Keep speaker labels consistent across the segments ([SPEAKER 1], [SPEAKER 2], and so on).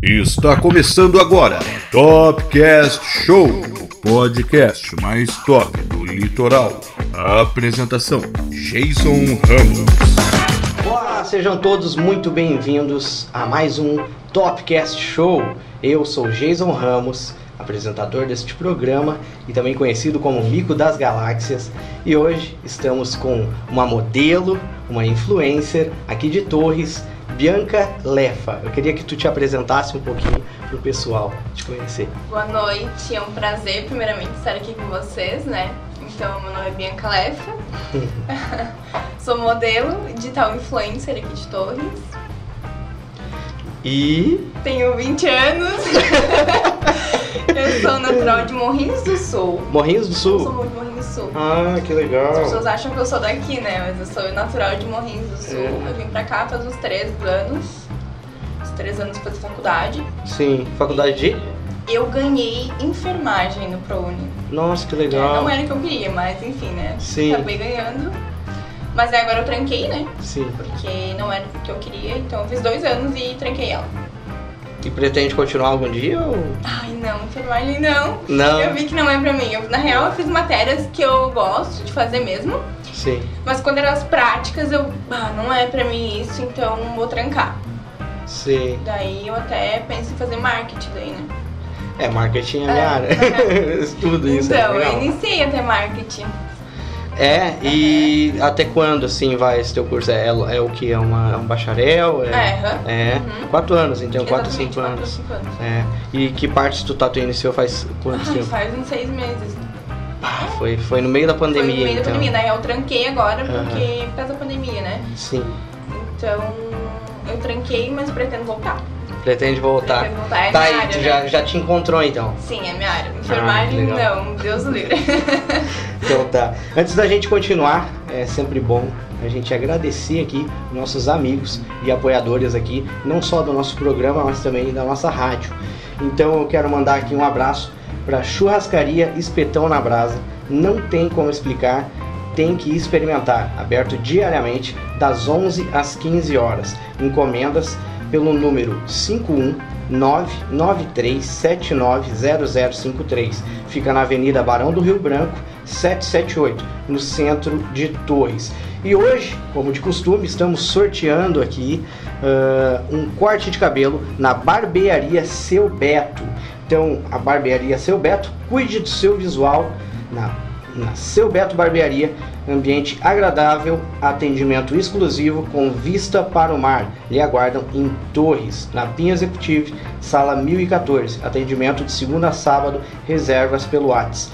[SPEAKER 1] Está Tá começando agora Topcast Show, o podcast mais top do litoral. Apresentação: Jason Ramos.
[SPEAKER 2] Olá, sejam todos muito bem-vindos a mais um Topcast Show. Eu sou Jason Ramos, apresentador deste programa e também conhecido como Mico das Galáxias. E hoje estamos com uma modelo, uma influencer aqui de Torres, Bianca Lefa. Eu queria que tu te apresentasse um pouquinho pro pessoal te conhecer.
[SPEAKER 3] Boa noite, é um prazer primeiramente estar aqui com vocês, né? Então, meu nome é Bianca Lefa, sou modelo, digital influencer aqui de Torres,
[SPEAKER 2] E
[SPEAKER 3] tenho 20 anos, eu sou natural de Morrinhos do Sul,
[SPEAKER 2] Morrinhos do
[SPEAKER 3] eu sou
[SPEAKER 2] Sul.
[SPEAKER 3] muito de Morrinhos do Sul.
[SPEAKER 2] Ah, que
[SPEAKER 3] As
[SPEAKER 2] legal.
[SPEAKER 3] pessoas acham que eu sou daqui, né? Mas eu sou natural de Morrinhos do Sul,
[SPEAKER 2] É.
[SPEAKER 3] eu vim pra cá faz uns 3 anos, uns 3 anos depois da faculdade.
[SPEAKER 2] Sim, faculdade de?
[SPEAKER 3] Eu ganhei enfermagem no ProUni.
[SPEAKER 2] Nossa, que
[SPEAKER 3] É,
[SPEAKER 2] legal.
[SPEAKER 3] Não era o que eu queria, mas enfim, né?
[SPEAKER 2] Sim.
[SPEAKER 3] Acabei ganhando. Mas aí agora eu tranquei, né?
[SPEAKER 2] Sim.
[SPEAKER 3] Porque não era o que eu queria, então eu fiz dois anos e tranquei ela.
[SPEAKER 2] E pretende continuar algum dia ou
[SPEAKER 3] Ai, não, enfermagem não. Eu
[SPEAKER 2] não?
[SPEAKER 3] vi que não é pra mim. Eu- na real, eu fiz matérias que eu gosto de fazer mesmo,
[SPEAKER 2] Sim.
[SPEAKER 3] mas quando eram as práticas, eu, ah, não é pra mim isso, então vou trancar.
[SPEAKER 2] Sim.
[SPEAKER 3] Daí eu até penso em fazer marketing daí, né?
[SPEAKER 2] É, marketing é
[SPEAKER 3] É,
[SPEAKER 2] minha área. Tudo isso é
[SPEAKER 3] então, eu
[SPEAKER 2] legal.
[SPEAKER 3] iniciei até marketing.
[SPEAKER 2] É, e até quando, assim, vai esse teu curso? É, é o que? É, uma, é um bacharel? É.
[SPEAKER 3] É, aham.
[SPEAKER 2] É.
[SPEAKER 3] Uhum.
[SPEAKER 2] Quatro anos, então. Quatro,
[SPEAKER 3] Exatamente,
[SPEAKER 2] cinco
[SPEAKER 3] quatro,
[SPEAKER 2] anos.
[SPEAKER 3] cinco anos. Ah,
[SPEAKER 2] É. E que parte tu tá, tu iniciou faz quanto
[SPEAKER 3] Ai,
[SPEAKER 2] tempo?
[SPEAKER 3] faz uns seis meses.
[SPEAKER 2] Pá, foi, foi no meio da
[SPEAKER 3] Foi
[SPEAKER 2] pandemia,
[SPEAKER 3] no meio da
[SPEAKER 2] então.
[SPEAKER 3] pandemia, daí eu tranquei agora
[SPEAKER 2] Aham.
[SPEAKER 3] porque por causa da pandemia, né?
[SPEAKER 2] Sim.
[SPEAKER 3] Então eu tranquei, mas pretendo voltar.
[SPEAKER 2] Pretende voltar.
[SPEAKER 3] Pretendo voltar. É
[SPEAKER 2] Tá,
[SPEAKER 3] minha
[SPEAKER 2] e
[SPEAKER 3] área.
[SPEAKER 2] tu já,
[SPEAKER 3] né?
[SPEAKER 2] já te encontrou, então.
[SPEAKER 3] Sim, é minha área. Enfermagem,
[SPEAKER 2] legal.
[SPEAKER 3] não, Deus o livre.
[SPEAKER 2] Então tá. Antes da gente continuar, é sempre bom a gente agradecer aqui nossos amigos e apoiadores aqui, não só do nosso programa, mas também da nossa rádio. Então eu quero mandar aqui um abraço para Churrascaria Espetão na Brasa. Não tem como explicar, tem que experimentar. Aberto diariamente das 11 às 15 horas. Encomendas pelo número 51993790053. Fica na Avenida Barão do Rio Branco, 778, no centro de Torres. E hoje, como de costume, estamos sorteando aqui ah, um corte de cabelo na barbearia Seu Beto. Então, a barbearia Seu Beto, cuide do seu visual na, na Seu Beto Barbearia, ambiente agradável, atendimento exclusivo com vista para o mar. Lhe aguardam em Torres, na Pinha Executive, sala 1014. Atendimento de segunda a sábado, reservas pelo um WhatsApp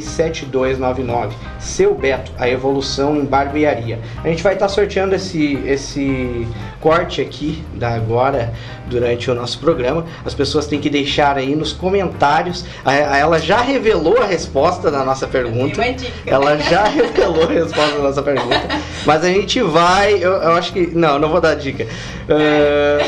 [SPEAKER 2] 51993737299. Seu Beto, a evolução em barbearia. A gente vai estar sorteando esse, esse corte aqui da agora durante o nosso programa. As pessoas têm que deixar aí nos comentários. A, a- ela já revelou a resposta da nossa pergunta.
[SPEAKER 3] Uma dica. né?
[SPEAKER 2] Ela já revelou a resposta da nossa pergunta. Mas a gente vai. Eu, eu acho que. Não, não vou dar dica. Ah,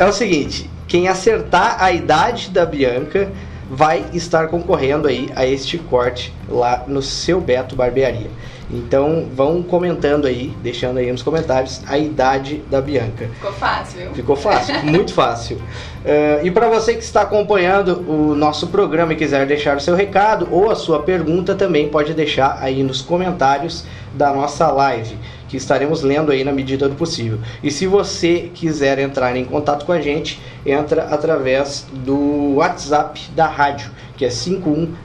[SPEAKER 2] é o seguinte: quem acertar a idade da Bianca vai estar concorrendo aí a este corte lá no seu Beto Barbearia. Então vão comentando aí, deixando aí nos comentários a idade da Bianca.
[SPEAKER 3] Ficou fácil, viu?
[SPEAKER 2] Ficou fácil, muito fácil. Eh, e para você que está acompanhando o nosso programa e quiser deixar o seu recado ou a sua pergunta, também pode deixar aí nos comentários da nossa live, que estaremos lendo aí na medida do possível. E se você quiser entrar em contato com a gente, entra através do WhatsApp da rádio, que é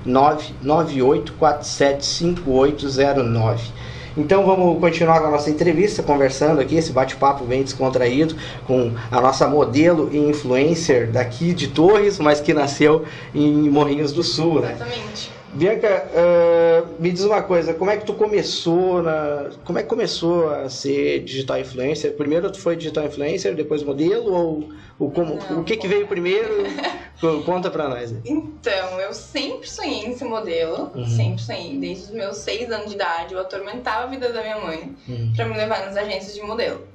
[SPEAKER 2] 51998475809. Então vamos continuar com a nossa entrevista, conversando aqui, esse bate-papo bem descontraído com a nossa modelo e influencer daqui de Torres, mas que nasceu em Morrinhos do Sul, né?
[SPEAKER 3] Exatamente.
[SPEAKER 2] Bianca, ah, me diz uma coisa, como é que tu começou na, como é que começou a ser digital influencer? Primeiro tu foi digital influencer, depois modelo ou, ou como,
[SPEAKER 3] Não.
[SPEAKER 2] o que que veio primeiro? Co- Conta pra nós. Né?
[SPEAKER 3] Então, eu sempre sonhei em ser modelo,
[SPEAKER 2] Uhum.
[SPEAKER 3] sempre sonhei. Desde os meus seis anos de idade, eu atormentava a vida da minha mãe pra me levar nas agências de modelo.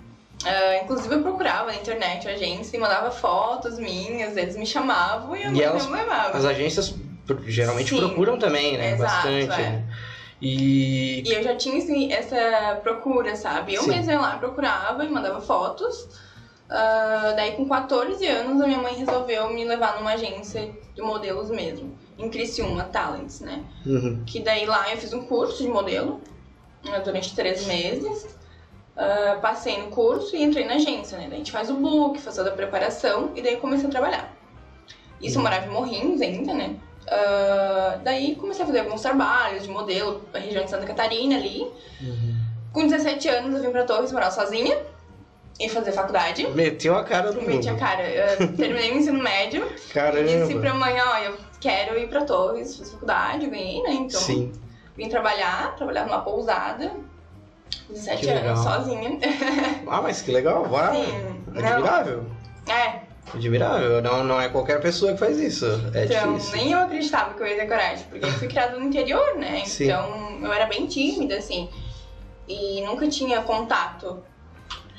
[SPEAKER 3] Ah, inclusive, eu procurava na internet a agência e mandava fotos minhas, eles me chamavam e eu
[SPEAKER 2] E
[SPEAKER 3] não
[SPEAKER 2] elas-
[SPEAKER 3] me levava.
[SPEAKER 2] As agências pro- geralmente
[SPEAKER 3] Sim.
[SPEAKER 2] procuram também, né?
[SPEAKER 3] Exato,
[SPEAKER 2] Bastante.
[SPEAKER 3] é.
[SPEAKER 2] né? E
[SPEAKER 3] E eu já tinha assim, essa procura, sabe? Eu
[SPEAKER 2] Sim.
[SPEAKER 3] mesma ia lá procurava e mandava fotos. Ah, daí, com 14 anos, a minha mãe resolveu me levar numa agência de modelos mesmo, em Criciúma, Talents, né?
[SPEAKER 2] Uhum.
[SPEAKER 3] Que daí lá eu fiz um curso de modelo né, durante três meses. Ah, passei no curso e entrei na agência, né? Daí a gente faz o book, faz toda a preparação e daí comecei a trabalhar. Isso eu morava em Morrinhos ainda, né? Ah, daí comecei a fazer alguns trabalhos de modelo na região de Santa Catarina ali.
[SPEAKER 2] Uhum.
[SPEAKER 3] Com 17 anos eu vim pra Torres morar sozinha e fazer faculdade.
[SPEAKER 2] Meteu a cara do
[SPEAKER 3] Meti a
[SPEAKER 2] mundo.
[SPEAKER 3] cara. Eu terminei o ensino médio e disse
[SPEAKER 2] Caramba.
[SPEAKER 3] pra mãe, ó, eu quero ir pra Torres, fiz faculdade, ganhei, né? Então
[SPEAKER 2] Sim.
[SPEAKER 3] vim trabalhar, trabalhar numa pousada, 17
[SPEAKER 2] Que
[SPEAKER 3] anos,
[SPEAKER 2] legal.
[SPEAKER 3] sozinha.
[SPEAKER 2] Ah, é mas que legal. Uau.
[SPEAKER 3] Sim, não.
[SPEAKER 2] Admirável.
[SPEAKER 3] É,
[SPEAKER 2] Admirável. Não, não é qualquer pessoa que faz isso. É
[SPEAKER 3] então
[SPEAKER 2] difícil.
[SPEAKER 3] nem eu acreditava que eu ia ter coragem, porque eu fui criada no interior, né?
[SPEAKER 2] Sim.
[SPEAKER 3] Então eu era bem tímida, assim, e nunca tinha contato.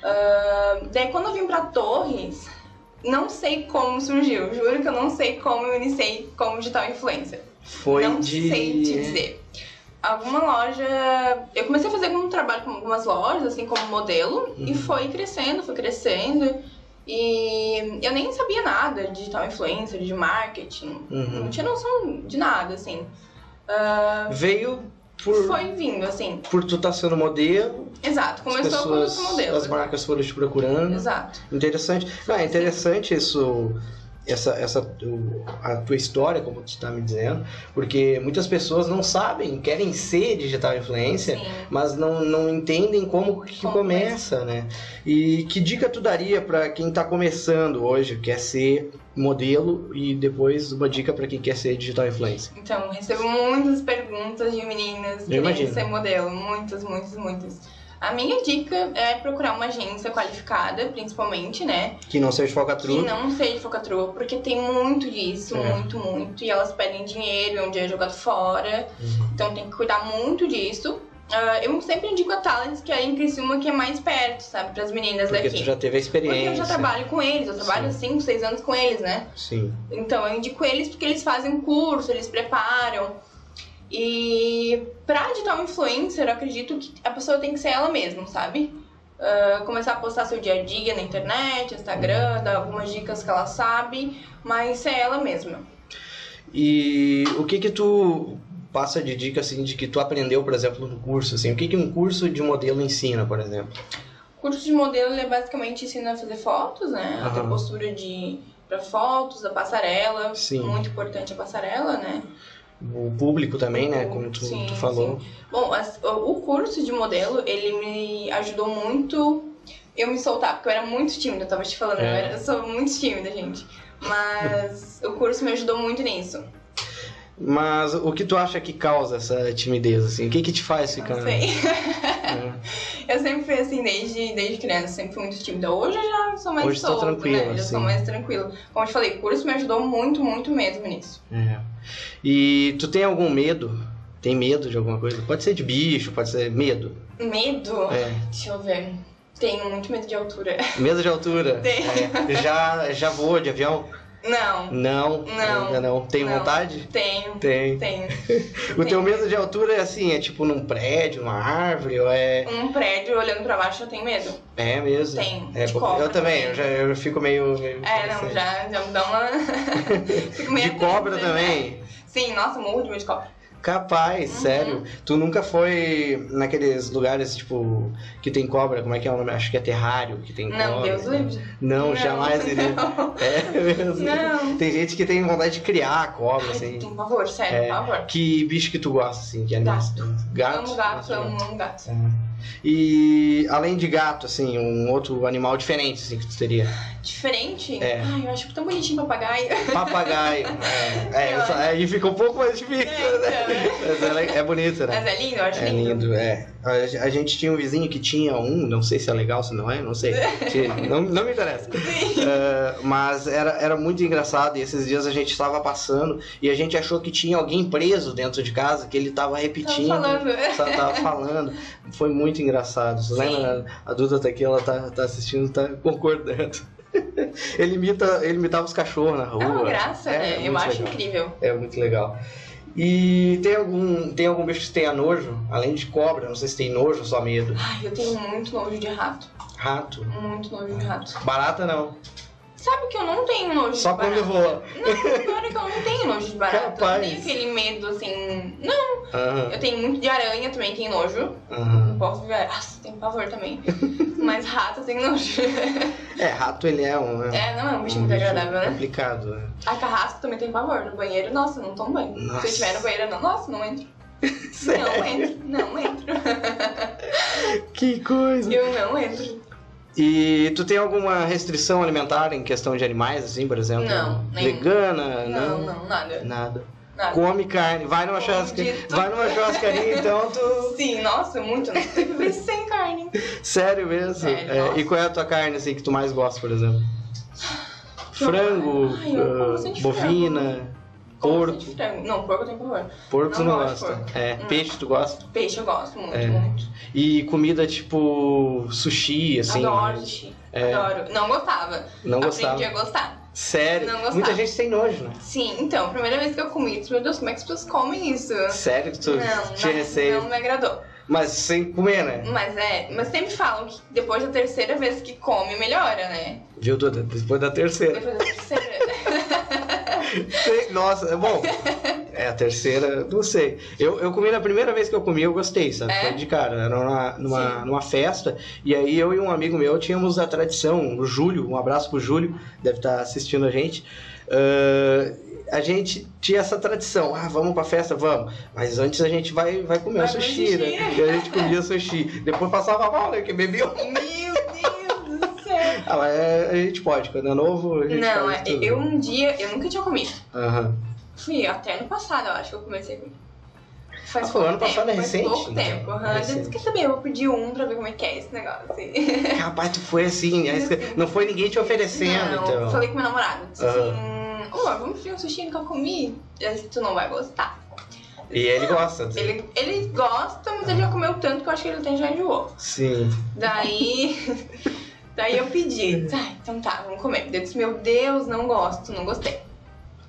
[SPEAKER 3] Ah, daí quando eu vim pra Torres, não sei como surgiu, juro que eu não sei como eu iniciei como digital influencer.
[SPEAKER 2] Foi
[SPEAKER 3] não
[SPEAKER 2] de.
[SPEAKER 3] sei te dizer. Alguma loja. Eu comecei a fazer um trabalho com algumas lojas, assim, como modelo, e
[SPEAKER 2] Uhum.
[SPEAKER 3] foi crescendo, foi crescendo. E eu nem sabia nada de digital influencer, de marketing.
[SPEAKER 2] Uhum.
[SPEAKER 3] Não tinha noção de nada, assim. Ah,
[SPEAKER 2] Veio por.
[SPEAKER 3] Foi vindo, assim.
[SPEAKER 2] Por tu tá sendo modelo,
[SPEAKER 3] Exato.
[SPEAKER 2] as
[SPEAKER 3] Começou com
[SPEAKER 2] pessoas,
[SPEAKER 3] os modelos.
[SPEAKER 2] as marcas né? foram te procurando.
[SPEAKER 3] Exato.
[SPEAKER 2] Interessante. Não, é interessante isso, essa, essa tu- a tua história, como tu está me dizendo, porque muitas pessoas não sabem, querem ser digital influencer,
[SPEAKER 3] Sim.
[SPEAKER 2] mas não, não entendem como que
[SPEAKER 3] Como é.
[SPEAKER 2] começa, né? E que dica tu daria para quem está começando hoje, quer ser modelo, e depois uma dica para quem quer ser digital influencer?
[SPEAKER 3] Então, recebo muitas perguntas de meninas
[SPEAKER 2] Eu imagino.
[SPEAKER 3] querendo ser modelo. Muitas, muitas, muitas. A minha dica é procurar uma agência qualificada, principalmente, né?
[SPEAKER 2] Que não seja
[SPEAKER 3] Que
[SPEAKER 2] falcatrua.
[SPEAKER 3] não seja focatrua, porque tem muito disso,
[SPEAKER 2] É.
[SPEAKER 3] muito, muito. E elas pedem dinheiro, onde é jogado fora.
[SPEAKER 2] Uhum.
[SPEAKER 3] Então tem que cuidar muito disso. Ah, eu sempre indico a Talents, que é em Criciúma, que é mais perto, sabe? Para as meninas
[SPEAKER 2] Porque
[SPEAKER 3] daqui.
[SPEAKER 2] tu já teve a
[SPEAKER 3] Porque
[SPEAKER 2] experiência.
[SPEAKER 3] eu já trabalho com eles, eu trabalho há 5, 6 anos com eles, né?
[SPEAKER 2] Sim.
[SPEAKER 3] Então, eu indico eles porque eles fazem um curso, eles preparam. E pra digital influencer, eu acredito que a pessoa tem que ser ela mesma, sabe? Ah, começar a postar seu dia a dia na internet, Instagram, dar algumas dicas que ela sabe, mas ser ela mesma.
[SPEAKER 2] E o que que tu passa de dica assim de que tu aprendeu, por exemplo, no curso assim? O que que um curso de modelo ensina, por exemplo?
[SPEAKER 3] O curso de modelo ele basicamente ensina a fazer fotos, né? A ter
[SPEAKER 2] Aham.
[SPEAKER 3] postura de para fotos, a passarela.
[SPEAKER 2] Sim.
[SPEAKER 3] Muito importante a passarela, né?
[SPEAKER 2] O público também, né, como tu,
[SPEAKER 3] Sim,
[SPEAKER 2] tu falou.
[SPEAKER 3] Bom, as- o o curso de modelo, ele me ajudou muito eu me soltar, porque eu era muito tímida, eu tava te falando,
[SPEAKER 2] É.
[SPEAKER 3] eu, era- eu sou muito tímida, gente. Mas o curso me ajudou muito nisso.
[SPEAKER 2] Mas o que tu acha que causa essa timidez assim? O que que te faz ficar?
[SPEAKER 3] Não sei.
[SPEAKER 2] É.
[SPEAKER 3] Eu sempre fui assim, desde, desde criança, sempre fui muito tímida. Hoje eu já sou mais
[SPEAKER 2] Hoje tá
[SPEAKER 3] solta,
[SPEAKER 2] tranquila, assim.
[SPEAKER 3] né? Já
[SPEAKER 2] sim.
[SPEAKER 3] sou mais tranquila. Como eu te falei, o curso me ajudou muito, muito mesmo nisso.
[SPEAKER 2] É. E tu tem algum medo? Tem medo de alguma coisa? Pode ser de bicho, pode ser medo.
[SPEAKER 3] Medo?
[SPEAKER 2] É.
[SPEAKER 3] Deixa eu ver. Tenho muito medo de altura.
[SPEAKER 2] Medo de altura.
[SPEAKER 3] Tem.
[SPEAKER 2] É. Já já voou de avião?
[SPEAKER 3] Não,
[SPEAKER 2] Não.
[SPEAKER 3] Não.
[SPEAKER 2] Ainda não. Tem
[SPEAKER 3] Não.
[SPEAKER 2] vontade?
[SPEAKER 3] tenho,
[SPEAKER 2] Tem.
[SPEAKER 3] tenho.
[SPEAKER 2] O teu medo de altura é assim, é tipo num prédio, uma árvore, ou é.
[SPEAKER 3] Um prédio olhando pra baixo, eu tenho medo.
[SPEAKER 2] É mesmo?
[SPEAKER 3] Tem,
[SPEAKER 2] É,
[SPEAKER 3] de
[SPEAKER 2] porque-
[SPEAKER 3] cobra
[SPEAKER 2] eu também, eu, já, eu fico meio. meio
[SPEAKER 3] É, não,
[SPEAKER 2] assim.
[SPEAKER 3] já, já me dá uma. Fico meio
[SPEAKER 2] De cobra
[SPEAKER 3] atenta, né?
[SPEAKER 2] também?
[SPEAKER 3] Sim, nossa, morro de medo de cobra.
[SPEAKER 2] Capaz,
[SPEAKER 3] Uhum.
[SPEAKER 2] sério. Tu nunca foi naqueles lugares, tipo, que tem cobra, como é que é o nome? Acho que é terrário, que tem
[SPEAKER 3] Não,
[SPEAKER 2] cobra. né?
[SPEAKER 3] Deus livre.
[SPEAKER 2] Não, jamais iria.
[SPEAKER 3] Não,
[SPEAKER 2] É mesmo.
[SPEAKER 3] não.
[SPEAKER 2] Tem gente que tem vontade de criar cobra, assim.
[SPEAKER 3] Tem pavor, sério,
[SPEAKER 2] É.
[SPEAKER 3] pavor.
[SPEAKER 2] Que bicho que tu gosta, assim, que animal?
[SPEAKER 3] Gato.
[SPEAKER 2] Gato?
[SPEAKER 3] Amo gato,
[SPEAKER 2] Nossa,
[SPEAKER 3] amo, amo gato.
[SPEAKER 2] E além de gato, assim, um outro animal diferente, assim, que tu teria.
[SPEAKER 3] Diferente?
[SPEAKER 2] É.
[SPEAKER 3] Ai, eu acho tão bonitinho papagaio.
[SPEAKER 2] Papagaio. É, é,
[SPEAKER 3] Eu
[SPEAKER 2] isso-
[SPEAKER 3] acho.
[SPEAKER 2] aí fica um pouco mais
[SPEAKER 3] É,
[SPEAKER 2] difícil, né?
[SPEAKER 3] então,
[SPEAKER 2] Mas ela é, é bonita, né?
[SPEAKER 3] Mas é lindo, eu acho
[SPEAKER 2] É lindo, é. A, a gente tinha um vizinho que tinha um, não sei se é legal, se não é, não sei. Tinha- não, não me interessa. Eh, mas era, era muito engraçado. E esses dias a gente estava passando e a gente achou que tinha alguém preso dentro de casa, que ele estava
[SPEAKER 3] Tava
[SPEAKER 2] repetindo.
[SPEAKER 3] falando.
[SPEAKER 2] Sa- Tava falando, foi muito engraçado. Você
[SPEAKER 3] Sim.
[SPEAKER 2] lembra? A Duda tá aqui, ela tá, tá assistindo, tá concordando. Ele, imita, ele imitava os cachorros na rua.
[SPEAKER 3] É uma graça, né? Eu
[SPEAKER 2] muito
[SPEAKER 3] acho
[SPEAKER 2] legal.
[SPEAKER 3] incrível.
[SPEAKER 2] É muito legal. E tem algum, tem algum bicho que tenha nojo? Além de cobra, não sei se tem nojo ou só medo.
[SPEAKER 3] Ai, eu tenho muito nojo de rato.
[SPEAKER 2] Rato.
[SPEAKER 3] Muito nojo de rato.
[SPEAKER 2] Barata não.
[SPEAKER 3] Sabe que eu não tenho nojo
[SPEAKER 2] Só
[SPEAKER 3] de barata?
[SPEAKER 2] quando voa.
[SPEAKER 3] Não, pior é que eu não tenho nojo de barata. Eu não
[SPEAKER 2] Capaz.
[SPEAKER 3] tenho aquele medo assim. Não,
[SPEAKER 2] Aham,
[SPEAKER 3] eu tenho muito de aranha também, tem nojo. Não
[SPEAKER 2] aham.
[SPEAKER 3] posso ver. Nossa, tem pavor também. Mas rato tem nojo.
[SPEAKER 2] É, rato ele é um. É,
[SPEAKER 3] É, não é um bicho muito agradável, né?
[SPEAKER 2] Complicado, né?
[SPEAKER 3] A carrasco também tem pavor. No banheiro, nossa, não tomo banho.
[SPEAKER 2] Nossa.
[SPEAKER 3] Se eu estiver no banheiro, não. Nossa, não entro. Não é. entro, não entro.
[SPEAKER 2] Que coisa.
[SPEAKER 3] Eu não entro.
[SPEAKER 2] E tu tem alguma restrição alimentar em questão de animais, assim, por exemplo?
[SPEAKER 3] Não, nenhuma.
[SPEAKER 2] Vegana?
[SPEAKER 3] Não, não, Ah. nada.
[SPEAKER 2] Nada.
[SPEAKER 3] Nada.
[SPEAKER 2] Come carne. Vai numa
[SPEAKER 3] Como
[SPEAKER 2] churrascaria.
[SPEAKER 3] dito.
[SPEAKER 2] Vai numa churrascaria, então tu.
[SPEAKER 3] Sim, nossa, muito. Não sei viver sem carne.
[SPEAKER 2] Sério mesmo?
[SPEAKER 3] Sério,
[SPEAKER 2] É,
[SPEAKER 3] nossa.
[SPEAKER 2] e qual é a tua carne, assim, que tu mais gosta, por exemplo?
[SPEAKER 3] Que
[SPEAKER 2] Frango,
[SPEAKER 3] eu- Ai, eu como
[SPEAKER 2] ah,
[SPEAKER 3] bastante
[SPEAKER 2] bovina,
[SPEAKER 3] Como
[SPEAKER 2] porco.
[SPEAKER 3] bastante frango. Não, porco eu tenho pavor.
[SPEAKER 2] Porco tu
[SPEAKER 3] Não
[SPEAKER 2] não
[SPEAKER 3] gosto de
[SPEAKER 2] gosta. É,
[SPEAKER 3] Hum.
[SPEAKER 2] peixe tu gosta.
[SPEAKER 3] Peixe eu gosto muito,
[SPEAKER 2] É.
[SPEAKER 3] muito.
[SPEAKER 2] E comida tipo sushi, assim.
[SPEAKER 3] Adoro
[SPEAKER 2] né?
[SPEAKER 3] sushi. Adoro. Não gostava.
[SPEAKER 2] Não
[SPEAKER 3] Aprendi
[SPEAKER 2] gostava.
[SPEAKER 3] a gostar.
[SPEAKER 2] Sério.
[SPEAKER 3] Não gostava.
[SPEAKER 2] Muita gente tem nojo, né?
[SPEAKER 3] Sim, então, primeira vez que eu comi, eu disse, meu Deus, como é que as pessoas comem isso?
[SPEAKER 2] Sério que tu
[SPEAKER 3] Não,
[SPEAKER 2] tinha receio.
[SPEAKER 3] não, não me agradou.
[SPEAKER 2] Mas sem comer, né?
[SPEAKER 3] Mas é, mas sempre falam que depois da terceira vez que come, melhora, né?
[SPEAKER 2] Viu, Duda? Depois da terceira.
[SPEAKER 3] Depois da terceira.
[SPEAKER 2] Sei, Nossa, bom. É, a terceira, não sei. Eu, eu comi na primeira vez que eu comi, eu gostei, sabe?
[SPEAKER 3] É?
[SPEAKER 2] Foi de cara. Era numa, numa,
[SPEAKER 3] Sim.
[SPEAKER 2] numa festa. E aí eu e um amigo meu tínhamos a tradição, o Júlio, um abraço pro Júlio, deve estar assistindo a gente. Ahn, a gente tinha essa tradição, ah, vamos pra festa, vamos. Mas antes a gente vai, vai comer
[SPEAKER 3] Vai
[SPEAKER 2] o sushi,
[SPEAKER 3] comer
[SPEAKER 2] né?
[SPEAKER 3] sushi.
[SPEAKER 2] E a gente comia sushi. Depois passava mal, né? Que bebia.
[SPEAKER 3] meu Deus do céu.
[SPEAKER 2] Ah, mas é- a gente pode, quando é novo, a gente
[SPEAKER 3] Não,
[SPEAKER 2] faz
[SPEAKER 3] é,
[SPEAKER 2] tudo.
[SPEAKER 3] eu um dia, eu nunca tinha comido.
[SPEAKER 2] Aham.
[SPEAKER 3] Fui até ano passado, eu acho que eu comecei a comer. Faz
[SPEAKER 2] Ah, pô,
[SPEAKER 3] pouco
[SPEAKER 2] ano passado
[SPEAKER 3] tempo,
[SPEAKER 2] é recente,
[SPEAKER 3] Faz pouco
[SPEAKER 2] então.
[SPEAKER 3] tempo. aham.
[SPEAKER 2] É
[SPEAKER 3] Eu disse,
[SPEAKER 2] recente.
[SPEAKER 3] quer saber, eu vou pedir um pra ver como é que é esse negócio.
[SPEAKER 2] Rapaz, tu foi assim, aí você- não foi ninguém te oferecendo,
[SPEAKER 3] não,
[SPEAKER 2] então.
[SPEAKER 3] falei com meu namorado. Disse
[SPEAKER 2] Ah.
[SPEAKER 3] assim, amor, vamos pedir um sushi que eu comi. Ele disse, tu não vai gostar.
[SPEAKER 2] E ele gosta. tu-
[SPEAKER 3] Ele, ele gosta, mas ele já comeu tanto que eu acho que ele tem já enjoou.
[SPEAKER 2] Sim.
[SPEAKER 3] Daí. Daí eu pedi. disse, Ah, então tá, vamos comer. Daí Eu disse, meu Deus, não gosto, não gostei.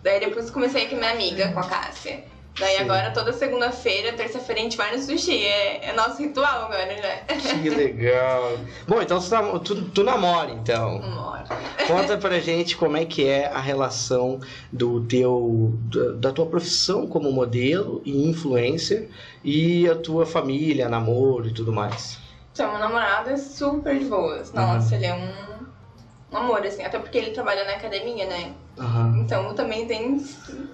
[SPEAKER 3] Daí depois comecei com a minha amiga, com a Cássia. Daí
[SPEAKER 2] Sim.
[SPEAKER 3] agora toda segunda-feira, terça-feira a gente vai no sushi. É, é nosso ritual agora, né?
[SPEAKER 2] Que legal. Bom, então tu, namo- tu, tu namora, então.
[SPEAKER 3] Amor.
[SPEAKER 2] Conta pra gente como é que é a relação do teu, da- da tua profissão como modelo e influencer e a tua família, namoro e tudo mais.
[SPEAKER 3] Então, meu namorado é super de boas. Nossa, ele é um, um amor, assim. Até porque ele trabalha na academia, né?
[SPEAKER 2] Aham.
[SPEAKER 3] Então eu também tem,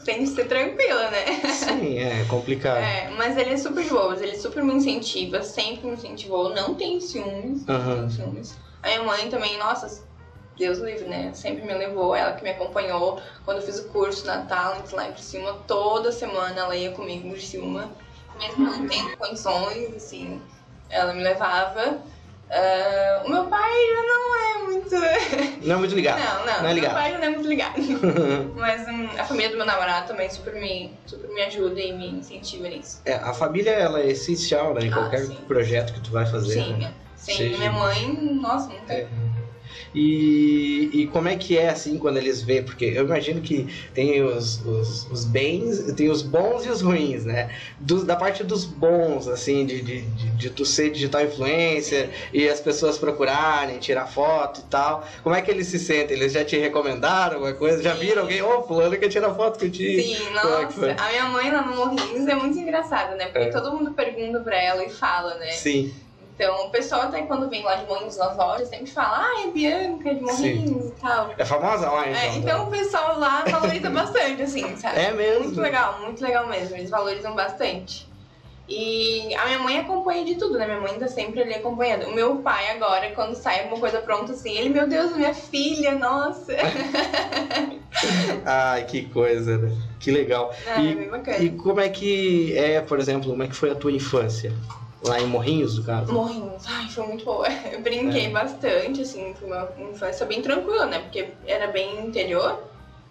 [SPEAKER 3] tem que ser tranquila, né?
[SPEAKER 2] Sim, é complicado.
[SPEAKER 3] É, mas ele é super de boas, ele super me incentiva, sempre me incentivou, não tem ciúmes, não
[SPEAKER 2] Aham.
[SPEAKER 3] tem ciúmes. A minha mãe também, nossa, Deus livre, né? Sempre me levou, ela que me acompanhou quando eu fiz o curso na Talents lá em Criciúma, toda semana ela ia comigo em Criciúma, mesmo não tendo condições, assim, ela me levava. Ah, o meu pai já não é muito.
[SPEAKER 2] Não é muito ligado.
[SPEAKER 3] Não, não,
[SPEAKER 2] Não é
[SPEAKER 3] meu
[SPEAKER 2] ligado.
[SPEAKER 3] pai já não é muito ligado. Mas hum, a família do meu namorado também super me, super me ajuda e me incentiva nisso.
[SPEAKER 2] É, a família ela é essencial né, em
[SPEAKER 3] Ah,
[SPEAKER 2] qualquer
[SPEAKER 3] sim.
[SPEAKER 2] projeto que tu vai fazer.
[SPEAKER 3] Sim,
[SPEAKER 2] né?
[SPEAKER 3] minha- sim.
[SPEAKER 2] Seja-
[SPEAKER 3] Minha mãe, nossa, nunca.
[SPEAKER 2] É. E, e como é que é assim quando eles vê? Porque eu imagino que tem os, os, os bens, tem os bons e os ruins, né? Do- da parte dos bons, assim, de, de, de, de tu ser digital influencer e as pessoas procurarem, tirar foto e tal. Como é que eles se sentem? Eles já te recomendaram alguma coisa? Já
[SPEAKER 3] Sim.
[SPEAKER 2] viram alguém? Ô, fulano quer tirar foto contigo.
[SPEAKER 3] Sim,
[SPEAKER 2] Como é que
[SPEAKER 3] nossa.
[SPEAKER 2] foi?
[SPEAKER 3] a minha mãe lá no Morrinhos é muito engraçada, né? Porque
[SPEAKER 2] É.
[SPEAKER 3] todo mundo pergunta pra ela e fala, né?
[SPEAKER 2] Sim.
[SPEAKER 3] Então o pessoal até quando vem lá de Morrinhos nas lojas sempre fala, ah, é Bianca de Morrinhos e tal.
[SPEAKER 2] É famosa lá, então.
[SPEAKER 3] É, então o pessoal lá valoriza bastante, assim, sabe?
[SPEAKER 2] É mesmo?
[SPEAKER 3] Muito legal, muito legal mesmo. Eles valorizam bastante. E a minha mãe acompanha de tudo, né? Minha mãe tá sempre ali acompanhando. O meu pai agora, quando sai alguma coisa pronta, assim, ele, meu Deus, minha filha, nossa.
[SPEAKER 2] É, Ai, que coisa, né? Que legal.
[SPEAKER 3] Ah, é bem bacana.
[SPEAKER 2] E como é que é, por exemplo, como é que foi a tua infância? Lá em Morrinhos, no caso?
[SPEAKER 3] Morrinhos, ai, foi muito boa. Eu brinquei
[SPEAKER 2] É.
[SPEAKER 3] bastante, assim, foi uma infância bem tranquila, né? Porque era bem interior.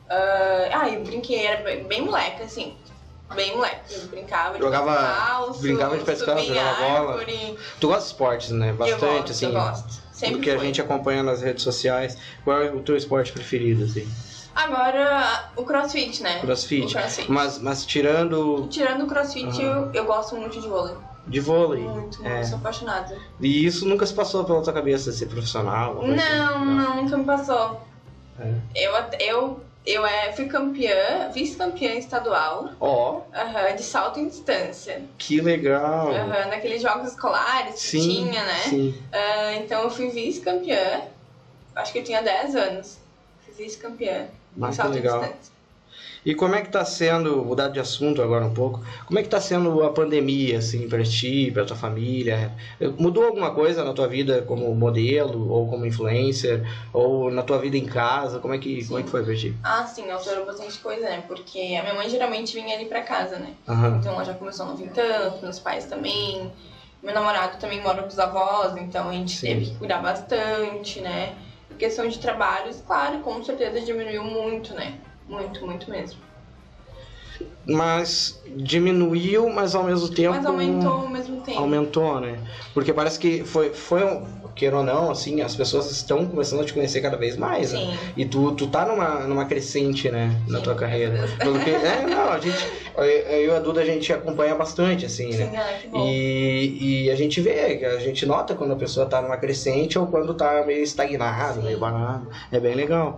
[SPEAKER 3] Ah, ah, eu brinquei, era bem, bem moleque, assim. Bem moleque. Eu brincava de
[SPEAKER 2] Jogava-
[SPEAKER 3] calço,
[SPEAKER 2] brincava de pé descalço,
[SPEAKER 3] subia
[SPEAKER 2] jogava bola.
[SPEAKER 3] árvore.
[SPEAKER 2] Tu gosta de esportes, né? Bastante,
[SPEAKER 3] eu gosto,
[SPEAKER 2] assim.
[SPEAKER 3] Eu gosto. Sempre
[SPEAKER 2] do que a
[SPEAKER 3] foi.
[SPEAKER 2] gente é um acompanha nas redes sociais. Qual é o teu esporte preferido, assim?
[SPEAKER 3] Agora, o crossfit, né? O
[SPEAKER 2] Crossfit.
[SPEAKER 3] crossfit.
[SPEAKER 2] Mas, mas tirando.
[SPEAKER 3] Tirando o crossfit,
[SPEAKER 2] Aham.
[SPEAKER 3] eu, eu gosto muito de vôlei.
[SPEAKER 2] de vôlei.
[SPEAKER 3] Muito,
[SPEAKER 2] É.
[SPEAKER 3] eu sou apaixonada.
[SPEAKER 2] E isso nunca se passou pela tua cabeça ser profissional? alguma coisa assim?
[SPEAKER 3] Não, não, nunca me passou.
[SPEAKER 2] É.
[SPEAKER 3] Eu, at- eu, eu é, fui campeã, vice-campeã estadual
[SPEAKER 2] Ó,
[SPEAKER 3] aham, de salto em distância.
[SPEAKER 2] que legal.
[SPEAKER 3] Aham, naqueles jogos escolares que
[SPEAKER 2] Hum. Sim,
[SPEAKER 3] tinha, né?
[SPEAKER 2] sim.
[SPEAKER 3] Ah, então eu fui vice-campeã, acho que eu tinha 10 anos. Fui vice-campeã em
[SPEAKER 2] Mas Ah, que
[SPEAKER 3] salto em
[SPEAKER 2] legal.
[SPEAKER 3] distância.
[SPEAKER 2] E como é que tá sendo, mudar de assunto agora um pouco, como é que tá sendo a pandemia, assim, pra ti, pra tua família? Mudou alguma coisa na tua vida como modelo, ou como influencer, ou na tua vida em casa? Como é que, como é que foi pra ti?
[SPEAKER 3] Ah, sim, alterou bastante coisa, né? Porque a minha mãe geralmente vinha ali pra casa, né?
[SPEAKER 2] Aham.
[SPEAKER 3] Então ela já começou a não vir tanto, meus pais também. Meu namorado também mora com os avós, então a gente
[SPEAKER 2] Sim.
[SPEAKER 3] teve que cuidar bastante, né? Em questão de trabalhos, claro, com certeza diminuiu muito, né? Muito, muito mesmo.
[SPEAKER 2] Mas diminuiu, mas ao mesmo tempo...
[SPEAKER 3] Mas aumentou ao mesmo tempo.
[SPEAKER 2] aumentou, né? Porque parece que foi, foi um, queira ou não, assim, as pessoas estão começando a te conhecer cada vez mais, né?
[SPEAKER 3] Sim.
[SPEAKER 2] E tu, tu tá numa, numa crescente, né? Na
[SPEAKER 3] Sim, é
[SPEAKER 2] tua carreira.
[SPEAKER 3] graças a
[SPEAKER 2] Pelo que, é, não, a gente. Eu eu e a Duda a gente acompanha bastante, assim, né?
[SPEAKER 3] Sim, ah, que bom.
[SPEAKER 2] E, e a gente vê, a gente nota quando a pessoa tá numa crescente ou quando tá meio estagnado,
[SPEAKER 3] Sim.
[SPEAKER 2] meio banado. É bem legal.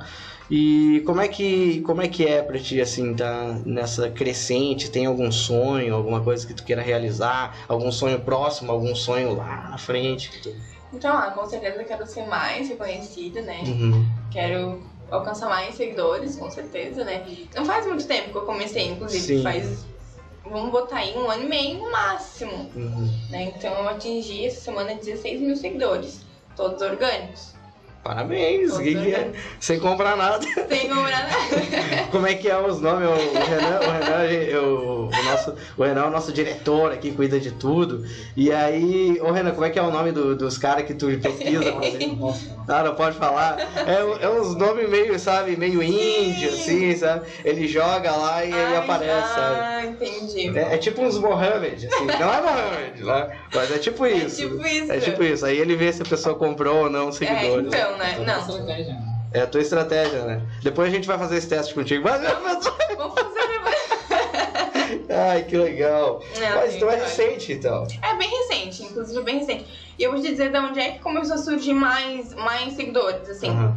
[SPEAKER 2] E como é que como é que é pra ti assim, tá nessa crescente? Tem algum sonho, alguma coisa que tu queira realizar, algum sonho próximo, algum sonho lá na frente? que tu-
[SPEAKER 3] Então, ah, com certeza eu quero ser mais reconhecida, né?
[SPEAKER 2] Uhum.
[SPEAKER 3] Quero alcançar mais seguidores, com certeza, né? Não faz muito tempo que eu comecei, inclusive,
[SPEAKER 2] Sim.
[SPEAKER 3] faz. Vamos botar aí um ano e meio no máximo.
[SPEAKER 2] Uhum.
[SPEAKER 3] né? Então eu atingi essa semana 16 mil seguidores, todos orgânicos.
[SPEAKER 2] Parabéns,
[SPEAKER 3] Todos
[SPEAKER 2] que que é?
[SPEAKER 3] orgânicos.
[SPEAKER 2] sem comprar nada.
[SPEAKER 3] Sem comprar nada.
[SPEAKER 2] Como é que é os nomes? O o Renan, o Renan, eu- o nosso, o Renan é o nosso diretor aqui, cuida de tudo. E aí, ô Renan, como é que é o nome do- dos caras que tu pesquisa? pra fazer? Ah, não pode falar. É, um- é uns nomes meio, sabe, meio índio, assim, sabe? Ele joga lá e ele
[SPEAKER 3] Ai,
[SPEAKER 2] é aparece, sabe?
[SPEAKER 3] Ah, entendi.
[SPEAKER 2] É, é tipo uns Mohammed, assim. Não é Mohammed, né? Mas é tipo
[SPEAKER 3] É
[SPEAKER 2] isso.
[SPEAKER 3] tipo isso.
[SPEAKER 2] É tipo isso. Aí ele vê se a pessoa comprou ou não os
[SPEAKER 3] É,
[SPEAKER 2] seguidores.
[SPEAKER 3] então, né? Não,
[SPEAKER 4] estratégia.
[SPEAKER 2] É a tua estratégia, né? Depois a gente vai fazer esse teste contigo. Mas, mas...
[SPEAKER 3] vamos fazer agora.
[SPEAKER 2] Ai, que legal.
[SPEAKER 3] Não,
[SPEAKER 2] Mas
[SPEAKER 3] tem
[SPEAKER 2] então é
[SPEAKER 3] trabalho.
[SPEAKER 2] recente, então.
[SPEAKER 3] É bem recente, inclusive é bem recente. E eu vou te dizer de onde é que começou a surgir mais, mais seguidores, assim.
[SPEAKER 2] Aham.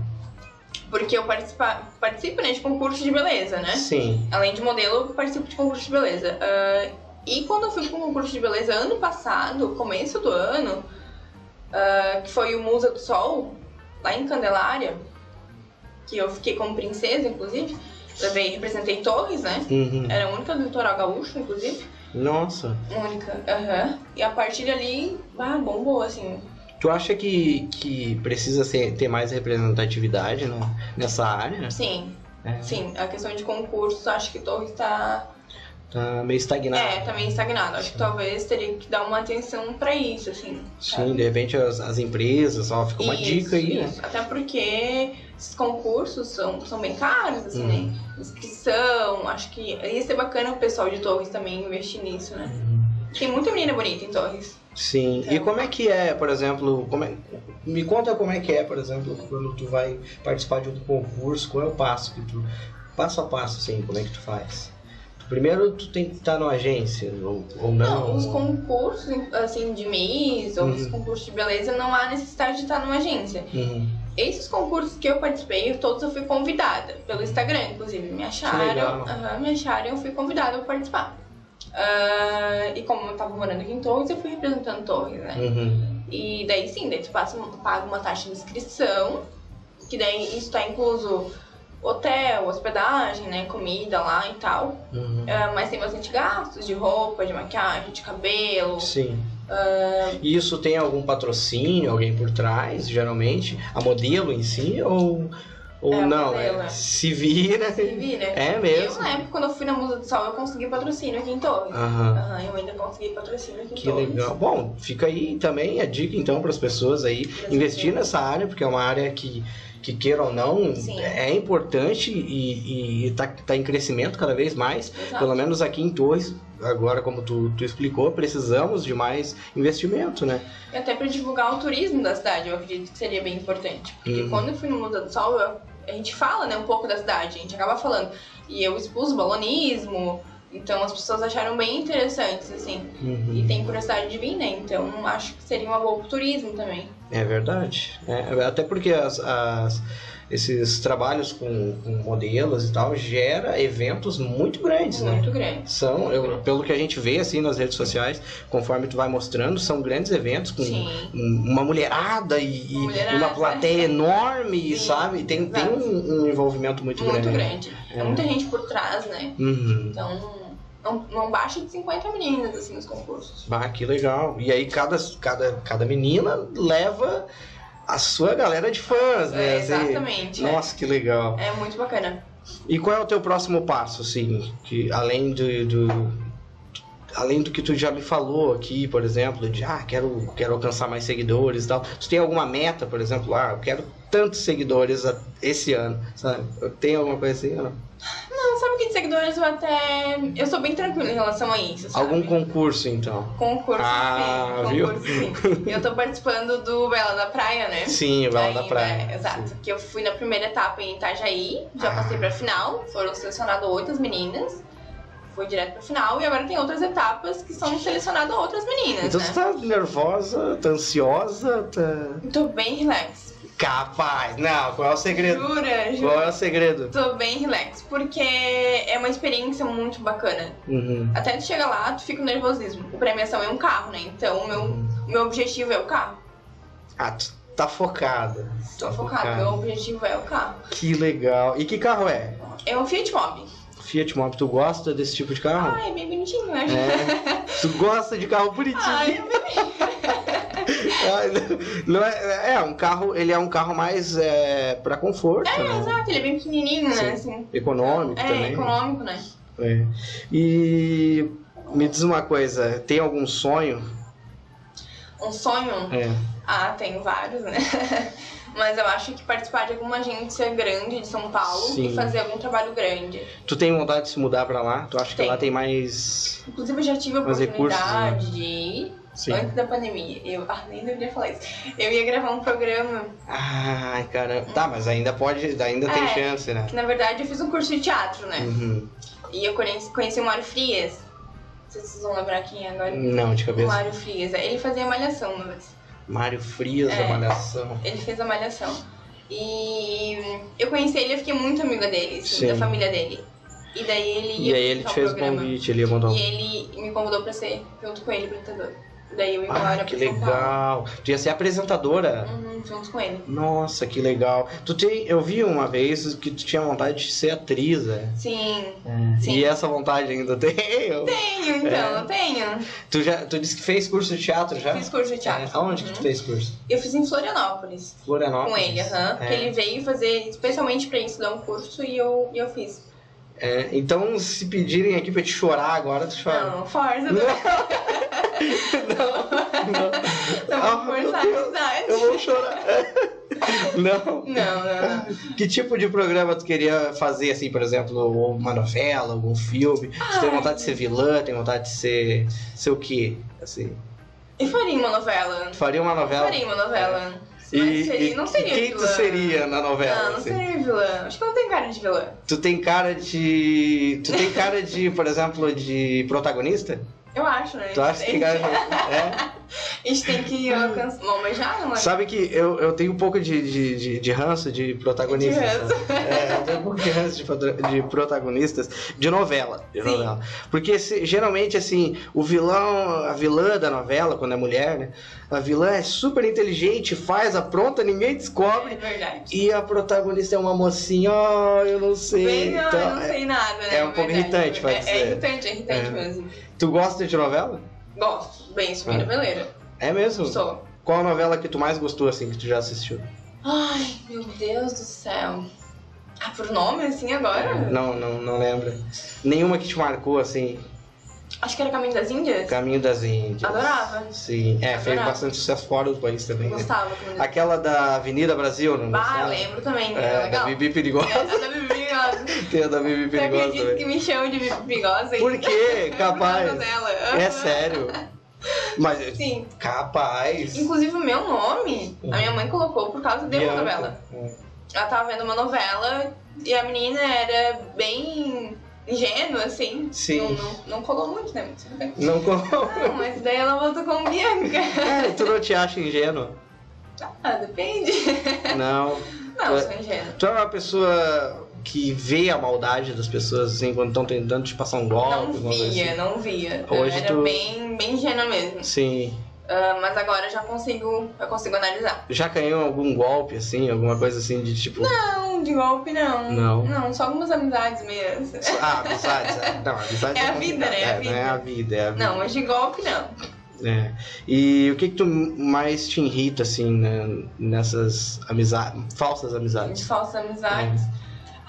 [SPEAKER 3] Porque eu participa, participo né, de concurso de beleza, né?
[SPEAKER 2] Sim.
[SPEAKER 3] Além de modelo, eu participo de concurso de beleza. Ah, e quando eu fui para um concurso de beleza ano passado, começo do ano, ah, que foi o Musa do Sol, lá em Candelária, que eu fiquei como princesa, inclusive, levei, representei Torres, né?
[SPEAKER 2] Uhum.
[SPEAKER 3] Era a única do litoral gaúcho, inclusive.
[SPEAKER 2] Nossa.
[SPEAKER 3] Única, aham. E a partir dali, ah, bombou, assim.
[SPEAKER 2] Tu acha que, que precisa ser, ter mais representatividade né, nessa área?
[SPEAKER 3] Sim,
[SPEAKER 2] É.
[SPEAKER 3] sim. A questão de concurso, acho que Torres tá.
[SPEAKER 2] Tá meio estagnado.
[SPEAKER 3] É, tá meio estagnado. Acho que talvez teria que dar uma atenção pra isso, assim.
[SPEAKER 2] Sim, de repente as, as empresas, ó, fica uma
[SPEAKER 3] Isso,
[SPEAKER 2] dica aí, né?
[SPEAKER 3] isso. Até porque esses concursos são, são bem caros, assim,
[SPEAKER 2] Uhum.
[SPEAKER 3] né? Inscrição, acho que ia ser bacana o pessoal de Torres também investir nisso, né?
[SPEAKER 2] Uhum.
[SPEAKER 3] Tem muita menina bonita em Torres.
[SPEAKER 2] Sim. E
[SPEAKER 3] Então.
[SPEAKER 2] como é que é, por exemplo, como é- me conta como é que é, por exemplo, quando tu vai participar de um concurso, qual é o passo que tu passo a passo assim, como é que tu faz? Tu- Primeiro tu tem que estar numa agência ou, ou não?
[SPEAKER 3] Não, os concursos, assim, de mês ou os
[SPEAKER 2] Uhum.
[SPEAKER 3] concursos de beleza, não há necessidade de estar numa agência.
[SPEAKER 2] Uhum.
[SPEAKER 3] Esses concursos que eu participei, todos eu fui convidada. Pelo Instagram, inclusive. Me acharam.
[SPEAKER 2] legal.
[SPEAKER 3] aham, me acharam eu fui convidada pra participar. Ah, e como eu tava morando aqui em Torres, eu fui representando Torres, né?
[SPEAKER 2] Uhum.
[SPEAKER 3] E daí sim, daí tu passa, paga uma taxa de inscrição, que daí isso tá incluso hotel, hospedagem, né, comida lá e tal.
[SPEAKER 2] Uhum.
[SPEAKER 3] Ah, mas tem bastante gastos de roupa, de maquiagem, de cabelo.
[SPEAKER 2] Sim.
[SPEAKER 3] Ah,
[SPEAKER 2] E Isso tem algum patrocínio, alguém por trás, geralmente? A modelo em si ou, ou
[SPEAKER 3] É, a
[SPEAKER 2] não?
[SPEAKER 3] modelo,
[SPEAKER 2] é?
[SPEAKER 3] é.
[SPEAKER 2] Se vira.
[SPEAKER 3] Vivi, né?
[SPEAKER 2] É
[SPEAKER 3] Eu,
[SPEAKER 2] mesmo.
[SPEAKER 3] na época, quando eu fui na Musa do Sol, eu consegui patrocínio aqui em Torres.
[SPEAKER 2] Aham.
[SPEAKER 3] Aham, eu ainda consegui patrocínio aqui em
[SPEAKER 2] Ah. Que
[SPEAKER 3] Torres.
[SPEAKER 2] legal. Bom, fica aí também a dica então para as pessoas aí
[SPEAKER 3] Pras
[SPEAKER 2] investir
[SPEAKER 3] pessoas.
[SPEAKER 2] nessa área, porque é uma área que, que queira ou não,
[SPEAKER 3] Sim.
[SPEAKER 2] é importante e, está em crescimento cada vez mais.
[SPEAKER 3] Exato.
[SPEAKER 2] Pelo menos aqui em Torres, agora como tu, tu explicou, precisamos de mais investimento, né?
[SPEAKER 3] E até pra divulgar o turismo da cidade, eu acredito que seria bem importante. Porque
[SPEAKER 2] Uhum.
[SPEAKER 3] quando eu fui no Museu do Sol, eu- a gente fala né, um pouco da cidade, a gente acaba falando. E eu expus o balonismo, Então as pessoas acharam bem interessantes, assim.
[SPEAKER 2] Uhum.
[SPEAKER 3] E tem curiosidade de vir, né? Então acho que seria uma boa pro turismo também.
[SPEAKER 2] É verdade. É, até porque as- as- esses trabalhos com, com modelos e tal gera eventos muito grandes, né?
[SPEAKER 3] Muito grande.
[SPEAKER 2] São, eu- pelo que a gente vê assim nas redes sociais, conforme tu vai mostrando, são grandes eventos com
[SPEAKER 3] Sim.
[SPEAKER 2] um- uma mulherada e, e
[SPEAKER 3] Mulherada. né?
[SPEAKER 2] uma plateia enorme,
[SPEAKER 3] Sim,
[SPEAKER 2] sabe? Tem, tem
[SPEAKER 3] exato.
[SPEAKER 2] um, um envolvimento muito,
[SPEAKER 3] Muito
[SPEAKER 2] grande.
[SPEAKER 3] grande. É muita gente por trás, né?
[SPEAKER 2] Uhum.
[SPEAKER 3] Então não, não baixa de 50 meninas, assim, nos concursos.
[SPEAKER 2] Bah, que legal. E aí cada, cada, cada menina leva a sua galera de fãs, né?
[SPEAKER 3] É,
[SPEAKER 2] Assim,
[SPEAKER 3] exatamente. é.
[SPEAKER 2] Nossa, que legal.
[SPEAKER 3] É muito bacana.
[SPEAKER 2] E qual é o teu próximo passo, assim, que além do, do- além do que tu já me falou aqui, por exemplo, de ah, quero quero alcançar mais seguidores e tal. Tu tem alguma meta, por exemplo, ah, eu quero tantos seguidores a- esse ano, sabe? Tem alguma coisa assim? ou não?
[SPEAKER 3] Não, Então, sabe que de seguidores eu até. Eu sou bem tranquila em relação a isso. Sabe?
[SPEAKER 2] Algum concurso então?
[SPEAKER 3] concurso,
[SPEAKER 2] Ah,
[SPEAKER 3] sim.
[SPEAKER 2] viu?
[SPEAKER 3] Concurso, sim. Eu tô participando do Bela da Praia, né?
[SPEAKER 2] Sim, vai lá da
[SPEAKER 3] Ainda,
[SPEAKER 2] praia.
[SPEAKER 3] é, Exato. Que eu fui na primeira etapa em Itajaí, já
[SPEAKER 2] Ah.
[SPEAKER 3] passei pra final, foram selecionadas oito meninas, fui direto pra final, e agora tem outras etapas que são selecionadas outras meninas,
[SPEAKER 2] Então
[SPEAKER 3] né?
[SPEAKER 2] tu tá nervosa, tá ansiosa, tá
[SPEAKER 3] Tô bem relax.
[SPEAKER 2] capaz. Não, qual é o segredo?
[SPEAKER 3] Jura, jura.
[SPEAKER 2] Qual é o segredo?
[SPEAKER 3] Tô bem relax, porque é uma experiência muito bacana.
[SPEAKER 2] Uhum.
[SPEAKER 3] Até tu chega lá, tu fica com nervosismo. A premiação é um carro, né? Então o meu, o meu objetivo é o carro.
[SPEAKER 2] Uhum. Ah, tu tá focada.
[SPEAKER 3] Tô
[SPEAKER 2] Tá
[SPEAKER 3] focada, meu objetivo é o carro.
[SPEAKER 2] Que legal. E que carro é?
[SPEAKER 3] É um Fiat Mobi.
[SPEAKER 2] Fiat Mobi, tu gosta desse tipo de carro?
[SPEAKER 3] Ai, é bem bonitinho, né?
[SPEAKER 2] É. Tu gosta de carro bonitinho?
[SPEAKER 3] Ai, é bem-
[SPEAKER 2] Ai, não- não é, é um carro, ele é um carro mais é, para conforto,
[SPEAKER 3] é,
[SPEAKER 2] né?
[SPEAKER 3] exato, ele é bem pequenininho,
[SPEAKER 2] Sim.
[SPEAKER 3] né? Assim.
[SPEAKER 2] Econômico
[SPEAKER 3] É,
[SPEAKER 2] também.
[SPEAKER 3] econômico, né?
[SPEAKER 2] É. E me diz uma coisa, tem algum sonho?
[SPEAKER 3] Um sonho.
[SPEAKER 2] É.
[SPEAKER 3] Ah, tem vários, né? Mas eu acho que participar de alguma agência grande de São Paulo
[SPEAKER 2] Sim.
[SPEAKER 3] e fazer algum trabalho grande.
[SPEAKER 2] Tu tem vontade de se mudar pra lá? Tu acha que
[SPEAKER 3] Tem.
[SPEAKER 2] lá tem mais?
[SPEAKER 3] Inclusive, eu já tive a
[SPEAKER 2] Mas recursos,
[SPEAKER 3] oportunidade
[SPEAKER 2] né?
[SPEAKER 3] de ir antes da pandemia. Eu ah, nem deveria falar isso. Eu ia gravar um programa.
[SPEAKER 2] Ai, caramba. Tá, mas ainda pode, ainda tem
[SPEAKER 3] É.
[SPEAKER 2] chance, né?
[SPEAKER 3] que, Na verdade, eu fiz um curso de teatro, né?
[SPEAKER 2] Uhum.
[SPEAKER 3] E eu conheci, conheci o Mário Frias. Não sei se vocês vão lembrar quem é agora.
[SPEAKER 2] Não, de
[SPEAKER 3] O
[SPEAKER 2] cabeça.
[SPEAKER 3] Mário Frias. Ele fazia malhação uma vez.
[SPEAKER 2] Mário Frias,
[SPEAKER 3] É.
[SPEAKER 2] da Malhação.
[SPEAKER 3] Ele fez a malhação. E eu conheci ele, eu fiquei muito amiga dele, assim,
[SPEAKER 2] Sim.
[SPEAKER 3] da família dele. E daí ele
[SPEAKER 2] E
[SPEAKER 3] ia
[SPEAKER 2] aí ele te
[SPEAKER 3] apresentar um
[SPEAKER 2] fez o
[SPEAKER 3] programa.
[SPEAKER 2] convite, ele ia mandar um
[SPEAKER 3] E ele me convidou pra ser, junto com ele, apresentador. Daí eu ia embora
[SPEAKER 2] Ah, que
[SPEAKER 3] pra São Paulo.
[SPEAKER 2] legal! Tu ia ser apresentadora?
[SPEAKER 3] Uhum, junto com ele.
[SPEAKER 2] Nossa, que legal! Tu tem, eu vi uma vez que tu tinha vontade de ser atriz, né?
[SPEAKER 3] Sim, Sim.
[SPEAKER 2] E essa vontade ainda tem? Eu-
[SPEAKER 3] tenho então, eu tenho.
[SPEAKER 2] Tu, já, tu disse que fez curso de teatro já?
[SPEAKER 3] Fiz curso de teatro.
[SPEAKER 2] É, Aonde que
[SPEAKER 3] Uhum.
[SPEAKER 2] tu fez curso?
[SPEAKER 3] Eu fiz em Florianópolis,
[SPEAKER 2] Florianópolis.
[SPEAKER 3] com ele, aham.
[SPEAKER 2] É.
[SPEAKER 3] Que ele veio fazer especialmente pra isso, dar um curso e eu, e eu fiz.
[SPEAKER 2] É, então, se pedirem aqui pra te chorar agora, tu chora.
[SPEAKER 3] Não, força, não,
[SPEAKER 2] Ah, meu
[SPEAKER 3] não vou forçar a
[SPEAKER 2] Deus,
[SPEAKER 3] amizade.
[SPEAKER 2] eu vou chorar. Não.
[SPEAKER 3] Não, não, não.
[SPEAKER 2] Que tipo de programa tu queria fazer, assim, por exemplo, ou uma novela, algum filme? Tu tem
[SPEAKER 3] Ai.
[SPEAKER 2] vontade de ser vilã, tem vontade de ser. ser o quê? Assim,
[SPEAKER 3] Eu faria uma novela.
[SPEAKER 2] tu faria uma novela?
[SPEAKER 3] Faria uma novela. Mas
[SPEAKER 2] E,
[SPEAKER 3] seria, não
[SPEAKER 2] e
[SPEAKER 3] seria
[SPEAKER 2] quem
[SPEAKER 3] vilã.
[SPEAKER 2] tu seria na novela?
[SPEAKER 3] Não, não
[SPEAKER 2] assim?
[SPEAKER 3] seria vilã. Acho que eu não tem cara de vilã.
[SPEAKER 2] Tu tem cara de. Tu tem cara de, por exemplo, de protagonista?
[SPEAKER 3] Eu acho, né?
[SPEAKER 2] Tu acha que tem cara de. É?
[SPEAKER 3] A gente tem que alcançar. Bom, mas já não é.
[SPEAKER 2] Sabe que eu, eu tenho um pouco de, de, de, de ranço de protagonistas.
[SPEAKER 3] De ranço.
[SPEAKER 2] sabe? É, eu tenho um pouco de ranço de, padro- de protagonistas de novela. De
[SPEAKER 3] Sim.
[SPEAKER 2] novela. Porque se- geralmente, assim, o vilão, a vilã da novela, quando é mulher, né? A vilã é super inteligente, faz, apronta, ninguém
[SPEAKER 3] É
[SPEAKER 2] descobre.
[SPEAKER 3] verdade.
[SPEAKER 2] E a protagonista é uma mocinha, ó, eu não sei.
[SPEAKER 3] Bem, ah,
[SPEAKER 2] então,
[SPEAKER 3] eu não sei nada, né?
[SPEAKER 2] é um pouco
[SPEAKER 3] Verdade.
[SPEAKER 2] irritante, pode
[SPEAKER 3] é,
[SPEAKER 2] ser.
[SPEAKER 3] É irritante, é irritante
[SPEAKER 2] É.
[SPEAKER 3] mesmo.
[SPEAKER 2] Tu gosta de novela?
[SPEAKER 3] Gosto. Bem, sou bem
[SPEAKER 2] É.
[SPEAKER 3] noveleira.
[SPEAKER 2] É mesmo?
[SPEAKER 3] Sou.
[SPEAKER 2] Qual a novela que tu mais gostou, assim, que tu já assistiu?
[SPEAKER 3] Ai, meu Deus do céu. Ah, por nome assim agora?
[SPEAKER 2] Não, não, não lembra. Nenhuma que te marcou, assim,
[SPEAKER 3] Acho que era Caminho das Índias.
[SPEAKER 2] Caminho das Índias.
[SPEAKER 3] Adorava.
[SPEAKER 2] Sim, é, fez
[SPEAKER 3] Adorava.
[SPEAKER 2] bastante sucesso fora do país também. Né?
[SPEAKER 3] Gostava. Caminho das
[SPEAKER 2] Aquela da Avenida Brasil, não
[SPEAKER 3] Bah,
[SPEAKER 2] Ah, gostava?
[SPEAKER 3] Ah, lembro também. era
[SPEAKER 2] É, da
[SPEAKER 3] legal.
[SPEAKER 2] Bibi Perigosa.
[SPEAKER 3] Eu da Bibi Perigosa.
[SPEAKER 2] Tem a da Bibi
[SPEAKER 3] Você
[SPEAKER 2] Perigosa
[SPEAKER 3] acredita
[SPEAKER 2] também.
[SPEAKER 3] que me chamam de Bibi Perigosa?
[SPEAKER 2] Por quê?
[SPEAKER 3] É por causa
[SPEAKER 2] Capaz.
[SPEAKER 3] dela.
[SPEAKER 2] É sério. Mas,
[SPEAKER 3] Sim.
[SPEAKER 2] capaz.
[SPEAKER 3] Inclusive, o meu nome, a minha mãe colocou por causa de uma
[SPEAKER 2] Bianca.
[SPEAKER 3] novela. Ela tava vendo uma novela e a menina era bem ingênua, assim.
[SPEAKER 2] Sim.
[SPEAKER 3] Não, não, não colou muito, né? Mas tudo bem.
[SPEAKER 2] É. Não como.
[SPEAKER 3] Não, mas daí ela voltou com Bianca.
[SPEAKER 2] É, tu não te acha ingênuo?
[SPEAKER 3] Ah, depende.
[SPEAKER 2] Não.
[SPEAKER 3] Não,
[SPEAKER 2] É.
[SPEAKER 3] eu sou ingênua.
[SPEAKER 2] Tu é uma pessoa que vê a maldade das pessoas, assim, quando estão tentando te passar um golpe,
[SPEAKER 3] Não
[SPEAKER 2] alguma coisa
[SPEAKER 3] via,
[SPEAKER 2] assim.
[SPEAKER 3] não via.
[SPEAKER 2] Hoje
[SPEAKER 3] eu era
[SPEAKER 2] tu-
[SPEAKER 3] bem, bem ingênua mesmo.
[SPEAKER 2] Sim.
[SPEAKER 3] Ah, mas agora eu já consigo, eu consigo analisar.
[SPEAKER 2] Já ganhou algum golpe, assim, alguma coisa assim de tipo.
[SPEAKER 3] Não, de golpe não.
[SPEAKER 2] Não.
[SPEAKER 3] Não, só algumas amizades mesmo.
[SPEAKER 2] Ah, amizades. é- Não, amizades
[SPEAKER 3] É a vida, né? É a
[SPEAKER 2] É, não é a vida, é a vida.
[SPEAKER 3] Não, mas de golpe não.
[SPEAKER 2] É. E o que, que tu mais te irrita, assim, né, nessas amizades, falsas amizades?
[SPEAKER 3] De falsas amizades.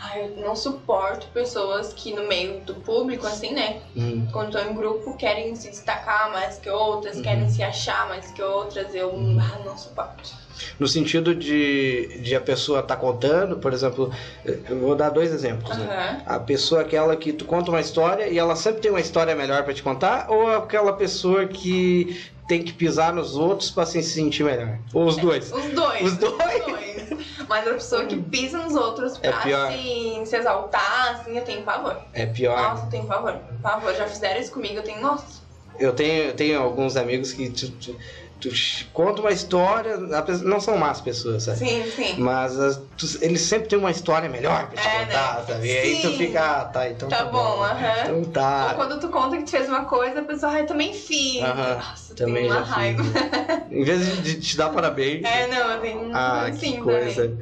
[SPEAKER 3] Ai, eu não suporto pessoas que no meio do público, assim, né?
[SPEAKER 2] Hum,
[SPEAKER 3] Quando tô em grupo, querem se destacar mais que outras,
[SPEAKER 2] Uhum.
[SPEAKER 3] querem se achar mais que outras. Eu ah, não suporto.
[SPEAKER 2] No sentido de, de a pessoa estar contando, por exemplo, eu vou dar dois exemplos, né?
[SPEAKER 3] Aham.
[SPEAKER 2] A pessoa aquela que tu conta uma história e ela sempre tem uma história melhor pra te contar, ou aquela pessoa que tem que pisar nos outros pra se sentir melhor? Ou os dois?
[SPEAKER 3] Os dois.
[SPEAKER 2] Os dois?
[SPEAKER 3] dois. Mas a pessoa que pisa nos outros
[SPEAKER 2] É
[SPEAKER 3] pra
[SPEAKER 2] pior.
[SPEAKER 3] se, se exaltar, assim, eu tenho pavor.
[SPEAKER 2] É pior.
[SPEAKER 3] Nossa, eu tenho pavor. Pavor, já fizeram isso comigo, eu tenho. Nossa.
[SPEAKER 2] Eu tenho, eu tenho alguns amigos que tu, tu- tu ch- conta uma história, a pessoa- não são más pessoas, sabe?
[SPEAKER 3] Sim, sim.
[SPEAKER 2] Mas as- tu- eles sempre têm uma história melhor pra te
[SPEAKER 3] É, né?
[SPEAKER 2] contar, sabe? E aí tu
[SPEAKER 3] Sim.
[SPEAKER 2] fica, ah, tá, então tá,
[SPEAKER 3] Tá bom, aham.
[SPEAKER 2] Então
[SPEAKER 3] Ou
[SPEAKER 2] tá.
[SPEAKER 3] quando tu conta que tu fez uma coisa, a pessoa, ai, também fiz.
[SPEAKER 2] Aham,
[SPEAKER 3] Nossa, eu
[SPEAKER 2] Também
[SPEAKER 3] tenho assim, uma
[SPEAKER 2] já
[SPEAKER 3] raiva.
[SPEAKER 2] fiz. Em vez de- de te dar parabéns,
[SPEAKER 3] É, não, eu tenho um
[SPEAKER 2] Ah, que
[SPEAKER 3] assim também.
[SPEAKER 2] coisa.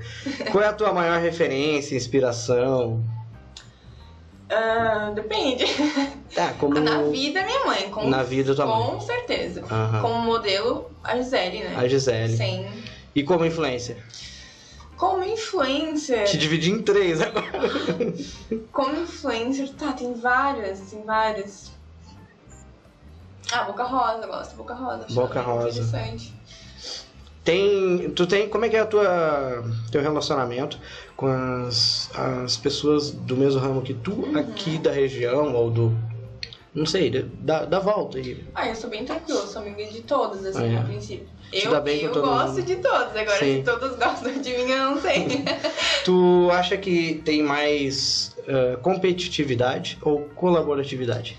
[SPEAKER 2] Qual é a tua maior referência, inspiração?
[SPEAKER 3] Ah, depende.
[SPEAKER 2] Ah, como
[SPEAKER 3] Na vida, minha mãe, com,
[SPEAKER 2] na vida tua mãe.
[SPEAKER 3] com certeza.
[SPEAKER 2] Aham.
[SPEAKER 3] Como modelo, a Gisele, né?
[SPEAKER 2] A Gisele.
[SPEAKER 3] Sim.
[SPEAKER 2] E como influencer?
[SPEAKER 3] Como influencer.
[SPEAKER 2] Te dividi em três agora.
[SPEAKER 3] Como influencer, tá, tem várias, tem várias. Ah, Boca Rosa, eu gosto. Boca Rosa. acho
[SPEAKER 2] Boca
[SPEAKER 3] ela muito
[SPEAKER 2] Rosa.
[SPEAKER 3] Interessante.
[SPEAKER 2] Tem, tu tem, como é que é a tua teu relacionamento com as, as pessoas do mesmo ramo que tu
[SPEAKER 3] Uhum.
[SPEAKER 2] aqui da região ou do não sei, da, da volta aí.
[SPEAKER 3] Ah, eu sou bem tranquila, sou amiga de todas, assim,
[SPEAKER 2] Ah, é.
[SPEAKER 3] a princípio.
[SPEAKER 2] Se
[SPEAKER 3] Eu,
[SPEAKER 2] dá bem com
[SPEAKER 3] eu
[SPEAKER 2] todo
[SPEAKER 3] gosto
[SPEAKER 2] mundo.
[SPEAKER 3] de todas, agora
[SPEAKER 2] Sim.
[SPEAKER 3] se todas gostam de mim, eu não sei.
[SPEAKER 2] Tu acha que tem mais eh, competitividade ou colaboratividade?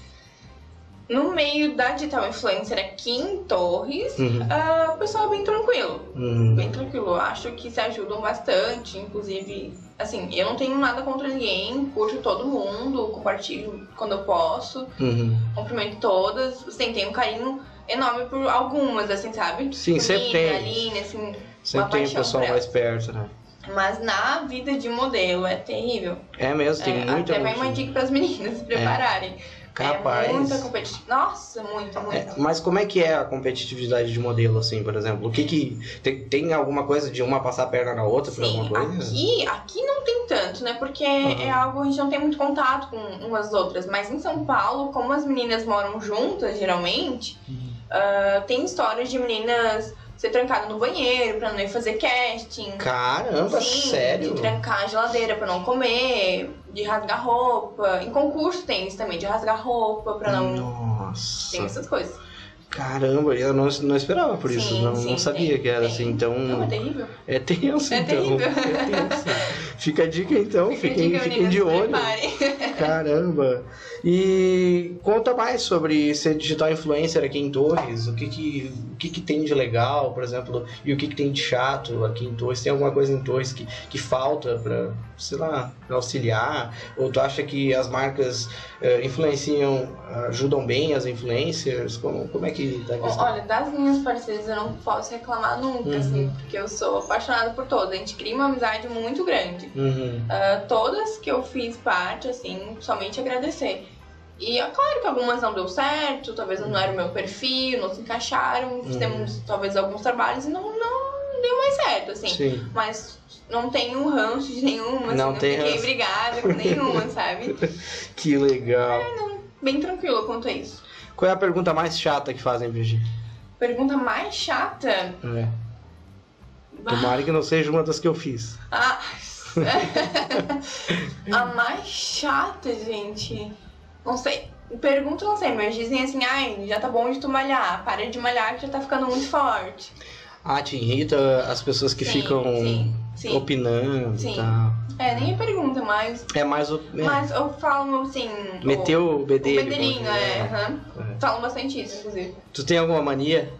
[SPEAKER 3] no meio da digital influencer aqui em Torres,
[SPEAKER 2] Uhum.
[SPEAKER 3] ah, o pessoal é bem tranquilo.
[SPEAKER 2] Hum.
[SPEAKER 3] Bem tranquilo, eu acho que se ajudam bastante, inclusive, assim, eu não tenho nada contra ninguém, curto todo mundo, compartilho quando eu posso.
[SPEAKER 2] Uhum.
[SPEAKER 3] cumprimento todas, assim, tenho um carinho enorme por algumas, assim, sabe?
[SPEAKER 2] Sim,
[SPEAKER 3] Por
[SPEAKER 2] sempre
[SPEAKER 3] mim,
[SPEAKER 2] tem.
[SPEAKER 3] pela Aline, assim.
[SPEAKER 2] Sempre tem o
[SPEAKER 3] paixão
[SPEAKER 2] pessoal
[SPEAKER 3] por
[SPEAKER 2] mais perto, né?
[SPEAKER 3] Mas na vida de modelo é terrível.
[SPEAKER 2] É mesmo, tem
[SPEAKER 3] É,
[SPEAKER 2] muita
[SPEAKER 3] até vai uma
[SPEAKER 2] gente.
[SPEAKER 3] dica pras meninas se prepararem.
[SPEAKER 2] Capaz.
[SPEAKER 3] É muita competição. Nossa, muito, muito.
[SPEAKER 2] É, mas como é que é a competitividade de modelo, assim, por exemplo? O que que... Tem, tem alguma coisa de uma passar a perna na outra por alguma
[SPEAKER 3] Sim,
[SPEAKER 2] coisa?
[SPEAKER 3] aqui, aqui não tem tanto, né? Porque
[SPEAKER 2] Aham.
[SPEAKER 3] é algo a gente não tem muito contato com umas das outras. Mas em São Paulo, como as meninas moram juntas, geralmente,
[SPEAKER 2] Uhum.
[SPEAKER 3] ah, tem histórias de meninas ser trancadas no banheiro pra não ir fazer casting.
[SPEAKER 2] Caramba,
[SPEAKER 3] Sim,
[SPEAKER 2] sério?
[SPEAKER 3] De trancar a geladeira pra não comer, de rasgar roupa. Em concurso tem isso também, de rasgar roupa pra não. um Tem
[SPEAKER 2] Nossa.
[SPEAKER 3] essas coisas.
[SPEAKER 2] Caramba, eu não, não esperava por isso.
[SPEAKER 3] Sim,
[SPEAKER 2] não,
[SPEAKER 3] sim,
[SPEAKER 2] não sabia
[SPEAKER 3] tem,
[SPEAKER 2] que era
[SPEAKER 3] tem.
[SPEAKER 2] assim. Então,
[SPEAKER 3] Não, é terrível.
[SPEAKER 2] é tenso,
[SPEAKER 3] É
[SPEAKER 2] então.
[SPEAKER 3] terrível.
[SPEAKER 2] É tenso. Fica a dica, então.
[SPEAKER 3] Fica a
[SPEAKER 2] fiquem
[SPEAKER 3] dica,
[SPEAKER 2] fiquem de
[SPEAKER 3] meninas, se
[SPEAKER 2] olho.
[SPEAKER 3] preparem.
[SPEAKER 2] Caramba! E conta mais sobre ser digital influencer aqui em Torres. O que que, o que, que tem de legal, por exemplo, e o que, que tem de chato aqui em Torres? Tem alguma coisa em Torres que, que falta para, sei lá, pra auxiliar? Ou tu acha que as marcas eh, influenciam, ajudam bem as influencers? Como, como é que tá a questão?
[SPEAKER 3] Olha, das minhas parceiras eu não posso reclamar nunca,
[SPEAKER 2] Uhum.
[SPEAKER 3] assim, porque eu sou apaixonada por todas. A gente cria uma amizade muito grande.
[SPEAKER 2] Uhum.
[SPEAKER 3] Ah, todas que eu fiz parte, assim, somente agradecer. E é claro que algumas não deu certo, talvez não era o meu perfil, não se encaixaram,
[SPEAKER 2] Uhum.
[SPEAKER 3] fizemos talvez alguns trabalhos e não, não deu mais certo, assim.
[SPEAKER 2] Sim.
[SPEAKER 3] Mas não tenho ranço de nenhuma, assim,
[SPEAKER 2] Não
[SPEAKER 3] não
[SPEAKER 2] tem
[SPEAKER 3] fiquei
[SPEAKER 2] ranço.
[SPEAKER 3] brigada com nenhuma, sabe?
[SPEAKER 2] Que legal.
[SPEAKER 3] Bem tranquilo quanto a isso.
[SPEAKER 2] Qual é a pergunta mais chata que fazem, Virginia?
[SPEAKER 3] Pergunta mais chata.
[SPEAKER 2] É. Tomara que não seja uma das que eu fiz.
[SPEAKER 3] Ah, a mais chata, gente. Não sei. Pergunta, não sei, mas dizem assim, ai, já tá bom de tu malhar, para de malhar que já tá ficando muito forte.
[SPEAKER 2] Ah, te irrita as pessoas que
[SPEAKER 3] Sim,
[SPEAKER 2] ficam
[SPEAKER 3] sim. Sim.
[SPEAKER 2] opinando e
[SPEAKER 3] Sim.
[SPEAKER 2] tal.
[SPEAKER 3] É, nem me pergunta, mas.
[SPEAKER 2] É mais. o- É,
[SPEAKER 3] Mas eu falo assim. o-
[SPEAKER 2] meteu o
[SPEAKER 3] o
[SPEAKER 2] bedelho.
[SPEAKER 3] bedelhinho,
[SPEAKER 2] bom,
[SPEAKER 3] é. aham.
[SPEAKER 2] é.
[SPEAKER 3] Falam bastante isso, inclusive.
[SPEAKER 2] Tu tem alguma mania?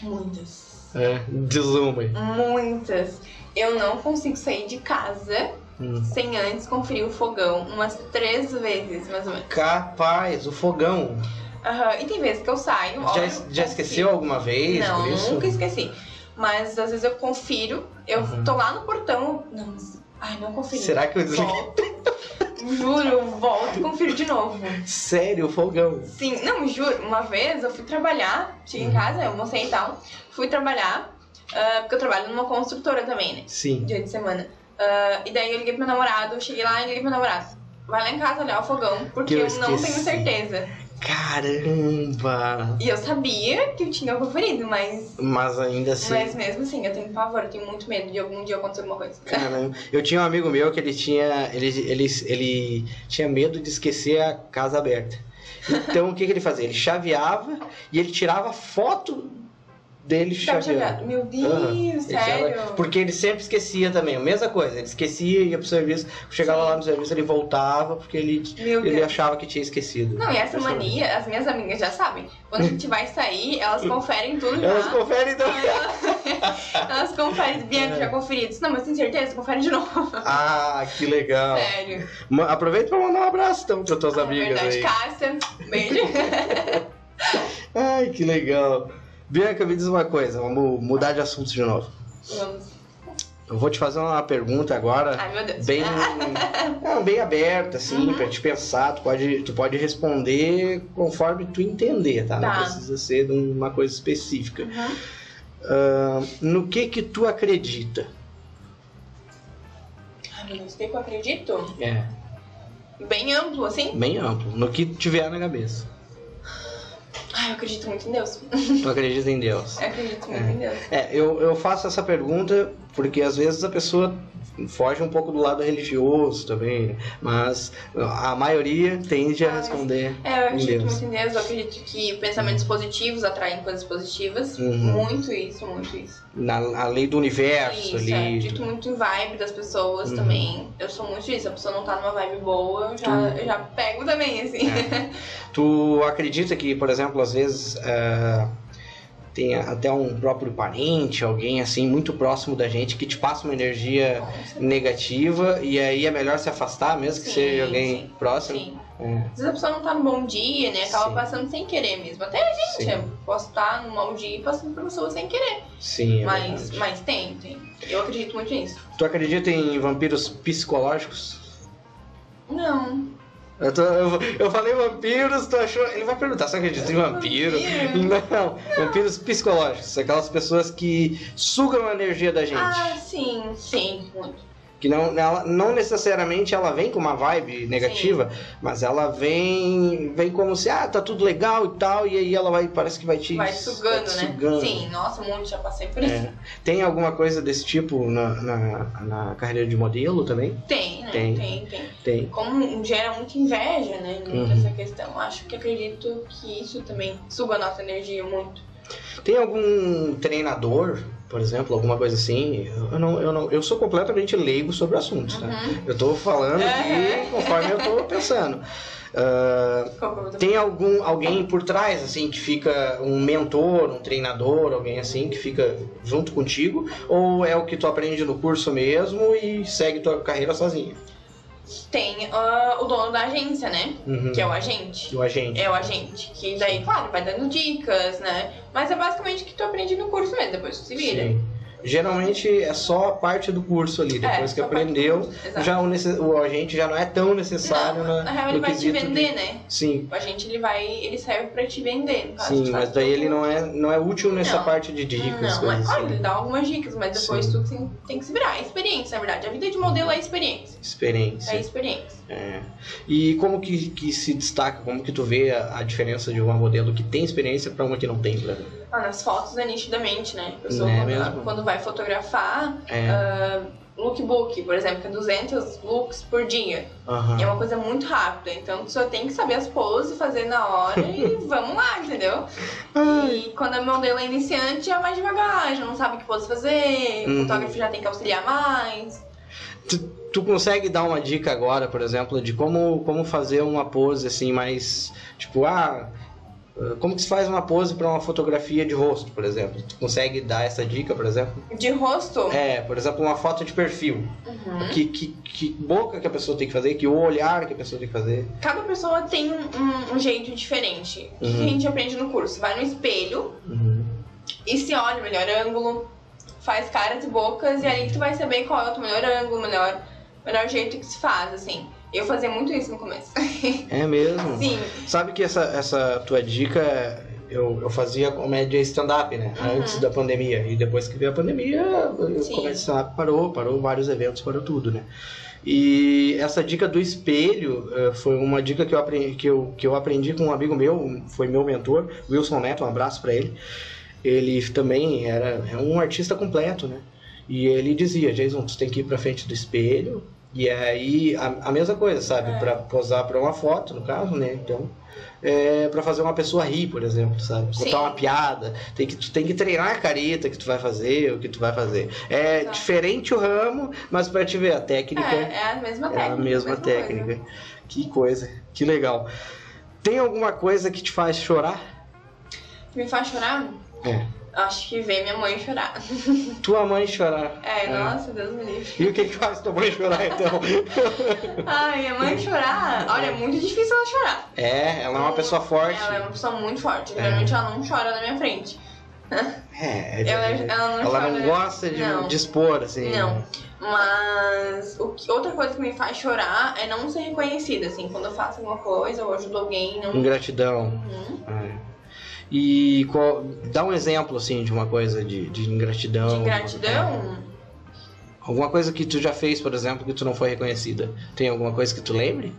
[SPEAKER 3] Muitas.
[SPEAKER 2] É, diz uma aí.
[SPEAKER 3] Muitas. Eu não consigo sair de casa
[SPEAKER 2] Hum.
[SPEAKER 3] sem antes conferir o fogão umas três vezes, mais ou menos.
[SPEAKER 2] Capaz, o fogão.
[SPEAKER 3] Aham, E tem vezes que eu saio.
[SPEAKER 2] Já,
[SPEAKER 3] olho,
[SPEAKER 2] es- já
[SPEAKER 3] confiro.
[SPEAKER 2] esqueceu alguma vez?
[SPEAKER 3] assim, Não,
[SPEAKER 2] por isso?
[SPEAKER 3] nunca esqueci. Mas às vezes eu confiro, eu
[SPEAKER 2] Aham.
[SPEAKER 3] tô lá no portão. Não, mas- ai, não conferi.
[SPEAKER 2] Será que eu desliguei?
[SPEAKER 3] Volto. juro, eu volto e confiro de novo.
[SPEAKER 2] Sério, o fogão.
[SPEAKER 3] Sim, não, juro, uma vez eu fui trabalhar, cheguei em
[SPEAKER 2] Uhum.
[SPEAKER 3] casa, eu almocei e tal, fui trabalhar, ah, porque eu trabalho numa construtora também, né?
[SPEAKER 2] Sim.
[SPEAKER 3] Dia de semana. Ah, e daí eu liguei pro meu namorado, eu cheguei lá e liguei pro meu namorado. Vai lá em casa olhar o fogão, porque
[SPEAKER 2] Que eu
[SPEAKER 3] eu, não tenho
[SPEAKER 2] esqueci.
[SPEAKER 3] certeza.
[SPEAKER 2] Caramba!
[SPEAKER 3] E eu sabia que eu tinha conferido, mas.
[SPEAKER 2] Mas ainda assim.
[SPEAKER 3] Mas mesmo assim, eu tenho pavor, eu tenho muito medo de algum dia acontecer alguma coisa.
[SPEAKER 2] Caramba, eu tinha um amigo meu que ele tinha, ele, ele, ele tinha medo de esquecer a casa aberta. Então o que, que ele fazia? Ele chaveava e ele tirava foto dele
[SPEAKER 3] Tava
[SPEAKER 2] chaveando.
[SPEAKER 3] chateado. Meu
[SPEAKER 2] Aham.
[SPEAKER 3] Deus,
[SPEAKER 2] Ele tirava-
[SPEAKER 3] sério.
[SPEAKER 2] Porque ele sempre esquecia também, a mesma coisa. Ele esquecia, ia pro serviço, chegava lá no serviço, ele voltava porque ele,
[SPEAKER 3] Meu
[SPEAKER 2] ele é-
[SPEAKER 3] Deus.
[SPEAKER 2] achava que tinha esquecido.
[SPEAKER 3] Não, e essa
[SPEAKER 2] Impressionante.
[SPEAKER 3] mania, as minhas amigas já sabem. Quando a gente vai sair, elas conferem tudo já.
[SPEAKER 2] Elas conferem então.
[SPEAKER 3] Elas conferem, Bianca
[SPEAKER 2] É.
[SPEAKER 3] já conferiu. Disse, Não, mas tem certeza, confere de novo.
[SPEAKER 2] Ah, que legal.
[SPEAKER 3] Sério.
[SPEAKER 2] Ma- Aproveita pra mandar um abraço então para tuas
[SPEAKER 3] É
[SPEAKER 2] amigas
[SPEAKER 3] verdade,
[SPEAKER 2] aí.
[SPEAKER 3] Cássia. Beijo.
[SPEAKER 2] Ai, que legal. Bianca, me diz uma coisa, vamos mudar de assunto de novo.
[SPEAKER 3] Vamos.
[SPEAKER 2] Eu vou te fazer uma pergunta agora,
[SPEAKER 3] Ai, meu Deus.
[SPEAKER 2] bem, não, bem aberta, assim,
[SPEAKER 3] Ah, Uhum.
[SPEAKER 2] pra te pensar. Tu pode, tu pode responder conforme tu entender, tá? Não
[SPEAKER 3] Tá.
[SPEAKER 2] precisa ser de uma coisa específica. Ah,
[SPEAKER 3] Uhum.
[SPEAKER 2] No que que tu acredita?
[SPEAKER 3] Ai, meu Deus, o que que eu acredito?
[SPEAKER 2] É.
[SPEAKER 3] Bem amplo, assim.
[SPEAKER 2] Bem amplo, no que tiver na cabeça.
[SPEAKER 3] Ai, eu acredito muito em Deus.
[SPEAKER 2] Tu acredita em Deus?
[SPEAKER 3] Eu acredito muito
[SPEAKER 2] É.
[SPEAKER 3] em Deus.
[SPEAKER 2] É, eu, eu faço essa pergunta porque às vezes a pessoa foge um pouco do lado religioso também, né? mas a maioria tende a
[SPEAKER 3] Ah, mas-
[SPEAKER 2] responder.
[SPEAKER 3] É, eu acredito
[SPEAKER 2] Deus.
[SPEAKER 3] muito em Deus. Eu acredito que pensamentos positivos atraem coisas positivas.
[SPEAKER 2] Uhum.
[SPEAKER 3] Muito isso, muito isso.
[SPEAKER 2] Na a lei do universo
[SPEAKER 3] Isso, é.
[SPEAKER 2] ali.
[SPEAKER 3] Acredito muito em vibe das pessoas
[SPEAKER 2] Uhum.
[SPEAKER 3] também. Eu sou muito disso. A pessoa não tá numa vibe boa, eu já,
[SPEAKER 2] Tu-
[SPEAKER 3] eu já pego também, assim.
[SPEAKER 2] É. Tu acredita que, por exemplo, às vezes é, tem até um próprio parente, alguém assim muito próximo da gente que te passa uma energia negativa e aí é melhor se afastar, mesmo que
[SPEAKER 3] Sim,
[SPEAKER 2] seja alguém
[SPEAKER 3] sim,
[SPEAKER 2] próximo?
[SPEAKER 3] Sim.
[SPEAKER 2] É,
[SPEAKER 3] Às vezes a pessoa não tá num bom dia, né? Acaba
[SPEAKER 2] Sim.
[SPEAKER 3] passando sem querer mesmo. Até a gente,
[SPEAKER 2] sim,
[SPEAKER 3] eu posso estar num mau dia e passando por pessoa sem querer.
[SPEAKER 2] sim, é
[SPEAKER 3] mas,
[SPEAKER 2] verdade.
[SPEAKER 3] mas tem, tem. Eu acredito muito nisso.
[SPEAKER 2] Tu acredita em vampiros psicológicos?
[SPEAKER 3] Não.
[SPEAKER 2] Eu, tô- eu- eu falei vampiros, tu achou. Ele vai perguntar se acredita em vampiro.
[SPEAKER 3] Vampiro?
[SPEAKER 2] Não, vampiros psicológicos, aquelas pessoas que sugam a energia da gente.
[SPEAKER 3] Ah, sim, sim, muito.
[SPEAKER 2] Que não, ela, não necessariamente ela vem com uma vibe negativa, mas ela vem vem como se, ah, tá tudo legal e tal, e aí ela vai, parece que vai te.
[SPEAKER 3] Vai
[SPEAKER 2] vai
[SPEAKER 3] sugando,
[SPEAKER 2] te
[SPEAKER 3] né?
[SPEAKER 2] sugando.
[SPEAKER 3] Sim, nossa, muito, já passei por isso.
[SPEAKER 2] É. Tem alguma coisa desse tipo na, na, na carreira de modelo também?
[SPEAKER 3] Tem, né?
[SPEAKER 2] Tem.
[SPEAKER 3] tem. tem.
[SPEAKER 2] Tem.
[SPEAKER 3] como um, gera muita inveja, né? Muita
[SPEAKER 2] Uhum.
[SPEAKER 3] essa questão. Acho que acredito que isso também suba a nossa energia muito.
[SPEAKER 2] Tem algum treinador, por exemplo, alguma coisa assim? Eu, não, eu, não, eu sou completamente leigo sobre o assunto, tá?
[SPEAKER 3] Uhum.
[SPEAKER 2] Eu tô falando aqui
[SPEAKER 3] Aham.
[SPEAKER 2] conforme eu tô pensando. Ah,
[SPEAKER 3] Qual que é o outro?
[SPEAKER 2] tem algum alguém por trás, assim, que fica um mentor, um treinador, alguém assim, que fica junto contigo? Ou é o que tu aprende no curso mesmo e segue tua carreira sozinha?
[SPEAKER 3] Tem ah, o dono da agência, né?
[SPEAKER 2] Uhum.
[SPEAKER 3] Que é o agente.
[SPEAKER 2] o agente.
[SPEAKER 3] É o agente. Que daí, claro, vai dando dicas, né? Mas é basicamente o que tu aprende no curso mesmo, depois tu se vira.
[SPEAKER 2] Sim. Geralmente é só a parte do curso ali, depois
[SPEAKER 3] É,
[SPEAKER 2] que
[SPEAKER 3] só parte do
[SPEAKER 2] aprendeu,
[SPEAKER 3] curso, exato.
[SPEAKER 2] já o, nece- o agente já não é tão necessário na,
[SPEAKER 3] Na real, ele
[SPEAKER 2] no
[SPEAKER 3] vai te
[SPEAKER 2] quesito de-
[SPEAKER 3] vender, né?
[SPEAKER 2] Sim,
[SPEAKER 3] O agente, ele vai... Ele serve pra te vender, no caso.
[SPEAKER 2] sim,
[SPEAKER 3] tu faz
[SPEAKER 2] mas daí
[SPEAKER 3] tudo.
[SPEAKER 2] ele não é, não é útil nessa
[SPEAKER 3] Não.
[SPEAKER 2] parte de dicas,
[SPEAKER 3] Não,
[SPEAKER 2] coisas
[SPEAKER 3] mas, claro,
[SPEAKER 2] assim.
[SPEAKER 3] ele dá algumas dicas, mas depois
[SPEAKER 2] Sim.
[SPEAKER 3] tu tem, tem que se virar. É experiência, na verdade. A vida de modelo é experiência. É
[SPEAKER 2] Experiência.
[SPEAKER 3] experiência.
[SPEAKER 2] é. E como que, que se destaca, como que tu vê a, a diferença de uma modelo que tem experiência pra uma que não tem? Pra...
[SPEAKER 3] Ah, nas fotos é nitidamente, né? A pessoa
[SPEAKER 2] Né
[SPEAKER 3] quando,
[SPEAKER 2] mesmo?
[SPEAKER 3] quando vai fotografar,
[SPEAKER 2] É,
[SPEAKER 3] ah, lookbook, por exemplo, que é 200 looks por dia.
[SPEAKER 2] Aham.
[SPEAKER 3] E é uma coisa muito rápida, então tu só tem que saber as poses, fazer na hora e vamos lá, entendeu? E quando a modelo é iniciante, é mais devagar, já não sabe o que pose fazer,
[SPEAKER 2] Uhum.
[SPEAKER 3] o fotógrafo já tem que auxiliar mais.
[SPEAKER 2] Tu consegue dar uma dica agora, por exemplo, de como, como fazer uma pose assim, mais. Tipo, ah. eh, Como que se faz uma pose para uma fotografia de rosto, por exemplo? Tu consegue dar essa dica, por exemplo?
[SPEAKER 3] De rosto,
[SPEAKER 2] É, por exemplo, uma foto de perfil.
[SPEAKER 3] uhum,
[SPEAKER 2] Que, que, que boca que a pessoa tem que fazer, que olhar que a pessoa tem que fazer.
[SPEAKER 3] cada pessoa tem um, um- um jeito diferente. O que
[SPEAKER 2] Uhum.
[SPEAKER 3] que a gente aprende no curso? Vai no espelho e se olha, o melhor ângulo, faz caras e bocas, e ali que tu vai saber qual é o teu melhor ângulo, melhor, melhor jeito que se faz, assim. Eu fazia muito isso no começo.
[SPEAKER 2] É mesmo?
[SPEAKER 3] Sim.
[SPEAKER 2] Sabe que essa, essa tua dica, eu, eu fazia comédia stand-up, né?
[SPEAKER 3] Uhum.
[SPEAKER 2] Antes da pandemia. E depois que veio a pandemia, o
[SPEAKER 3] Sim.
[SPEAKER 2] comédia stand-up parou, parou vários eventos, parou tudo, né? E essa dica do espelho eh, foi uma dica que eu, aprendi, que, eu, que eu aprendi com um amigo meu, foi meu mentor, Wilson Neto, um abraço pra ele. Ele também era é um artista completo, né? E ele dizia, Jason, tu tem que ir pra frente do espelho. E aí, a, a mesma coisa, sabe?
[SPEAKER 3] É.
[SPEAKER 2] Pra posar pra uma foto, no caso, né? Então, é, pra fazer uma pessoa rir, por exemplo, sabe?
[SPEAKER 3] Sim.
[SPEAKER 2] Contar uma piada. Tem que, tu tem que treinar a careta que tu vai fazer, o que tu vai fazer. É
[SPEAKER 3] Exato.
[SPEAKER 2] diferente o ramo, mas pra te ver, a técnica
[SPEAKER 3] É, é a mesma
[SPEAKER 2] é
[SPEAKER 3] técnica.
[SPEAKER 2] a mesma
[SPEAKER 3] coisa.
[SPEAKER 2] técnica. Que coisa, que legal. Tem alguma coisa que te faz chorar?
[SPEAKER 3] O que Me faz chorar?
[SPEAKER 2] É.
[SPEAKER 3] Acho que ver minha mãe chorar.
[SPEAKER 2] Tua mãe chorar.
[SPEAKER 3] É,
[SPEAKER 2] É.
[SPEAKER 3] nossa, Deus me livre.
[SPEAKER 2] E o que, que faz tua mãe chorar então?
[SPEAKER 3] Ai, minha mãe chorar. Olha, é muito difícil ela chorar.
[SPEAKER 2] É, ela é uma pessoa forte.
[SPEAKER 3] Ela é uma pessoa muito forte.
[SPEAKER 2] É.
[SPEAKER 3] Geralmente ela não chora na minha frente.
[SPEAKER 2] É,
[SPEAKER 3] Ela, ela não
[SPEAKER 2] ela
[SPEAKER 3] chora.
[SPEAKER 2] não gosta de,
[SPEAKER 3] Não.
[SPEAKER 2] de expor, assim.
[SPEAKER 3] Não. Mas o que- outra coisa que me faz chorar é não ser reconhecida, assim, quando eu faço alguma coisa ou ajudo alguém, não.
[SPEAKER 2] Ingratidão.
[SPEAKER 3] Uhum.
[SPEAKER 2] É. E qual- dá um exemplo, assim, de uma coisa de, de ingratidão.
[SPEAKER 3] De ingratidão?
[SPEAKER 2] Alguma coisa que tu já fez, por exemplo, que tu não foi reconhecida. Tem alguma coisa que tu lembre?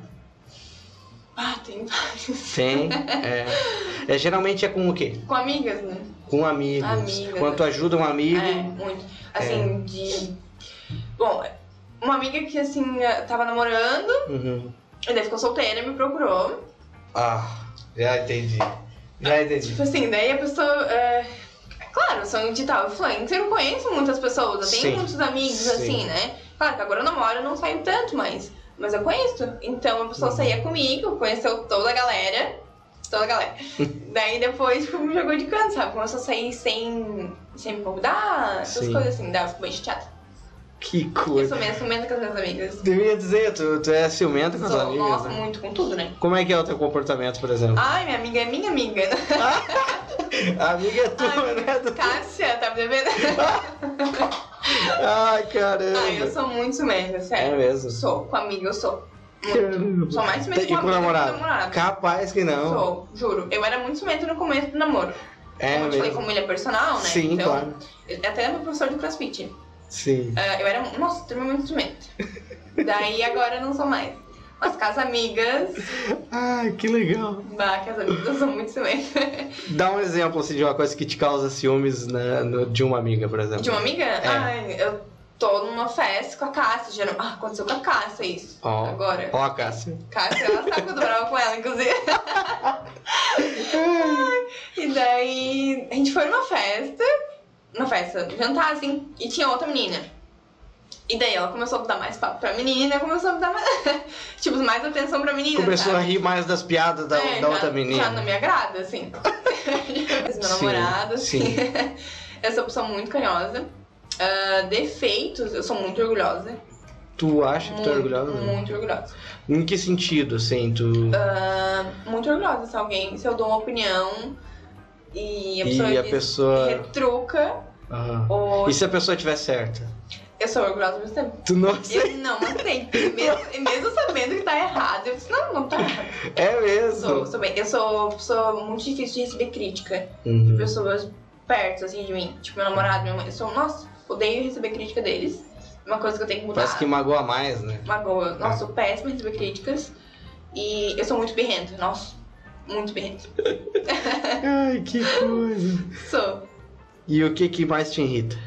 [SPEAKER 3] Ah, tem vários.
[SPEAKER 2] Tem. é. É, geralmente é com o quê?
[SPEAKER 3] Com amigas, né?
[SPEAKER 2] Com amigos.
[SPEAKER 3] Amigas.
[SPEAKER 2] Quando tu ajuda um amigo.
[SPEAKER 3] É, muito. Assim, de. Bom, uma amiga que assim tava namorando,
[SPEAKER 2] Uhum.
[SPEAKER 3] e daí ficou solteira, me procurou.
[SPEAKER 2] Ah, já entendi. Já entendi.
[SPEAKER 3] Tipo assim, daí a pessoa. é, Claro, eu sou um digital influencer, eu conheço muitas pessoas, eu tenho
[SPEAKER 2] Sim.
[SPEAKER 3] muitos amigos,
[SPEAKER 2] Sim.
[SPEAKER 3] assim, né? Claro que agora eu namoro, eu não saio tanto, mas, mas eu conheço. Então a pessoa
[SPEAKER 2] Uhum.
[SPEAKER 3] saía comigo, conheceu toda a galera. Toda a galera. Daí depois, tipo, me jogou de canto, sabe? Começou a sair sem, sem me convidar, essas
[SPEAKER 2] Sim.
[SPEAKER 3] coisas assim, dava bem chateada.
[SPEAKER 2] Que
[SPEAKER 3] Eu
[SPEAKER 2] coisa.
[SPEAKER 3] sou meio ciumenta com as minhas amigas.
[SPEAKER 2] Devia dizer, tu, tu é ciumento com as
[SPEAKER 3] Sou-
[SPEAKER 2] amigas.
[SPEAKER 3] nossa,
[SPEAKER 2] né?
[SPEAKER 3] muito com tudo, né?
[SPEAKER 2] Como é que é o teu comportamento, por exemplo?
[SPEAKER 3] Ai, minha amiga é minha amiga.
[SPEAKER 2] A amiga é tua,
[SPEAKER 3] Ai,
[SPEAKER 2] né? Do-
[SPEAKER 3] Cássia, tá me devendo?
[SPEAKER 2] Ai, caramba.
[SPEAKER 3] Ai, eu sou muito ciumenta,
[SPEAKER 2] É
[SPEAKER 3] sério.
[SPEAKER 2] mesmo.
[SPEAKER 3] Sou, com amiga eu sou.
[SPEAKER 2] Caramba.
[SPEAKER 3] Sou mais ciumenta
[SPEAKER 2] Tem- E com
[SPEAKER 3] com amiga do que
[SPEAKER 2] namorado?
[SPEAKER 3] com namorado.
[SPEAKER 2] Capaz que não.
[SPEAKER 3] Sou, juro. Eu era muito ciumenta no começo do namoro.
[SPEAKER 2] É
[SPEAKER 3] como eu te falei,
[SPEAKER 2] mesmo.
[SPEAKER 3] como ele é personal, né?
[SPEAKER 2] Sim,
[SPEAKER 3] então,
[SPEAKER 2] claro.
[SPEAKER 3] eu- Até meu professor de crossfit.
[SPEAKER 2] Sim.
[SPEAKER 3] Ah, eu era, nossa, extremamente ciumenta. Daí agora eu não sou mais. Mas com as amigas,
[SPEAKER 2] Ai, que legal.
[SPEAKER 3] bah, com as amigas eu sou muito ciumenta.
[SPEAKER 2] Dá um exemplo assim, de uma coisa que te causa ciúmes né, no- de uma amiga, por exemplo.
[SPEAKER 3] De uma amiga?
[SPEAKER 2] É.
[SPEAKER 3] Ai, eu tô numa festa com a Cássia. geral- Ah, aconteceu com a Cássia isso.
[SPEAKER 2] Ó,
[SPEAKER 3] Agora.
[SPEAKER 2] ó a Cássia.
[SPEAKER 3] Cássia, ela sabe que eu tô brava com ela, inclusive. Ai, e daí, a gente foi numa festa, uma festa, jantar assim, e tinha outra menina. E daí ela começou a dar mais papo pra menina, começou a dar mais, tipo, mais atenção pra menina.
[SPEAKER 2] Começou a
[SPEAKER 3] sabe?
[SPEAKER 2] rir mais das piadas da,
[SPEAKER 3] É,
[SPEAKER 2] da
[SPEAKER 3] já-
[SPEAKER 2] outra menina.
[SPEAKER 3] Já não me agrada, assim. Mas meu
[SPEAKER 2] Sim,
[SPEAKER 3] namorado, assim.
[SPEAKER 2] sim.
[SPEAKER 3] eu sou uma pessoa muito carinhosa. Ah, defeitos, eu sou muito orgulhosa.
[SPEAKER 2] Tu acha que tu é
[SPEAKER 3] Muito,
[SPEAKER 2] orgulhosa?
[SPEAKER 3] Muito Ah, orgulhosa.
[SPEAKER 2] Em que sentido, assim, tu...
[SPEAKER 3] muito orgulhosa se alguém, se eu dou uma opinião e a pessoa,
[SPEAKER 2] e a
[SPEAKER 3] diz-
[SPEAKER 2] pessoa...
[SPEAKER 3] retruca,
[SPEAKER 2] Aham.
[SPEAKER 3] ou
[SPEAKER 2] E se a pessoa tiver certa?
[SPEAKER 3] eu sou orgulhosa mas tempo.
[SPEAKER 2] Tu não...
[SPEAKER 3] Eu não aceito, e mesmo, e mesmo sabendo que tá errado, eu disse, não, não tá errado.
[SPEAKER 2] É
[SPEAKER 3] Eu sou,
[SPEAKER 2] mesmo?
[SPEAKER 3] sou bem, eu sou uma pessoa muito difícil de receber crítica de
[SPEAKER 2] Uhum.
[SPEAKER 3] pessoas perto, assim, de mim. Tipo, meu namorado, minha mãe, eu sou, nossa, odeio receber crítica deles. Uma coisa que eu tenho que mudar.
[SPEAKER 2] Parece que magoa mais, né?
[SPEAKER 3] Magoa. Nossa, eu sou péssima em receber críticas. E eu sou muito birrenta, nossa, muito birrenta.
[SPEAKER 2] Ai, que coisa.
[SPEAKER 3] Sou.
[SPEAKER 2] E o que que mais te irrita?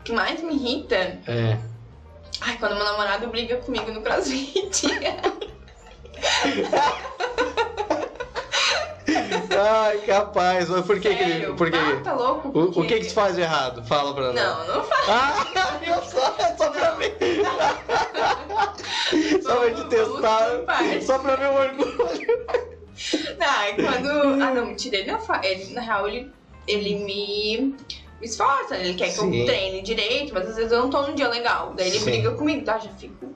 [SPEAKER 3] O que mais me irrita
[SPEAKER 2] É.
[SPEAKER 3] Ai, quando meu namorado briga comigo no crossfit.
[SPEAKER 2] Ai, capaz. Mas por que que ele.
[SPEAKER 3] Sério,
[SPEAKER 2] Por que
[SPEAKER 3] Ah,
[SPEAKER 2] que-
[SPEAKER 3] tá louco?
[SPEAKER 2] O,
[SPEAKER 3] porque-
[SPEAKER 2] o que que tu faz de errado? Fala pra nós.
[SPEAKER 3] Não, não faz.
[SPEAKER 2] Ah, eu só, é só pra ver. só pra te
[SPEAKER 3] Vamos-
[SPEAKER 2] testar.
[SPEAKER 3] vamos por partes.
[SPEAKER 2] Só pra ver o orgulho.
[SPEAKER 3] Não, é quando. Ah, não, mentira, ele não faz. Ele, na real, ele, ele me, me esforça, ele quer que
[SPEAKER 2] Sim.
[SPEAKER 3] eu treine direito, mas às vezes eu não tô num dia legal. Daí ele
[SPEAKER 2] Sim.
[SPEAKER 3] briga comigo, tá? Já fico.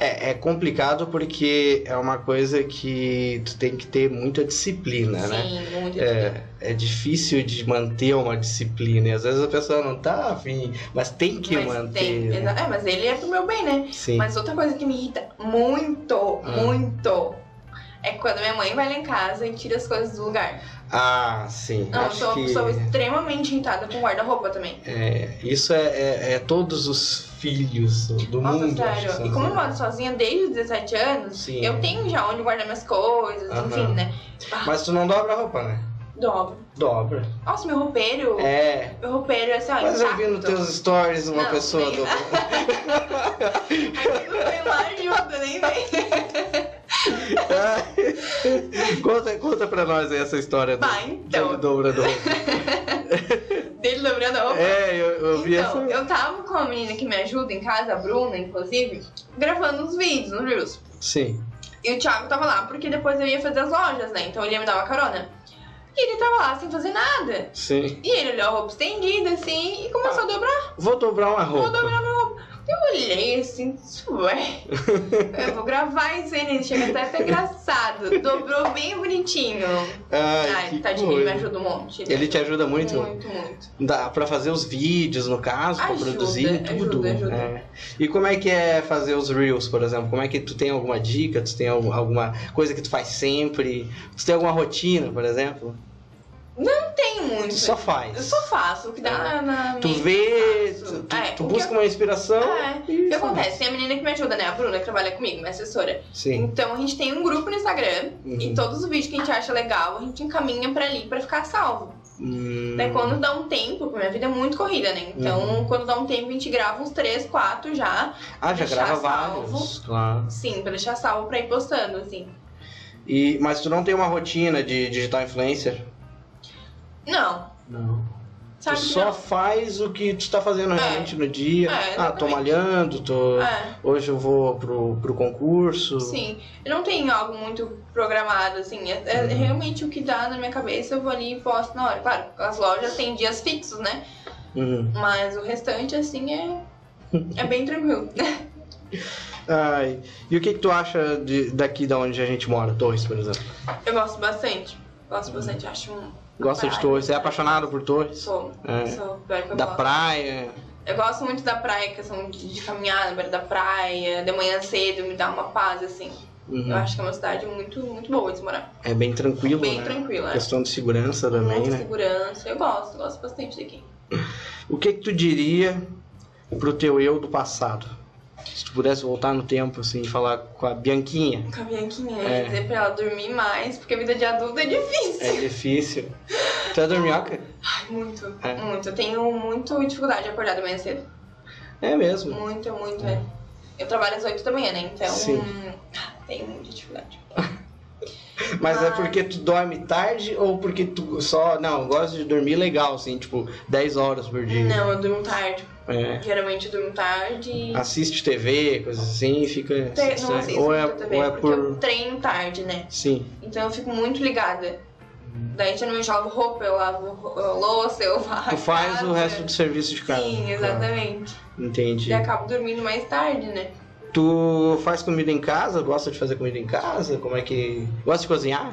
[SPEAKER 2] É, é complicado porque é uma coisa que tu tem que ter muita disciplina, né?
[SPEAKER 3] Sim, assim, muito
[SPEAKER 2] É, é difícil de manter uma disciplina. E às vezes a pessoa não tá afim, mas tem que
[SPEAKER 3] mas
[SPEAKER 2] manter.
[SPEAKER 3] tem-
[SPEAKER 2] né?
[SPEAKER 3] exa- é, mas ele é pro meu bem, né?
[SPEAKER 2] Sim.
[SPEAKER 3] Mas outra coisa que me irrita muito,
[SPEAKER 2] Ah.
[SPEAKER 3] muito, é quando minha mãe vai lá em casa e tira as coisas do lugar.
[SPEAKER 2] Ah, sim.
[SPEAKER 3] Não, eu
[SPEAKER 2] acho
[SPEAKER 3] sou uma
[SPEAKER 2] que
[SPEAKER 3] pessoa extremamente irritada com guarda-roupa também.
[SPEAKER 2] é, isso é, é- é todos os filhos do
[SPEAKER 3] Nossa,
[SPEAKER 2] mundo. acho que
[SPEAKER 3] sério.
[SPEAKER 2] são
[SPEAKER 3] E como eu
[SPEAKER 2] assim.
[SPEAKER 3] moro sozinha desde os 17 anos,
[SPEAKER 2] Sim.
[SPEAKER 3] eu tenho já onde guardar minhas coisas,
[SPEAKER 2] Aham.
[SPEAKER 3] enfim, né?
[SPEAKER 2] Mas tu não dobra a roupa, né?
[SPEAKER 3] Dobro.
[SPEAKER 2] Dobra.
[SPEAKER 3] Nossa, meu roupeiro.
[SPEAKER 2] É.
[SPEAKER 3] Meu roupeiro é assim, ó.
[SPEAKER 2] Mas eu vi nos
[SPEAKER 3] intacto.
[SPEAKER 2] teus stories uma
[SPEAKER 3] Não,
[SPEAKER 2] pessoa
[SPEAKER 3] nem-
[SPEAKER 2] dobrando.
[SPEAKER 3] Não tem lá ajuda, nem vem.
[SPEAKER 2] conta, conta pra nós aí essa história do,
[SPEAKER 3] Bah, então.
[SPEAKER 2] do dobrador.
[SPEAKER 3] Dele dobrando a roupa.
[SPEAKER 2] É, eu, eu vi
[SPEAKER 3] então,
[SPEAKER 2] essa.
[SPEAKER 3] eu tava com uma menina que me ajuda em casa, a Bruna, inclusive, gravando uns vídeos no Reels.
[SPEAKER 2] Sim.
[SPEAKER 3] E o Thiago tava lá, porque depois eu ia fazer as lojas, né? Então ele ia me dar uma carona. E ele tava lá sem fazer nada.
[SPEAKER 2] Sim.
[SPEAKER 3] E ele olhou a roupa estendida, assim, e começou a
[SPEAKER 2] Tá.
[SPEAKER 3] dobrar.
[SPEAKER 2] Vou dobrar uma roupa.
[SPEAKER 3] Vou dobrar meu roupa. Eu olhei assim, ué, eu vou gravar isso aí, né? Chega até a ser engraçado. Dobrou bem bonitinho.
[SPEAKER 2] Ai,
[SPEAKER 3] Ai,
[SPEAKER 2] que
[SPEAKER 3] tadinho, ele
[SPEAKER 2] coisa.
[SPEAKER 3] me ajuda um monte.
[SPEAKER 2] Ele te ajuda muito?
[SPEAKER 3] Muito, muito.
[SPEAKER 2] Dá pra fazer os vídeos, no caso, pra
[SPEAKER 3] Ajuda,
[SPEAKER 2] produzir
[SPEAKER 3] ajuda,
[SPEAKER 2] tudo.
[SPEAKER 3] ajuda.
[SPEAKER 2] É. E como é que é fazer os Reels, por exemplo? Como é que tu tem alguma dica? Tu tem al- alguma coisa que tu faz sempre? Tu tem alguma rotina, por exemplo?
[SPEAKER 3] Não tem muito.
[SPEAKER 2] Tu só
[SPEAKER 3] Eu
[SPEAKER 2] faz.
[SPEAKER 3] só faço o que dá na- na.
[SPEAKER 2] Tu
[SPEAKER 3] minha-
[SPEAKER 2] vê,
[SPEAKER 3] faço.
[SPEAKER 2] tu, tu-
[SPEAKER 3] É,
[SPEAKER 2] tu
[SPEAKER 3] o que
[SPEAKER 2] busca então? uma inspiração.
[SPEAKER 3] É,
[SPEAKER 2] e
[SPEAKER 3] O que
[SPEAKER 2] faz.
[SPEAKER 3] acontece? Tem a menina que me ajuda, né? A Bruna, que trabalha comigo, minha assessora.
[SPEAKER 2] Sim.
[SPEAKER 3] Então a gente tem um grupo no Instagram e todos os vídeos que a gente acha legal, a gente encaminha pra ali pra ficar salvo.
[SPEAKER 2] Hum. Uhum.
[SPEAKER 3] Daí quando dá um tempo, porque minha vida é muito corrida, né? Então quando dá um tempo a gente grava uns três, quatro já,
[SPEAKER 2] Ah, já
[SPEAKER 3] deixar
[SPEAKER 2] grava
[SPEAKER 3] salvo.
[SPEAKER 2] vários. Claro.
[SPEAKER 3] sim, pra deixar salvo pra ir postando, assim.
[SPEAKER 2] E, mas tu não tem uma rotina de digital influencer?
[SPEAKER 3] Não,
[SPEAKER 2] Não. Tu
[SPEAKER 3] sabe? que
[SPEAKER 2] só faz o que tu tá fazendo realmente no dia.
[SPEAKER 3] É,
[SPEAKER 2] ah, tô
[SPEAKER 3] exatamente.
[SPEAKER 2] malhando, tô.
[SPEAKER 3] não. É.
[SPEAKER 2] Hoje eu vou pro, pro concurso.
[SPEAKER 3] Sim, eu não tenho algo muito programado, assim. É, é
[SPEAKER 2] Uhum.
[SPEAKER 3] realmente o que dá na minha cabeça, eu vou ali e posto na hora. Claro, as lojas têm dias fixos, né?
[SPEAKER 2] Uhum.
[SPEAKER 3] Mas o restante, assim, é, é bem tranquilo.
[SPEAKER 2] Ai, e o que, que tu acha de, daqui da onde a gente mora, Torres, por exemplo?
[SPEAKER 3] Eu gosto bastante. Gosto bastante, acho um.
[SPEAKER 2] Gosta de
[SPEAKER 3] Praia.
[SPEAKER 2] Torres? É apaixonado por Torres?
[SPEAKER 3] Sou.
[SPEAKER 2] É.
[SPEAKER 3] Sou o pior que eu
[SPEAKER 2] Da
[SPEAKER 3] gosto.
[SPEAKER 2] praia?
[SPEAKER 3] Eu gosto muito da praia, questão de, de caminhar na beira da praia, de manhã cedo, me dá uma paz, assim.
[SPEAKER 2] Uhum.
[SPEAKER 3] Eu acho que é uma cidade muito, muito boa de se morar.
[SPEAKER 2] É bem tranquilo,
[SPEAKER 3] bem
[SPEAKER 2] né?
[SPEAKER 3] tranquila. é.
[SPEAKER 2] Questão de segurança também,
[SPEAKER 3] Muita
[SPEAKER 2] né?
[SPEAKER 3] segurança. Eu gosto, gosto bastante daqui.
[SPEAKER 2] O que, que tu diria pro teu eu do passado? Se tu pudesse voltar no tempo, assim, e falar com a Bianquinha.
[SPEAKER 3] Com a Bianquinha,
[SPEAKER 2] É.
[SPEAKER 3] dizer pra ela dormir mais, porque a vida de adulto é difícil.
[SPEAKER 2] É difícil. tu é dorminhoca?
[SPEAKER 3] Ai, muito,
[SPEAKER 2] É.
[SPEAKER 3] muito. Eu tenho muito dificuldade de acordar de manhã cedo.
[SPEAKER 2] É mesmo.
[SPEAKER 3] Muito, muito, é. Eu trabalho às 8 da manhã, né? Então,
[SPEAKER 2] Sim.
[SPEAKER 3] ah, tenho muita dificuldade.
[SPEAKER 2] Mas é porque tu dorme tarde ou porque tu só. Não, gosta de dormir legal, assim, tipo, 10 horas por dia.
[SPEAKER 3] Não, eu durmo tarde.
[SPEAKER 2] É.
[SPEAKER 3] Geralmente eu durmo tarde.
[SPEAKER 2] Assiste TV, coisas assim, e fica.
[SPEAKER 3] Te- Não assisto
[SPEAKER 2] Ah, ou é,
[SPEAKER 3] muito também,
[SPEAKER 2] ou é
[SPEAKER 3] porque
[SPEAKER 2] por.
[SPEAKER 3] eu treino tarde, né?
[SPEAKER 2] Sim.
[SPEAKER 3] Então eu fico muito ligada. Daí geralmente eu lavo roupa, eu lavo ro- eu louça, eu varro.
[SPEAKER 2] Tu
[SPEAKER 3] a
[SPEAKER 2] faz
[SPEAKER 3] casa.
[SPEAKER 2] o resto do serviço de casa.
[SPEAKER 3] Sim, exatamente.
[SPEAKER 2] Claro. Entendi.
[SPEAKER 3] E acabo dormindo mais tarde, né?
[SPEAKER 2] Tu faz comida em casa? Gosta de fazer comida em casa? Como é que. Gosta de cozinhar?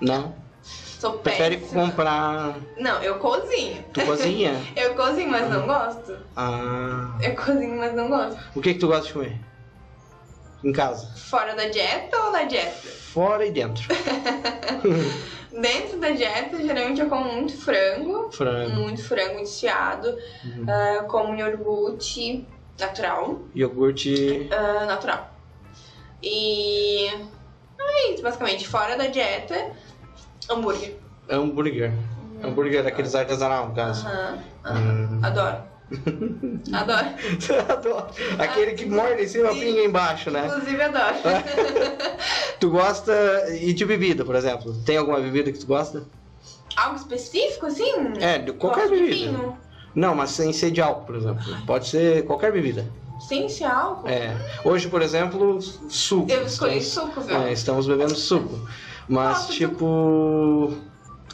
[SPEAKER 2] Não.
[SPEAKER 3] Sou
[SPEAKER 2] Prefere
[SPEAKER 3] péssima.
[SPEAKER 2] comprar.
[SPEAKER 3] Não, eu cozinho.
[SPEAKER 2] Tu cozinha?
[SPEAKER 3] Eu cozinho, mas não gosto.
[SPEAKER 2] ah.
[SPEAKER 3] Eu cozinho, mas não gosto.
[SPEAKER 2] O que, que tu gosta de comer? Em casa.
[SPEAKER 3] Fora da dieta ou na dieta?
[SPEAKER 2] Fora e dentro.
[SPEAKER 3] Dentro da dieta, geralmente eu como muito frango,
[SPEAKER 2] Frango,
[SPEAKER 3] muito frango desfiado.
[SPEAKER 2] Uhum.
[SPEAKER 3] Ah, eu como iogurte natural.
[SPEAKER 2] iogurte.
[SPEAKER 3] ah, natural. E. ah, É isso, basicamente. Fora da dieta, hambúrguer.
[SPEAKER 2] Hambúrguer. Hambúrguer daqueles artesanal, no caso.
[SPEAKER 3] Aham. aham.
[SPEAKER 2] Hum.
[SPEAKER 3] Adoro. Adoro.
[SPEAKER 2] Adoro. Aquele que morde em cima,
[SPEAKER 3] Sim.
[SPEAKER 2] pinga embaixo, né?
[SPEAKER 3] Inclusive, adoro.
[SPEAKER 2] Tu gosta e de bebida, por exemplo? Tem alguma bebida que tu gosta?
[SPEAKER 3] Algo específico, assim?
[SPEAKER 2] É, de qualquer
[SPEAKER 3] Gosto de
[SPEAKER 2] bebida.
[SPEAKER 3] vinho.
[SPEAKER 2] Não, mas sem ser de álcool, por exemplo. Pode ser qualquer bebida.
[SPEAKER 3] Sem ser álcool?
[SPEAKER 2] É. Hoje, por exemplo, suco.
[SPEAKER 3] Eu escolhi
[SPEAKER 2] Estamos-
[SPEAKER 3] suco, viu?
[SPEAKER 2] É, estamos bebendo suco. Mas,
[SPEAKER 3] Nossa,
[SPEAKER 2] tipo.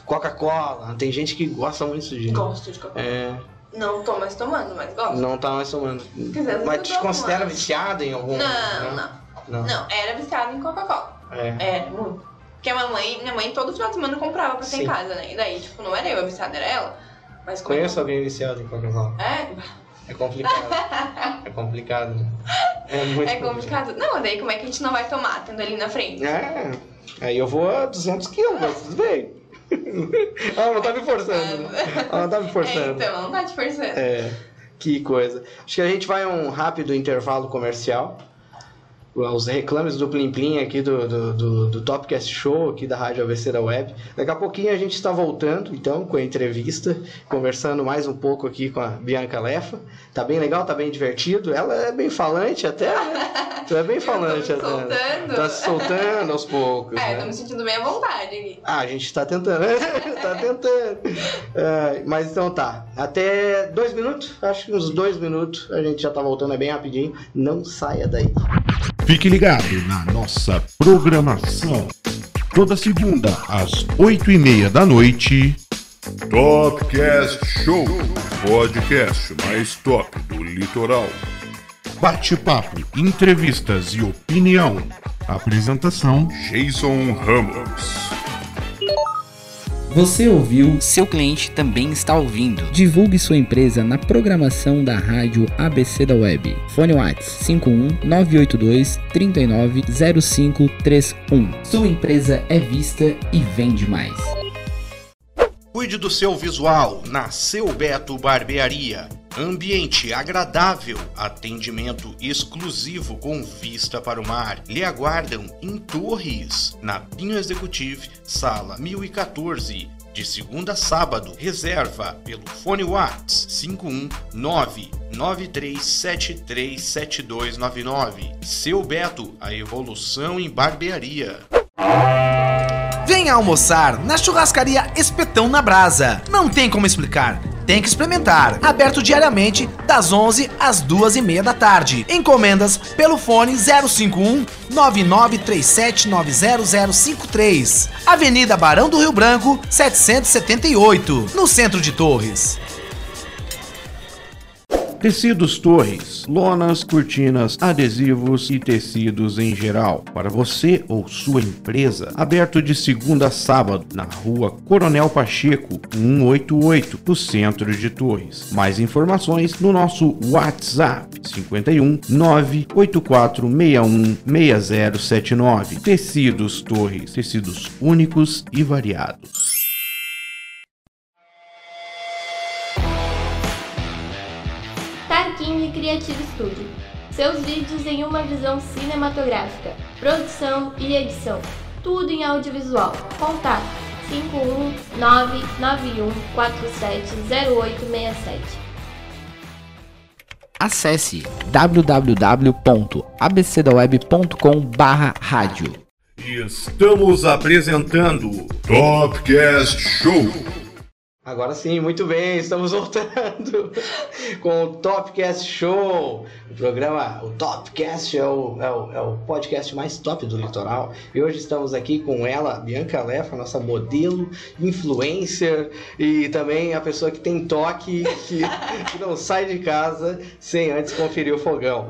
[SPEAKER 2] Coca-Cola. Tem gente que gosta muito de.
[SPEAKER 3] Gosto de coca
[SPEAKER 2] É,
[SPEAKER 3] Não tô mais tomando, mas gosto.
[SPEAKER 2] não tá mais tomando.
[SPEAKER 3] dizer, às
[SPEAKER 2] Mas
[SPEAKER 3] vezes eu
[SPEAKER 2] te
[SPEAKER 3] tomo,
[SPEAKER 2] considera
[SPEAKER 3] mas-
[SPEAKER 2] viciada em algum? né?
[SPEAKER 3] Não, não.
[SPEAKER 2] Não.
[SPEAKER 3] Não, era viciada em Coca-Cola.
[SPEAKER 2] É.
[SPEAKER 3] Era, muito. Porque a mamãe, minha mãe todo final de semana comprava pra ter
[SPEAKER 2] Sim.
[SPEAKER 3] em casa, né? E daí, tipo, não era eu a viciada, era ela. Mas como-
[SPEAKER 2] Conheço alguém viciado em Coca-Cola.
[SPEAKER 3] É,
[SPEAKER 2] É complicado. é complicado. né? É muito
[SPEAKER 3] é complicado. Não, mas daí como é que a gente não vai tomar, tendo ali na frente?
[SPEAKER 2] É. Aí eu vou a 200 quilos, mas tudo bem. Ela não tá me forçando. né? Ela não tá me
[SPEAKER 3] É,
[SPEAKER 2] forçando.
[SPEAKER 3] então, ela não tá te forçando.
[SPEAKER 2] É, que coisa. Acho que a gente vai a um rápido intervalo comercial. Os reclames do Plim Plim aqui do, do, do, do Topcast Show, aqui da Rádio ABC da Web. Daqui a pouquinho a gente está voltando, então, com a entrevista, conversando mais um pouco aqui com a Bianca Lefa. Tá bem legal, tá bem divertido. Ela é bem falante até, né? Tu é bem
[SPEAKER 3] Eu tô
[SPEAKER 2] falante
[SPEAKER 3] me
[SPEAKER 2] até. né?
[SPEAKER 3] soltando.
[SPEAKER 2] Tá se soltando aos poucos.
[SPEAKER 3] É,
[SPEAKER 2] né?
[SPEAKER 3] tô me sentindo bem à vontade aqui.
[SPEAKER 2] Ah, a gente tá tentando, tá tentando. É, mas então tá, até dois minutos, acho que uns dois minutos, a gente já tá voltando, é bem rapidinho. Não saia daí.
[SPEAKER 1] Fique ligado na nossa programação. Toda segunda, às oito e meia da noite. Topcast Show, podcast mais top do litoral. Bate-papo, entrevistas e opinião. Apresentação: Jason Ramos.
[SPEAKER 4] Você ouviu?
[SPEAKER 5] Seu cliente também está ouvindo.
[SPEAKER 4] Divulgue sua empresa na programação da rádio ABC da Web. Fone Whats 51 982 390531. Sua empresa é vista e vende mais.
[SPEAKER 1] Cuide do seu visual na Seu Beto Barbearia. Ambiente agradável, atendimento exclusivo com vista para o mar. Lhe aguardam em Torres, na Pinho Executive, sala 1014. De segunda a sábado, reserva pelo fone Whats um 51993737299. Seu Beto, a evolução em barbearia.
[SPEAKER 6] Venha almoçar na churrascaria Espetão na Brasa. Não tem como explicar. Tem que experimentar. Aberto diariamente das 11 às 2 e meia da tarde. Encomendas pelo fone 051 99379053. Avenida Barão do Rio Branco, 778, no centro de Torres.
[SPEAKER 1] Tecidos Torres, lonas, cortinas, adesivos e tecidos em geral. Para você ou sua empresa, aberto de segunda a sábado na rua Coronel Pacheco, 188, no centro de Torres. Mais informações no nosso WhatsApp 51 984616079. Tecidos Torres, tecidos únicos e variados.
[SPEAKER 7] Tarquini Creative Studio. Seus vídeos em uma visão cinematográfica, produção e edição. Tudo em audiovisual. Contato 51991470867.
[SPEAKER 4] Acesse www.abcdaweb.com/rádio.
[SPEAKER 1] Estamos apresentando Topcast Show.
[SPEAKER 2] Agora sim, muito bem, estamos voltando com o Topcast Show. O programa, o Topcast é o, é, o, é o podcast mais top do litoral. E hoje estamos aqui com ela, Bianca Lefa, nossa modelo, influencer e também a pessoa que tem toque, que, que não sai de casa sem antes conferir o fogão.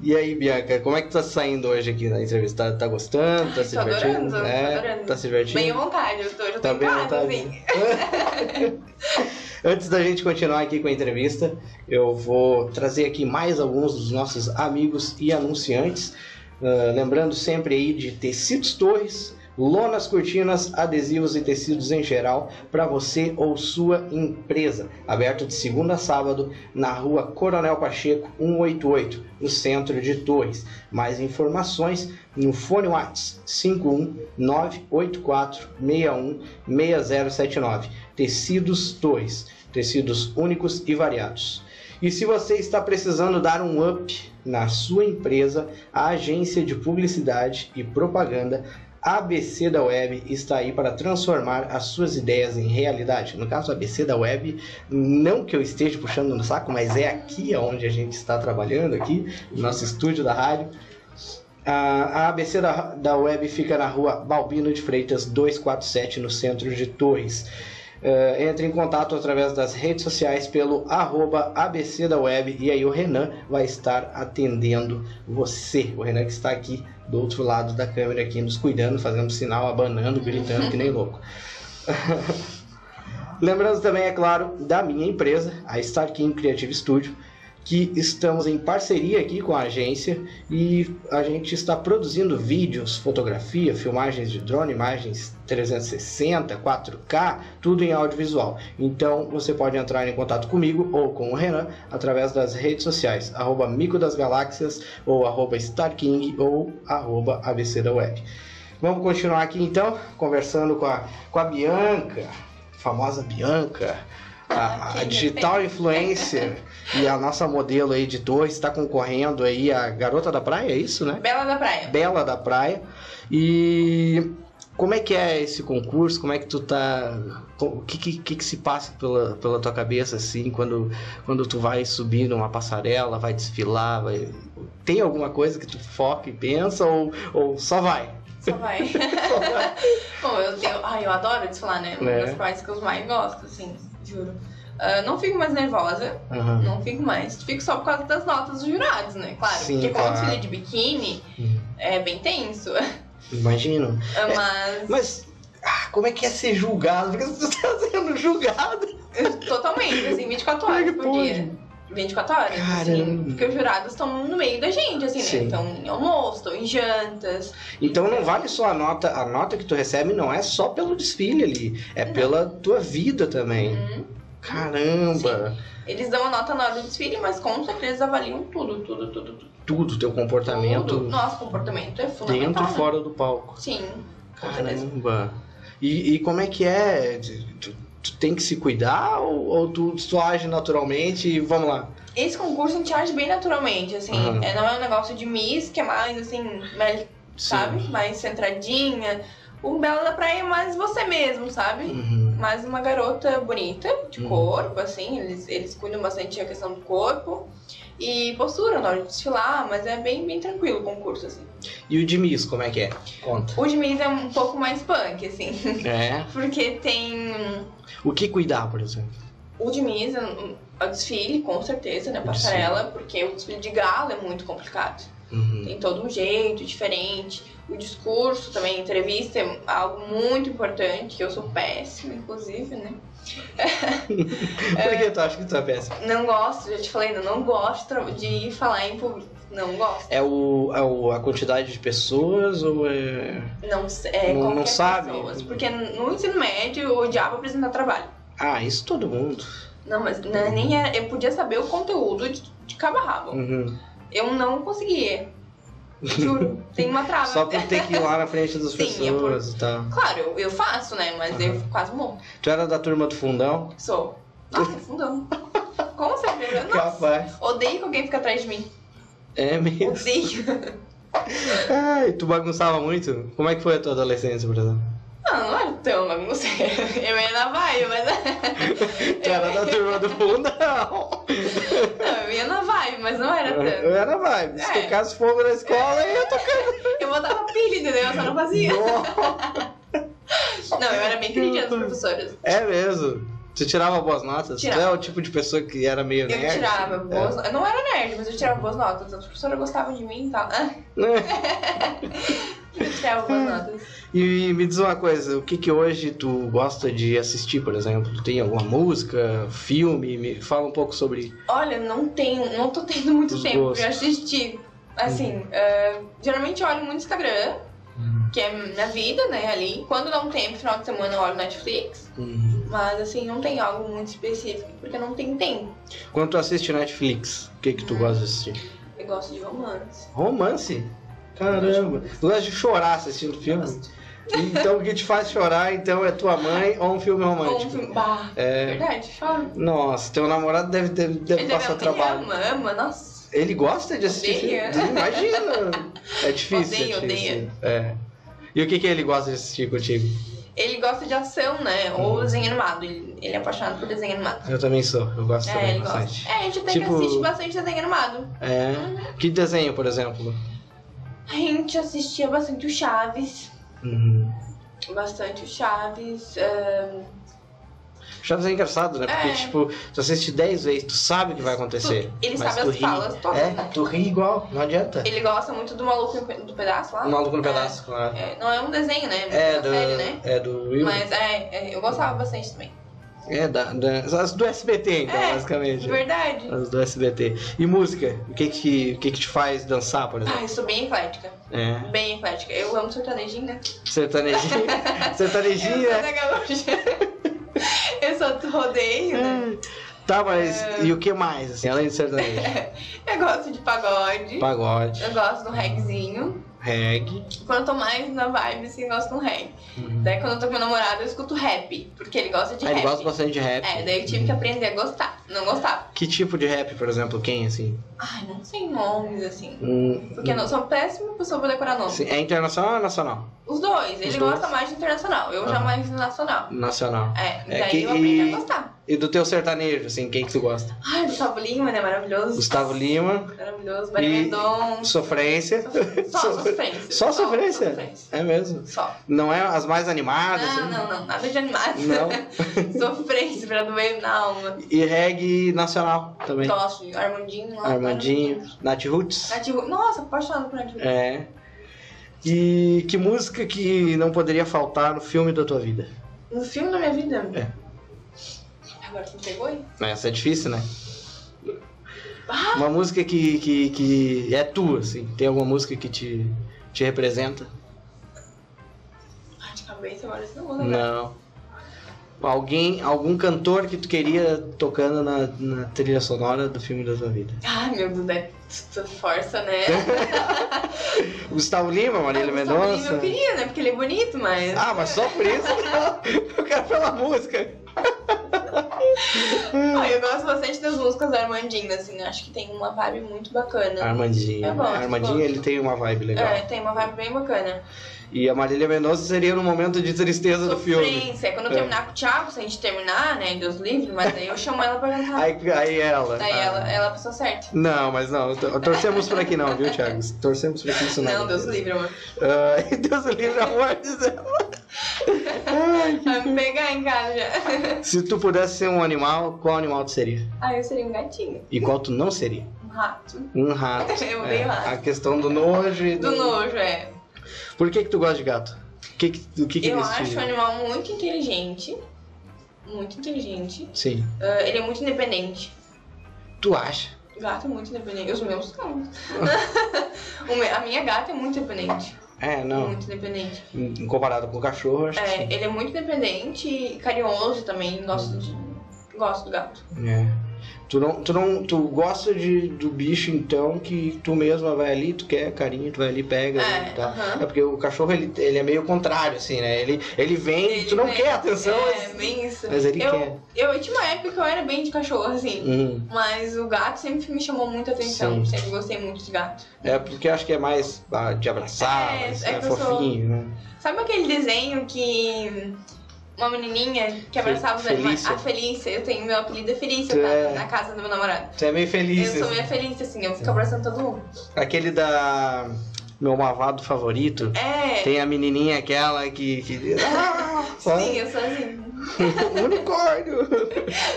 [SPEAKER 2] E aí, Bianca, como é que tá saindo hoje aqui na entrevista? Tá, tá gostando? Tá se
[SPEAKER 3] Tô adorando,
[SPEAKER 2] divertindo?
[SPEAKER 3] tô
[SPEAKER 2] É,
[SPEAKER 3] adorando.
[SPEAKER 2] Tá se divertindo?
[SPEAKER 3] Bem à vontade, eu tô, eu já tô
[SPEAKER 2] Tá
[SPEAKER 3] em
[SPEAKER 2] bem à
[SPEAKER 3] casa,
[SPEAKER 2] vontade.
[SPEAKER 3] assim.
[SPEAKER 2] Antes da gente continuar aqui com a entrevista, eu vou trazer aqui mais alguns dos nossos amigos e anunciantes. Ah, lembrando sempre aí de tecidos torres, lonas, cortinas, adesivos e tecidos em geral para você ou sua empresa. Aberto de segunda a sábado na rua Coronel Pacheco 188, no centro de Torres. Mais informações no fone Whats 51984616079. Tecidos Torres, tecidos únicos e variados. E se você está precisando dar um up na sua empresa, a agência de publicidade e propaganda ABC da Web está aí para transformar as suas ideias em realidade. No caso, ABC da Web, não que eu esteja puxando no saco, mas é aqui onde a gente está trabalhando, aqui, no nosso estúdio da rádio. A ABC da, da Web fica na rua Balbino de Freitas 247, no centro de Torres. Eh, entre em contato através das redes sociais pelo arroba ABC da Web e aí o Renan vai estar atendendo você. O Renan que está aqui do outro lado da câmera aqui nos cuidando, fazendo sinal, abanando, gritando que nem louco. Lembrando também, é claro, da minha empresa, a Starkin Creative Studio, que estamos em parceria aqui com a agência e a gente está produzindo vídeos, fotografia, filmagens de drone, imagens 360, 4K, tudo em audiovisual. Então você pode entrar em contato comigo ou com o Renan através das redes sociais, arroba Mico das Galáxias, ou arroba Starking, ou arroba ABC da Web. Vamos continuar aqui então, conversando com a, com a Bianca, famosa Bianca,
[SPEAKER 3] Ah,
[SPEAKER 2] a, a
[SPEAKER 3] que
[SPEAKER 2] digital influencer e a nossa modelo aí de torre está concorrendo aí a Garota da Praia, é isso, né?
[SPEAKER 3] Bela da Praia.
[SPEAKER 2] Bela da Praia. E como é que é esse concurso? Como é que tu tá. O que, que, que que se passa pela, pela tua cabeça assim quando, quando tu vai subir numa passarela, vai desfilar? Vai... Tem alguma coisa que tu foca e pensa ou, ou só vai?
[SPEAKER 3] Só vai.
[SPEAKER 2] Só vai.
[SPEAKER 3] Bom, eu tenho. Ai, eu adoro desfilar, né? Uma
[SPEAKER 2] É.
[SPEAKER 3] das partes que eu mais gosto, assim, juro. Ah, não fico mais nervosa,
[SPEAKER 2] Aham.
[SPEAKER 3] não fico mais. Fico só por causa das notas dos jurados, né? Claro,
[SPEAKER 2] Sim,
[SPEAKER 3] porque
[SPEAKER 2] claro.
[SPEAKER 3] quando filho de biquíni
[SPEAKER 2] Hum.
[SPEAKER 3] é bem tenso. Ah,
[SPEAKER 2] Imagino.
[SPEAKER 3] Mas
[SPEAKER 2] Mas ah, como é que é ser julgado? Porque tu tá sendo julgado.
[SPEAKER 3] totalmente, assim, 24
[SPEAKER 2] Como é que
[SPEAKER 3] horas por dia. 24 horas, assim,
[SPEAKER 2] Caramba.
[SPEAKER 3] porque os jurados estão no meio da gente, assim,
[SPEAKER 2] Sim.
[SPEAKER 3] né? Estão em almoço, estão em jantas.
[SPEAKER 2] Então não vale só a nota, a nota que tu recebe não é só pelo desfile ali, é pela tua vida também.
[SPEAKER 3] Uhum.
[SPEAKER 2] Caramba!
[SPEAKER 3] Eles dão a nota na hora do desfile, mas com certeza eles avaliam tudo, tudo, tudo, tudo.
[SPEAKER 2] Tudo, teu comportamento
[SPEAKER 3] Tudo. Nosso comportamento é fundamental.
[SPEAKER 2] dentro e
[SPEAKER 3] né?
[SPEAKER 2] fora do palco.
[SPEAKER 3] Sim, com certeza.
[SPEAKER 2] Caramba! E, e como é que é? Tu, tu tem que se cuidar ou, ou tu só age naturalmente e vamos lá?
[SPEAKER 3] Esse concurso a gente age bem naturalmente, assim.
[SPEAKER 2] Aham.
[SPEAKER 3] É, não é um negócio de Miss, que é mais, assim, mais, sabe? Mais centradinha. O Bela da Praia é mais você mesmo, sabe?
[SPEAKER 2] Uhum.
[SPEAKER 3] Mas uma garota bonita, de
[SPEAKER 2] Uhum.
[SPEAKER 3] corpo, assim, eles, eles cuidam bastante a questão do corpo e postura na hora de desfilar, mas é bem, bem tranquilo o concurso, assim.
[SPEAKER 2] E o de Miss, como é que é? Conta.
[SPEAKER 3] O de Miss é um pouco mais punk, assim,
[SPEAKER 2] É.
[SPEAKER 3] porque tem
[SPEAKER 2] O que cuidar, por exemplo?
[SPEAKER 3] o de Miss, um, o desfile, com certeza, né, passarela, porque o desfile de gala é muito complicado.
[SPEAKER 2] Uhum.
[SPEAKER 3] Tem todo um jeito diferente, o discurso também, entrevista é algo muito importante, que eu sou péssima, inclusive, né.
[SPEAKER 2] Por que tu acha que tu é péssimo?
[SPEAKER 3] Não gosto, já te falei, eu não gosto de falar em público. Não gosto.
[SPEAKER 2] É, o, é o, a quantidade de pessoas ou é.
[SPEAKER 3] Não, é,
[SPEAKER 2] Não- não
[SPEAKER 3] qualquer
[SPEAKER 2] sabe?
[SPEAKER 3] pessoas. Porque no ensino médio eu odiava apresentar trabalho.
[SPEAKER 2] Ah, isso todo mundo.
[SPEAKER 3] Não, mas n- nem era, eu podia saber o conteúdo de, de cabo a rabo.
[SPEAKER 2] Uhum.
[SPEAKER 3] Eu não conseguia. Juro, tem uma trava.
[SPEAKER 2] Só por ter que ir lá na frente das
[SPEAKER 3] Ah, Sim, é
[SPEAKER 2] pessoas e tal.
[SPEAKER 3] Claro, eu, eu faço, né? Mas
[SPEAKER 2] Uhum.
[SPEAKER 3] eu quase morro.
[SPEAKER 2] Tu era da turma do fundão?
[SPEAKER 3] Sou. Nossa, é fundão. Com certeza. Nossa,
[SPEAKER 2] Capaz.
[SPEAKER 3] odeio que alguém fica atrás de mim.
[SPEAKER 2] É mesmo.
[SPEAKER 3] Odeio.
[SPEAKER 2] Ai, tu bagunçava muito? Como é que foi a tua adolescência, por exemplo?
[SPEAKER 3] Não, não era tão bagunceiro. Eu ia na vibe, mas. é.
[SPEAKER 2] Tu era da turma do fundão.
[SPEAKER 3] Não, eu ia na vibe, mas não era tanto.
[SPEAKER 2] Eu era vibe. Se
[SPEAKER 3] É.
[SPEAKER 2] tocasse fogo na escola, eu ia tocar.
[SPEAKER 3] Eu botava pilha, entendeu? Eu só não fazia. Não, eu era bem queridinha dos professores.
[SPEAKER 2] É mesmo. Tu tirava boas notas? Tu
[SPEAKER 3] Tirava.
[SPEAKER 2] é o tipo de pessoa que era meio
[SPEAKER 3] Eu
[SPEAKER 2] nerd? É.
[SPEAKER 3] tirava boas Eu não era nerd, mas eu tirava boas notas. As professoras gostavam de mim e tal. Ah.
[SPEAKER 2] Né?
[SPEAKER 3] Eu tirava boas notas.
[SPEAKER 2] E me diz uma coisa, o que que hoje tu gosta de assistir, por exemplo? Tem alguma música, filme? Me fala um pouco sobre...
[SPEAKER 3] Olha, não tenho, não tô tendo muito
[SPEAKER 2] Os
[SPEAKER 3] tempo
[SPEAKER 2] gostos. Uhum.
[SPEAKER 3] pra assistir. Assim, ah, geralmente eu olho muito Instagram, que é minha vida, né, ali. Quando dá um tempo, final de semana eu olho Netflix.
[SPEAKER 2] Hum.
[SPEAKER 3] Mas assim, não tem algo muito específico, porque não tem tempo.
[SPEAKER 2] Quando tu assiste Netflix, o que que tu gosta de assistir?
[SPEAKER 3] Eu gosto de romance.
[SPEAKER 2] Romance? Caramba. Tu gosta de chorar assistindo filme?
[SPEAKER 3] Gosto.
[SPEAKER 2] Então o que te faz chorar, então, é tua mãe ou um filme
[SPEAKER 3] Ou um
[SPEAKER 2] romântico. É.
[SPEAKER 3] filme. Bah, verdade, choro.
[SPEAKER 2] Nossa, teu namorado deve, deve, deve
[SPEAKER 3] Ele é
[SPEAKER 2] passar trabalho.
[SPEAKER 3] ama, nossa.
[SPEAKER 2] Ele gosta de assistir
[SPEAKER 3] Odeia.
[SPEAKER 2] filme? Imagina! É difícil, é
[SPEAKER 3] Odeia,
[SPEAKER 2] difícil. É. E o que, que ele gosta de assistir contigo?
[SPEAKER 3] Ele gosta de ação, né?
[SPEAKER 2] Uhum.
[SPEAKER 3] Ou desenho animado. Ele, ele é apaixonado por desenho animado.
[SPEAKER 2] Eu também sou, eu gosto
[SPEAKER 3] É,
[SPEAKER 2] também
[SPEAKER 3] ele gosta.
[SPEAKER 2] bastante.
[SPEAKER 3] É, a gente até que
[SPEAKER 2] Tipo-
[SPEAKER 3] assiste bastante desenho animado.
[SPEAKER 2] É. Que desenho, por exemplo?
[SPEAKER 3] A gente assistia bastante o Chaves.
[SPEAKER 2] Uhum.
[SPEAKER 3] Bastante o Chaves. é. ahn,
[SPEAKER 2] Chaves é engraçado, né? Porque,
[SPEAKER 3] É.
[SPEAKER 2] tipo, tu assiste 10 vezes, tu sabe o que vai acontecer.
[SPEAKER 3] ele
[SPEAKER 2] mas
[SPEAKER 3] sabe
[SPEAKER 2] tu
[SPEAKER 3] as
[SPEAKER 2] ri.
[SPEAKER 3] falas todas,
[SPEAKER 2] É,
[SPEAKER 3] né?
[SPEAKER 2] tu ri igual, não adianta.
[SPEAKER 3] Ele gosta muito do Maluco no Pe- do Pedaço lá.
[SPEAKER 2] O Maluco no pedaço, claro.
[SPEAKER 3] É, não é um desenho, né? É
[SPEAKER 2] É
[SPEAKER 3] uma
[SPEAKER 2] do,
[SPEAKER 3] série, né?
[SPEAKER 2] é do Will.
[SPEAKER 3] Mas é, é, eu gostava bastante também.
[SPEAKER 2] É, da, da- as do SBT, então,
[SPEAKER 3] É,
[SPEAKER 2] basicamente.
[SPEAKER 3] Verdade.
[SPEAKER 2] As do SBT. E música? O que que, o que que te faz dançar, por exemplo?
[SPEAKER 3] Ah, eu sou bem eclética.
[SPEAKER 2] É.
[SPEAKER 3] Bem eclética. Eu amo sertanejinho, né?
[SPEAKER 2] Sertanejinha?
[SPEAKER 3] Eu sou
[SPEAKER 2] Sertanejinha?
[SPEAKER 3] da gaúcha. Eu sou do rodeio, né? É.
[SPEAKER 2] Tá, mas e o que mais, assim, além de sertanejo?
[SPEAKER 3] Eu gosto de pagode.
[SPEAKER 2] Pagode,
[SPEAKER 3] Eu gosto de um regzinho.
[SPEAKER 2] reggae.
[SPEAKER 3] Quando eu tô mais na vibe, assim, eu gosto de um reg.
[SPEAKER 2] Uhum.
[SPEAKER 3] Daí quando eu tô com meu namorado, eu escuto rap. Porque ele gosta de
[SPEAKER 2] Ah,
[SPEAKER 3] rap.
[SPEAKER 2] ele gosta bastante de rap.
[SPEAKER 3] É, daí eu tive que aprender a gostar. Não gostava.
[SPEAKER 2] Que tipo de rap, por exemplo, quem, assim?
[SPEAKER 3] Ai, não sei nomes, assim.
[SPEAKER 2] Hum,
[SPEAKER 3] Porque eu não, sou péssima pessoa pra decorar nome.
[SPEAKER 2] assim, é internacional ou nacional?
[SPEAKER 3] Os dois. Ele
[SPEAKER 2] Os dois.
[SPEAKER 3] gosta mais de internacional. Eu já
[SPEAKER 2] Aham.
[SPEAKER 3] mais de nacional.
[SPEAKER 2] Nacional.
[SPEAKER 3] É, daí
[SPEAKER 2] É que-
[SPEAKER 3] eu aprendi
[SPEAKER 2] e-
[SPEAKER 3] a gostar.
[SPEAKER 2] E do teu sertanejo, assim, quem que tu gosta?
[SPEAKER 3] Ai, Gustavo Lima, né? Maravilhoso.
[SPEAKER 2] Gustavo Lima,
[SPEAKER 3] Maravilhoso. Maria
[SPEAKER 2] E-
[SPEAKER 3] Mendonça.
[SPEAKER 2] Sofrência.
[SPEAKER 3] Só sofrência.
[SPEAKER 2] Só sofrência?
[SPEAKER 3] sofrência.
[SPEAKER 2] É mesmo.
[SPEAKER 3] Só.
[SPEAKER 2] Não é as mais animadas? assim?
[SPEAKER 3] Não, não, não. Nada de animado.
[SPEAKER 2] Não.
[SPEAKER 3] sofrência pra doer na alma.
[SPEAKER 2] E reggae nacional também.
[SPEAKER 3] Gosto de Armandinho. nossa,
[SPEAKER 2] Armandinho, Nath Roots.
[SPEAKER 3] Nativo. Nossa, apaixonado por Nativo.
[SPEAKER 2] É. E que música que não poderia faltar no filme da tua vida?
[SPEAKER 3] No Um filme da minha vida?
[SPEAKER 2] É.
[SPEAKER 3] Agora tu me pegou aí?
[SPEAKER 2] Essa é difícil, né?
[SPEAKER 3] Ah!
[SPEAKER 2] Uma música que, que, que é tua, assim. Tem alguma música que te, te representa?
[SPEAKER 3] Ah, de cabeça, agora você não vou lembrar.
[SPEAKER 2] Não. Alguém, algum cantor que tu queria tocando na, na trilha sonora do filme da tua vida?
[SPEAKER 3] Ai, meu Deus, é tu força, né?
[SPEAKER 2] Gustavo Lima, Marília
[SPEAKER 3] Eu gostava dele,
[SPEAKER 2] Mendonça?
[SPEAKER 3] Eu queria, né? Porque ele é bonito, mas.
[SPEAKER 2] Ah, mas só por isso? Eu quero pela música.
[SPEAKER 3] Ah, eu gosto bastante das músicas da Armandinho, assim. Acho que tem uma vibe muito bacana.
[SPEAKER 2] Armandinho.
[SPEAKER 3] Eu gosto,
[SPEAKER 2] Armandinho,
[SPEAKER 3] gosto.
[SPEAKER 2] ele tem uma vibe legal.
[SPEAKER 3] É, tem uma vibe bem bacana.
[SPEAKER 2] E a Marília Mendonça seria no momento de tristeza do filme.
[SPEAKER 3] Sofrência. Quando eu
[SPEAKER 2] É.
[SPEAKER 3] terminar com o Thiago, se a gente terminar, né? Deus livre, mas aí eu chamo ela pra cantar.
[SPEAKER 2] Aí, aí ela.
[SPEAKER 3] Daí
[SPEAKER 2] ah.
[SPEAKER 3] ela, ela é a pessoa certa.
[SPEAKER 2] Não, mas não. to- Torcemos por aqui não, viu, Thiago? Torcemos por aqui isso não. é
[SPEAKER 3] Não, Deus livre, amor.
[SPEAKER 2] Ah, Deus livre, amor de Deus.
[SPEAKER 3] Vai me pegar em casa já.
[SPEAKER 2] Se tu pudesse ser um animal, qual animal tu seria?
[SPEAKER 3] Ah, eu seria um gatinho.
[SPEAKER 2] E qual tu não seria?
[SPEAKER 3] Um rato.
[SPEAKER 2] Um rato.
[SPEAKER 3] Eu
[SPEAKER 2] É,
[SPEAKER 3] odeio rato.
[SPEAKER 2] A questão do nojo e do...
[SPEAKER 3] Do nojo, é.
[SPEAKER 2] Por que que tu gosta de gato? O que que, o que, que
[SPEAKER 3] Eu
[SPEAKER 2] eles te-
[SPEAKER 3] acho um animal muito inteligente. Muito inteligente.
[SPEAKER 2] Sim.
[SPEAKER 3] Ah, ele é muito independente.
[SPEAKER 2] Tu acha?
[SPEAKER 3] Gato é muito independente. Os meus não. O me- a minha gata é muito independente.
[SPEAKER 2] É, não.
[SPEAKER 3] Muito independente.
[SPEAKER 2] Em- Comparado com o cachorro, eu acho que
[SPEAKER 3] Hum. É,
[SPEAKER 2] sim.
[SPEAKER 3] ele é muito independente e carinhoso também. Gosto de. Gosto do gato.
[SPEAKER 2] É. Tu não, tu não, tu gosta de, do bicho então que tu mesma vai ali, tu quer carinho, tu vai ali pega, né,
[SPEAKER 3] É,
[SPEAKER 2] tá?
[SPEAKER 3] aham.
[SPEAKER 2] É porque o cachorro ele, ele é meio contrário assim, né? Ele ele vem,
[SPEAKER 3] Ele
[SPEAKER 2] tu não
[SPEAKER 3] vem-
[SPEAKER 2] quer atenção,
[SPEAKER 3] É,
[SPEAKER 2] mas,
[SPEAKER 3] bem isso.
[SPEAKER 2] mas ele
[SPEAKER 3] eu,
[SPEAKER 2] quer.
[SPEAKER 3] eu tinha uma época que eu era bem de cachorro, assim.
[SPEAKER 2] Uhum.
[SPEAKER 3] Mas o gato sempre me chamou muita atenção.
[SPEAKER 2] Sim.
[SPEAKER 3] Sempre gostei muito de gato.
[SPEAKER 2] É porque eu acho que é mais ah, de abraçar,
[SPEAKER 3] É,
[SPEAKER 2] mais,
[SPEAKER 3] é
[SPEAKER 2] né,
[SPEAKER 3] que eu sou-
[SPEAKER 2] fofinho, né?
[SPEAKER 3] Sabe aquele desenho que uma menininha que
[SPEAKER 2] Fe-
[SPEAKER 3] abraçava os animais?
[SPEAKER 2] Felícia.
[SPEAKER 3] A Felícia. Eu tenho meu apelido é Felícia
[SPEAKER 2] Tu
[SPEAKER 3] tá?
[SPEAKER 2] é-
[SPEAKER 3] na casa do meu namorado.
[SPEAKER 2] Tu é meio feliz.
[SPEAKER 3] Eu sou
[SPEAKER 2] assim.
[SPEAKER 3] meio Felícia, assim. Eu fico abraçando todo mundo.
[SPEAKER 2] Aquele da meu malvado favorito.
[SPEAKER 3] É.
[SPEAKER 2] Tem a menininha aquela que, que... Ah,
[SPEAKER 3] Sim, eu sou assim.
[SPEAKER 2] unicórnio.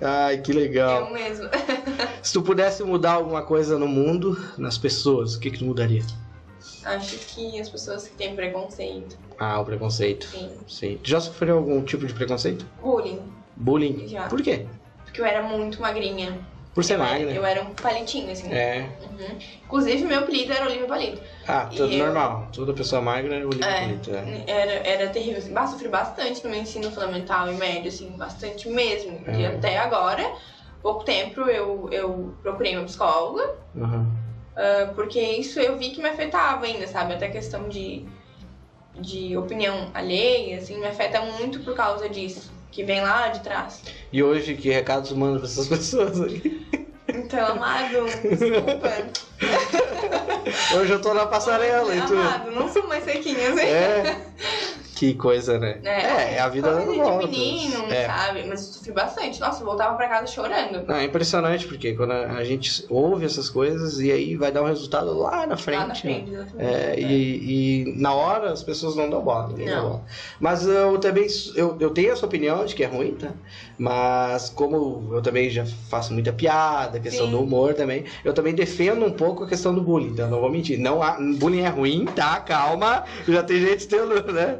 [SPEAKER 2] Ai, que legal.
[SPEAKER 3] Eu mesma.
[SPEAKER 2] Se tu pudesse mudar alguma coisa no mundo, nas pessoas, o que, que tu mudaria?
[SPEAKER 3] Acho que as pessoas que têm preconceito,
[SPEAKER 2] Ah, o preconceito.
[SPEAKER 3] sim.
[SPEAKER 2] Sim. Tu já sofreu algum tipo de preconceito?
[SPEAKER 3] Bullying.
[SPEAKER 2] Bullying?
[SPEAKER 3] Já.
[SPEAKER 2] Por quê?
[SPEAKER 3] Porque eu era muito magrinha.
[SPEAKER 2] Por ser
[SPEAKER 3] eu, era-
[SPEAKER 2] magra.
[SPEAKER 3] eu era um palitinho, assim.
[SPEAKER 2] É.
[SPEAKER 3] Uhum. Inclusive, meu apelido era Olivia Palito.
[SPEAKER 2] Ah, tudo
[SPEAKER 3] E eu-
[SPEAKER 2] normal. Toda pessoa magra é o livro bonito, né?
[SPEAKER 3] Era, era terrível. Assim. Bah, sofri bastante no meu ensino fundamental e médio, assim, bastante mesmo. E
[SPEAKER 2] É.
[SPEAKER 3] até agora, pouco tempo, eu, eu procurei uma psicóloga,
[SPEAKER 2] Aham.
[SPEAKER 3] ah, porque isso eu vi que me afetava ainda, sabe? Até a questão de de opinião alheia, assim, me afeta muito por causa disso, que vem lá de trás.
[SPEAKER 2] E hoje, que recados manda pra essas pessoas aí?
[SPEAKER 3] Então, amado, desculpa.
[SPEAKER 2] Hoje eu tô na passarela e tudo.
[SPEAKER 3] amado, não sou mais sequinha, assim.
[SPEAKER 2] É. Que coisa, né?
[SPEAKER 3] É,
[SPEAKER 2] É, a vida
[SPEAKER 3] Coisa
[SPEAKER 2] não
[SPEAKER 3] de
[SPEAKER 2] volta.
[SPEAKER 3] menino,
[SPEAKER 2] É.
[SPEAKER 3] sabe? Mas eu sofri bastante. Nossa, eu voltava pra casa chorando.
[SPEAKER 2] Não, é impressionante, porque quando a a gente ouve essas coisas e aí vai dar um resultado lá na frente.
[SPEAKER 3] lá na
[SPEAKER 2] né?
[SPEAKER 3] frente. exatamente.
[SPEAKER 2] É, e, e na hora as pessoas não dão bola, ninguém dá
[SPEAKER 3] Não.
[SPEAKER 2] bola. Mas eu também eu, eu tenho essa opinião de que é ruim, tá? Mas como eu também já faço muita piada, questão
[SPEAKER 3] Sim.
[SPEAKER 2] do humor também, eu também defendo um pouco a questão do bullying, então não vou mentir. Não há- bullying é ruim, tá? Calma, já tem gente tendo, né?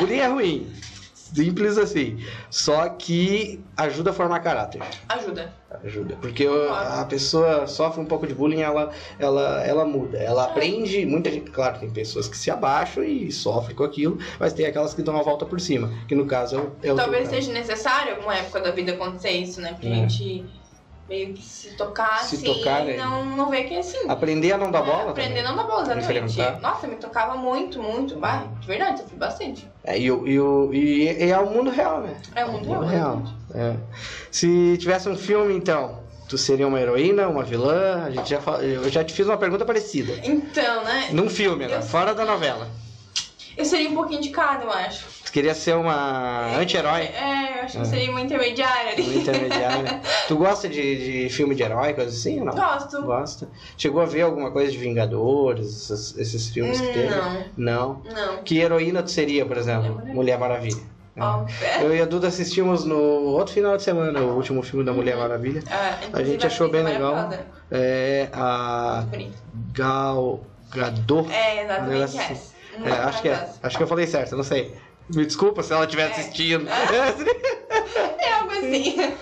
[SPEAKER 2] bullying é ruim. Simples assim. Só que ajuda a formar caráter.
[SPEAKER 3] Ajuda.
[SPEAKER 2] Ajuda. Porque eu- a pessoa sofre um pouco de bullying, ela, ela, ela muda. Ela aprende. Muita gente, claro, tem pessoas que se abaixam e sofrem com aquilo, mas tem aquelas que dão a volta por cima. Que no caso é o. é o
[SPEAKER 3] Talvez
[SPEAKER 2] teu caso.
[SPEAKER 3] seja necessário em alguma época da vida acontecer isso, né? Pra
[SPEAKER 2] É.
[SPEAKER 3] gente meio que se tocar
[SPEAKER 2] Se
[SPEAKER 3] assim
[SPEAKER 2] tocar, né?
[SPEAKER 3] e não, não ver que é assim.
[SPEAKER 2] Aprender a né? não dar bola.
[SPEAKER 3] Aprender
[SPEAKER 2] também.
[SPEAKER 3] não dá bola, exatamente.
[SPEAKER 2] Enfrentar.
[SPEAKER 3] Nossa, me tocava muito, muito. Vai, de verdade, sofri bastante.
[SPEAKER 2] É, e, o- e, o- e, e é o mundo real, né?
[SPEAKER 3] É muito
[SPEAKER 2] Mundo
[SPEAKER 3] ruim.
[SPEAKER 2] real. É. Se tivesse um filme, então, tu seria uma heroína, uma vilã? A gente já, fa- eu já te fiz uma pergunta parecida.
[SPEAKER 3] Então, né?
[SPEAKER 2] Num filme, agora,
[SPEAKER 3] Eu-
[SPEAKER 2] fora da novela.
[SPEAKER 3] Eu seria um pouquinho de cada, eu acho.
[SPEAKER 2] Tu queria ser uma anti-herói?
[SPEAKER 3] É, eu acho
[SPEAKER 2] É.
[SPEAKER 3] que seria uma intermediária
[SPEAKER 2] Um
[SPEAKER 3] ali.
[SPEAKER 2] intermediário. tu gosta de, de filme de herói, coisa assim ou não?
[SPEAKER 3] Gosto.
[SPEAKER 2] Gosta. Chegou a ver alguma coisa de Vingadores, esses, esses filmes que teve?
[SPEAKER 3] Hum,
[SPEAKER 2] Não.
[SPEAKER 3] não, não.
[SPEAKER 2] Que heroína tu seria, por exemplo? Mulher
[SPEAKER 3] Mulher
[SPEAKER 2] Maravilha.
[SPEAKER 3] Ó, é.
[SPEAKER 2] Ah. Eu e a Duda assistimos no outro final de semana o último filme da Mulher Maravilha.
[SPEAKER 3] Ah, inclusive,
[SPEAKER 2] gente achou bem
[SPEAKER 3] atriz
[SPEAKER 2] legal. Ah.
[SPEAKER 3] maravilhosa.
[SPEAKER 2] É a
[SPEAKER 3] Muito bonita.
[SPEAKER 2] Gal Gadot.
[SPEAKER 3] É, Um
[SPEAKER 2] Ela-
[SPEAKER 3] exatamente essa.
[SPEAKER 2] É, acho que é. Acho que eu falei certo, não sei. Me desculpa se ela estiver
[SPEAKER 3] É.
[SPEAKER 2] assistindo.
[SPEAKER 3] É algo assim.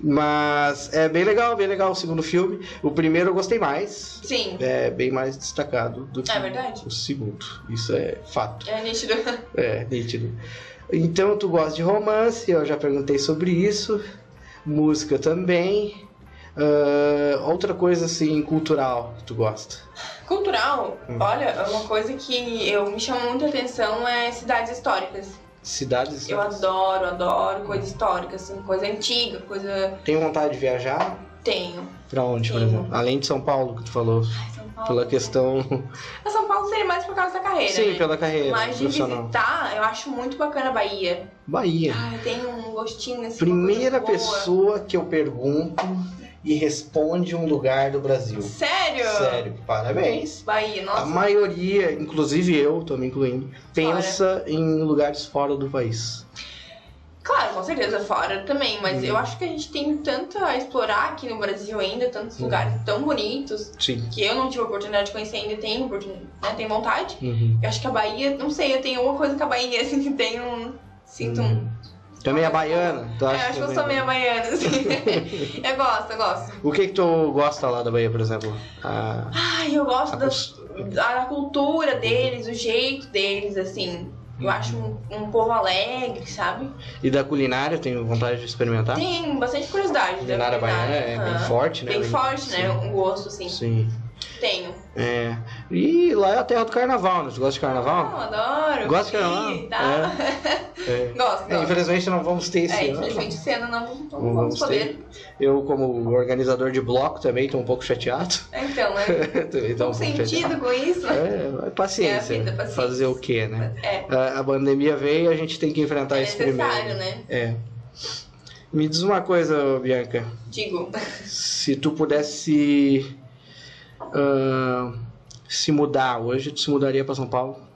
[SPEAKER 2] Mas é bem legal, bem legal o segundo filme. O primeiro eu gostei mais.
[SPEAKER 3] Sim,
[SPEAKER 2] É bem mais destacado do que
[SPEAKER 3] é verdade.
[SPEAKER 2] o segundo. Isso é fato.
[SPEAKER 3] É nítido.
[SPEAKER 2] É, nítido. Então, tu gosta de romance, eu já perguntei sobre isso. Música também. Ah, outra coisa, assim, cultural que tu gosta.
[SPEAKER 3] Cultural,
[SPEAKER 2] Hum.
[SPEAKER 3] olha, é uma coisa que eu me chama muito atenção é cidades históricas.
[SPEAKER 2] Cidades.
[SPEAKER 3] Eu adoro, adoro coisa histórica, assim, coisa antiga, coisa.
[SPEAKER 2] Tem vontade de viajar?
[SPEAKER 3] Tenho.
[SPEAKER 2] Pra onde, por
[SPEAKER 3] Sim.
[SPEAKER 2] exemplo? Além de São Paulo, que tu falou.
[SPEAKER 3] Ai, São Paulo.
[SPEAKER 2] Pela questão.
[SPEAKER 3] Mas São Paulo seria mais por causa da carreira.
[SPEAKER 2] Sim,
[SPEAKER 3] né?
[SPEAKER 2] pela carreira
[SPEAKER 3] Mas de
[SPEAKER 2] profissional.
[SPEAKER 3] visitar, eu acho muito bacana a Bahia.
[SPEAKER 2] Bahia.
[SPEAKER 3] Ai, tem um gostinho assim. uma
[SPEAKER 2] Primeira
[SPEAKER 3] coisa boa.
[SPEAKER 2] pessoa que eu pergunto e responde um lugar do Brasil.
[SPEAKER 3] Sério?
[SPEAKER 2] Sério, parabéns.
[SPEAKER 3] Bahia,
[SPEAKER 2] A
[SPEAKER 3] nossa.
[SPEAKER 2] maioria, inclusive eu, tô me incluindo, pensa em lugares fora do país.
[SPEAKER 3] Claro, com certeza, fora também, mas
[SPEAKER 2] Hum.
[SPEAKER 3] eu acho que a gente tem tanto a explorar aqui no Brasil ainda, tantos
[SPEAKER 2] Hum.
[SPEAKER 3] lugares tão bonitos
[SPEAKER 2] Sim.
[SPEAKER 3] que eu não tive a oportunidade de conhecer ainda, tenho, oportun- né, tenho vontade.
[SPEAKER 2] Uhum.
[SPEAKER 3] Eu acho que a Bahia, não sei, eu tenho uma coisa com a Bahia, assim, que tem um. Sinto um.
[SPEAKER 2] Também é baiana? Hum. Tu
[SPEAKER 3] É,
[SPEAKER 2] acha
[SPEAKER 3] acho que eu
[SPEAKER 2] também?
[SPEAKER 3] sou meio baiana, assim. eu gosto, eu gosto.
[SPEAKER 2] O que que tu gosta lá da Bahia, por exemplo? A,
[SPEAKER 3] Ai, eu
[SPEAKER 2] a
[SPEAKER 3] gosto Ah, da,
[SPEAKER 2] cos-
[SPEAKER 3] da cultura deles, o jeito deles, assim.
[SPEAKER 2] Uhum.
[SPEAKER 3] Eu acho um, um povo alegre, sabe?
[SPEAKER 2] E da culinária, eu tenho vontade de experimentar?
[SPEAKER 3] Tem bastante curiosidade. da
[SPEAKER 2] Tá. culinária baiana é
[SPEAKER 3] aham.
[SPEAKER 2] bem forte, né?
[SPEAKER 3] Bem forte, né?
[SPEAKER 2] Sim.
[SPEAKER 3] Um gosto, assim.
[SPEAKER 2] Sim.
[SPEAKER 3] Tenho.
[SPEAKER 2] É. E lá é a terra do carnaval, né? Tu gosta de
[SPEAKER 3] Ah, eu
[SPEAKER 2] carnaval?
[SPEAKER 3] adoro.
[SPEAKER 2] Gosta de carnaval?
[SPEAKER 3] sim, tá?
[SPEAKER 2] É.
[SPEAKER 3] Gosto,
[SPEAKER 2] É,
[SPEAKER 3] gosto.
[SPEAKER 2] infelizmente não vamos ter esse
[SPEAKER 3] É,
[SPEAKER 2] ano.
[SPEAKER 3] infelizmente, cena não, não
[SPEAKER 2] Não vamos
[SPEAKER 3] vamos poder.
[SPEAKER 2] Eu, como organizador de bloco, também estou um pouco chateado.
[SPEAKER 3] Então, né?
[SPEAKER 2] também tô
[SPEAKER 3] Tem
[SPEAKER 2] um pouco chateado.
[SPEAKER 3] sentido com isso, né?
[SPEAKER 2] É, é paciência.
[SPEAKER 3] É a vida, paciência.
[SPEAKER 2] Fazer o quê, né?
[SPEAKER 3] É,
[SPEAKER 2] A, a pandemia veio e a gente tem que enfrentar
[SPEAKER 3] é
[SPEAKER 2] isso primeiro.
[SPEAKER 3] necessário, né?
[SPEAKER 2] É. Me diz uma coisa, Bianca.
[SPEAKER 3] Digo,
[SPEAKER 2] Se tu pudesse ah, se mudar hoje, tu se mudaria para São Paulo?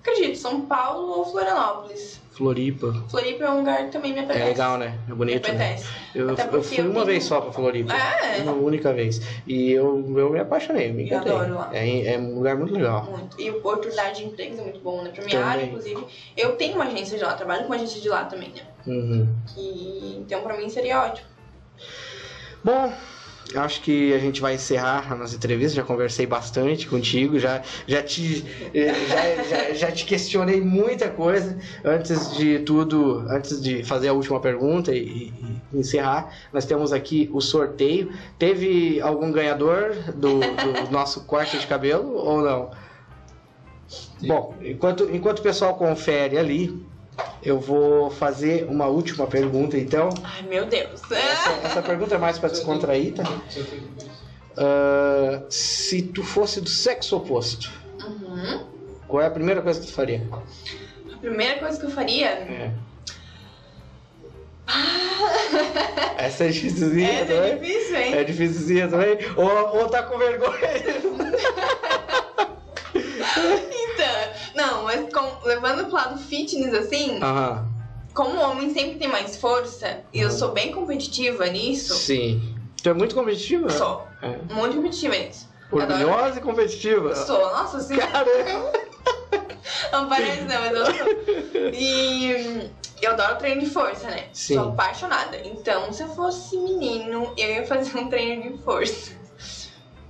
[SPEAKER 3] acredito, São Paulo ou Florianópolis.
[SPEAKER 2] Floripa.
[SPEAKER 3] Floripa é um lugar que também me apetece.
[SPEAKER 2] É legal, né? É
[SPEAKER 3] Me
[SPEAKER 2] bonito, né?
[SPEAKER 3] apetece.
[SPEAKER 2] Eu,
[SPEAKER 3] Até
[SPEAKER 2] eu
[SPEAKER 3] porque
[SPEAKER 2] fui
[SPEAKER 3] eu
[SPEAKER 2] uma
[SPEAKER 3] tenho-
[SPEAKER 2] vez só pra Floripa.
[SPEAKER 3] É,
[SPEAKER 2] Uma única vez. E eu, eu me apaixonei, eu me
[SPEAKER 3] Eu
[SPEAKER 2] encantei.
[SPEAKER 3] adoro lá.
[SPEAKER 2] É, é um lugar muito legal.
[SPEAKER 3] muito. E oportunidade de emprego é muito bom, né? Pra minha
[SPEAKER 2] Também.
[SPEAKER 3] área, inclusive. Eu tenho uma agência de lá, trabalho com uma agência de lá também, né?
[SPEAKER 2] Uhum.
[SPEAKER 3] Que, então, pra mim seria ótimo.
[SPEAKER 2] Bom, eu acho que a gente vai encerrar a nossa entrevista. Já conversei bastante contigo, já, já, te, eh, já, já, já te questionei muita coisa. Antes de tudo, antes de fazer a última pergunta e, e encerrar, nós temos aqui o sorteio. Teve algum ganhador do, do nosso corte de cabelo ou não? Bom, enquanto, enquanto o pessoal confere ali, eu vou fazer uma última pergunta, então.
[SPEAKER 3] Ai, meu Deus.
[SPEAKER 2] Essa, essa pergunta é mais para descontrair, tá? Ah, se tu fosse do sexo oposto,
[SPEAKER 3] Uhum.
[SPEAKER 2] qual é a primeira coisa que tu faria?
[SPEAKER 3] A primeira coisa que eu faria
[SPEAKER 2] Essa é difícilzinha
[SPEAKER 3] Essa
[SPEAKER 2] também?
[SPEAKER 3] é difícil, hein?
[SPEAKER 2] É difícilzinha também? Ou, ou tá com vergonha?
[SPEAKER 3] Então, não, mas com- levando pro lado fitness, assim,
[SPEAKER 2] Aham,
[SPEAKER 3] como o homem sempre tem mais força, e eu
[SPEAKER 2] Ah.
[SPEAKER 3] sou bem competitiva nisso,
[SPEAKER 2] sim. Tu é muito competitiva? né?
[SPEAKER 3] sou
[SPEAKER 2] É.
[SPEAKER 3] muito competitiva nisso.
[SPEAKER 2] Orgulhosa e competitiva.
[SPEAKER 3] Sou, nossa, assim,
[SPEAKER 2] Caramba!
[SPEAKER 3] não parece não, mas eu sou. E hum, eu adoro treino de força, né?
[SPEAKER 2] Sim.
[SPEAKER 3] Sou apaixonada. Então, se eu fosse menino, eu ia fazer um treino de força.
[SPEAKER 2] Hum.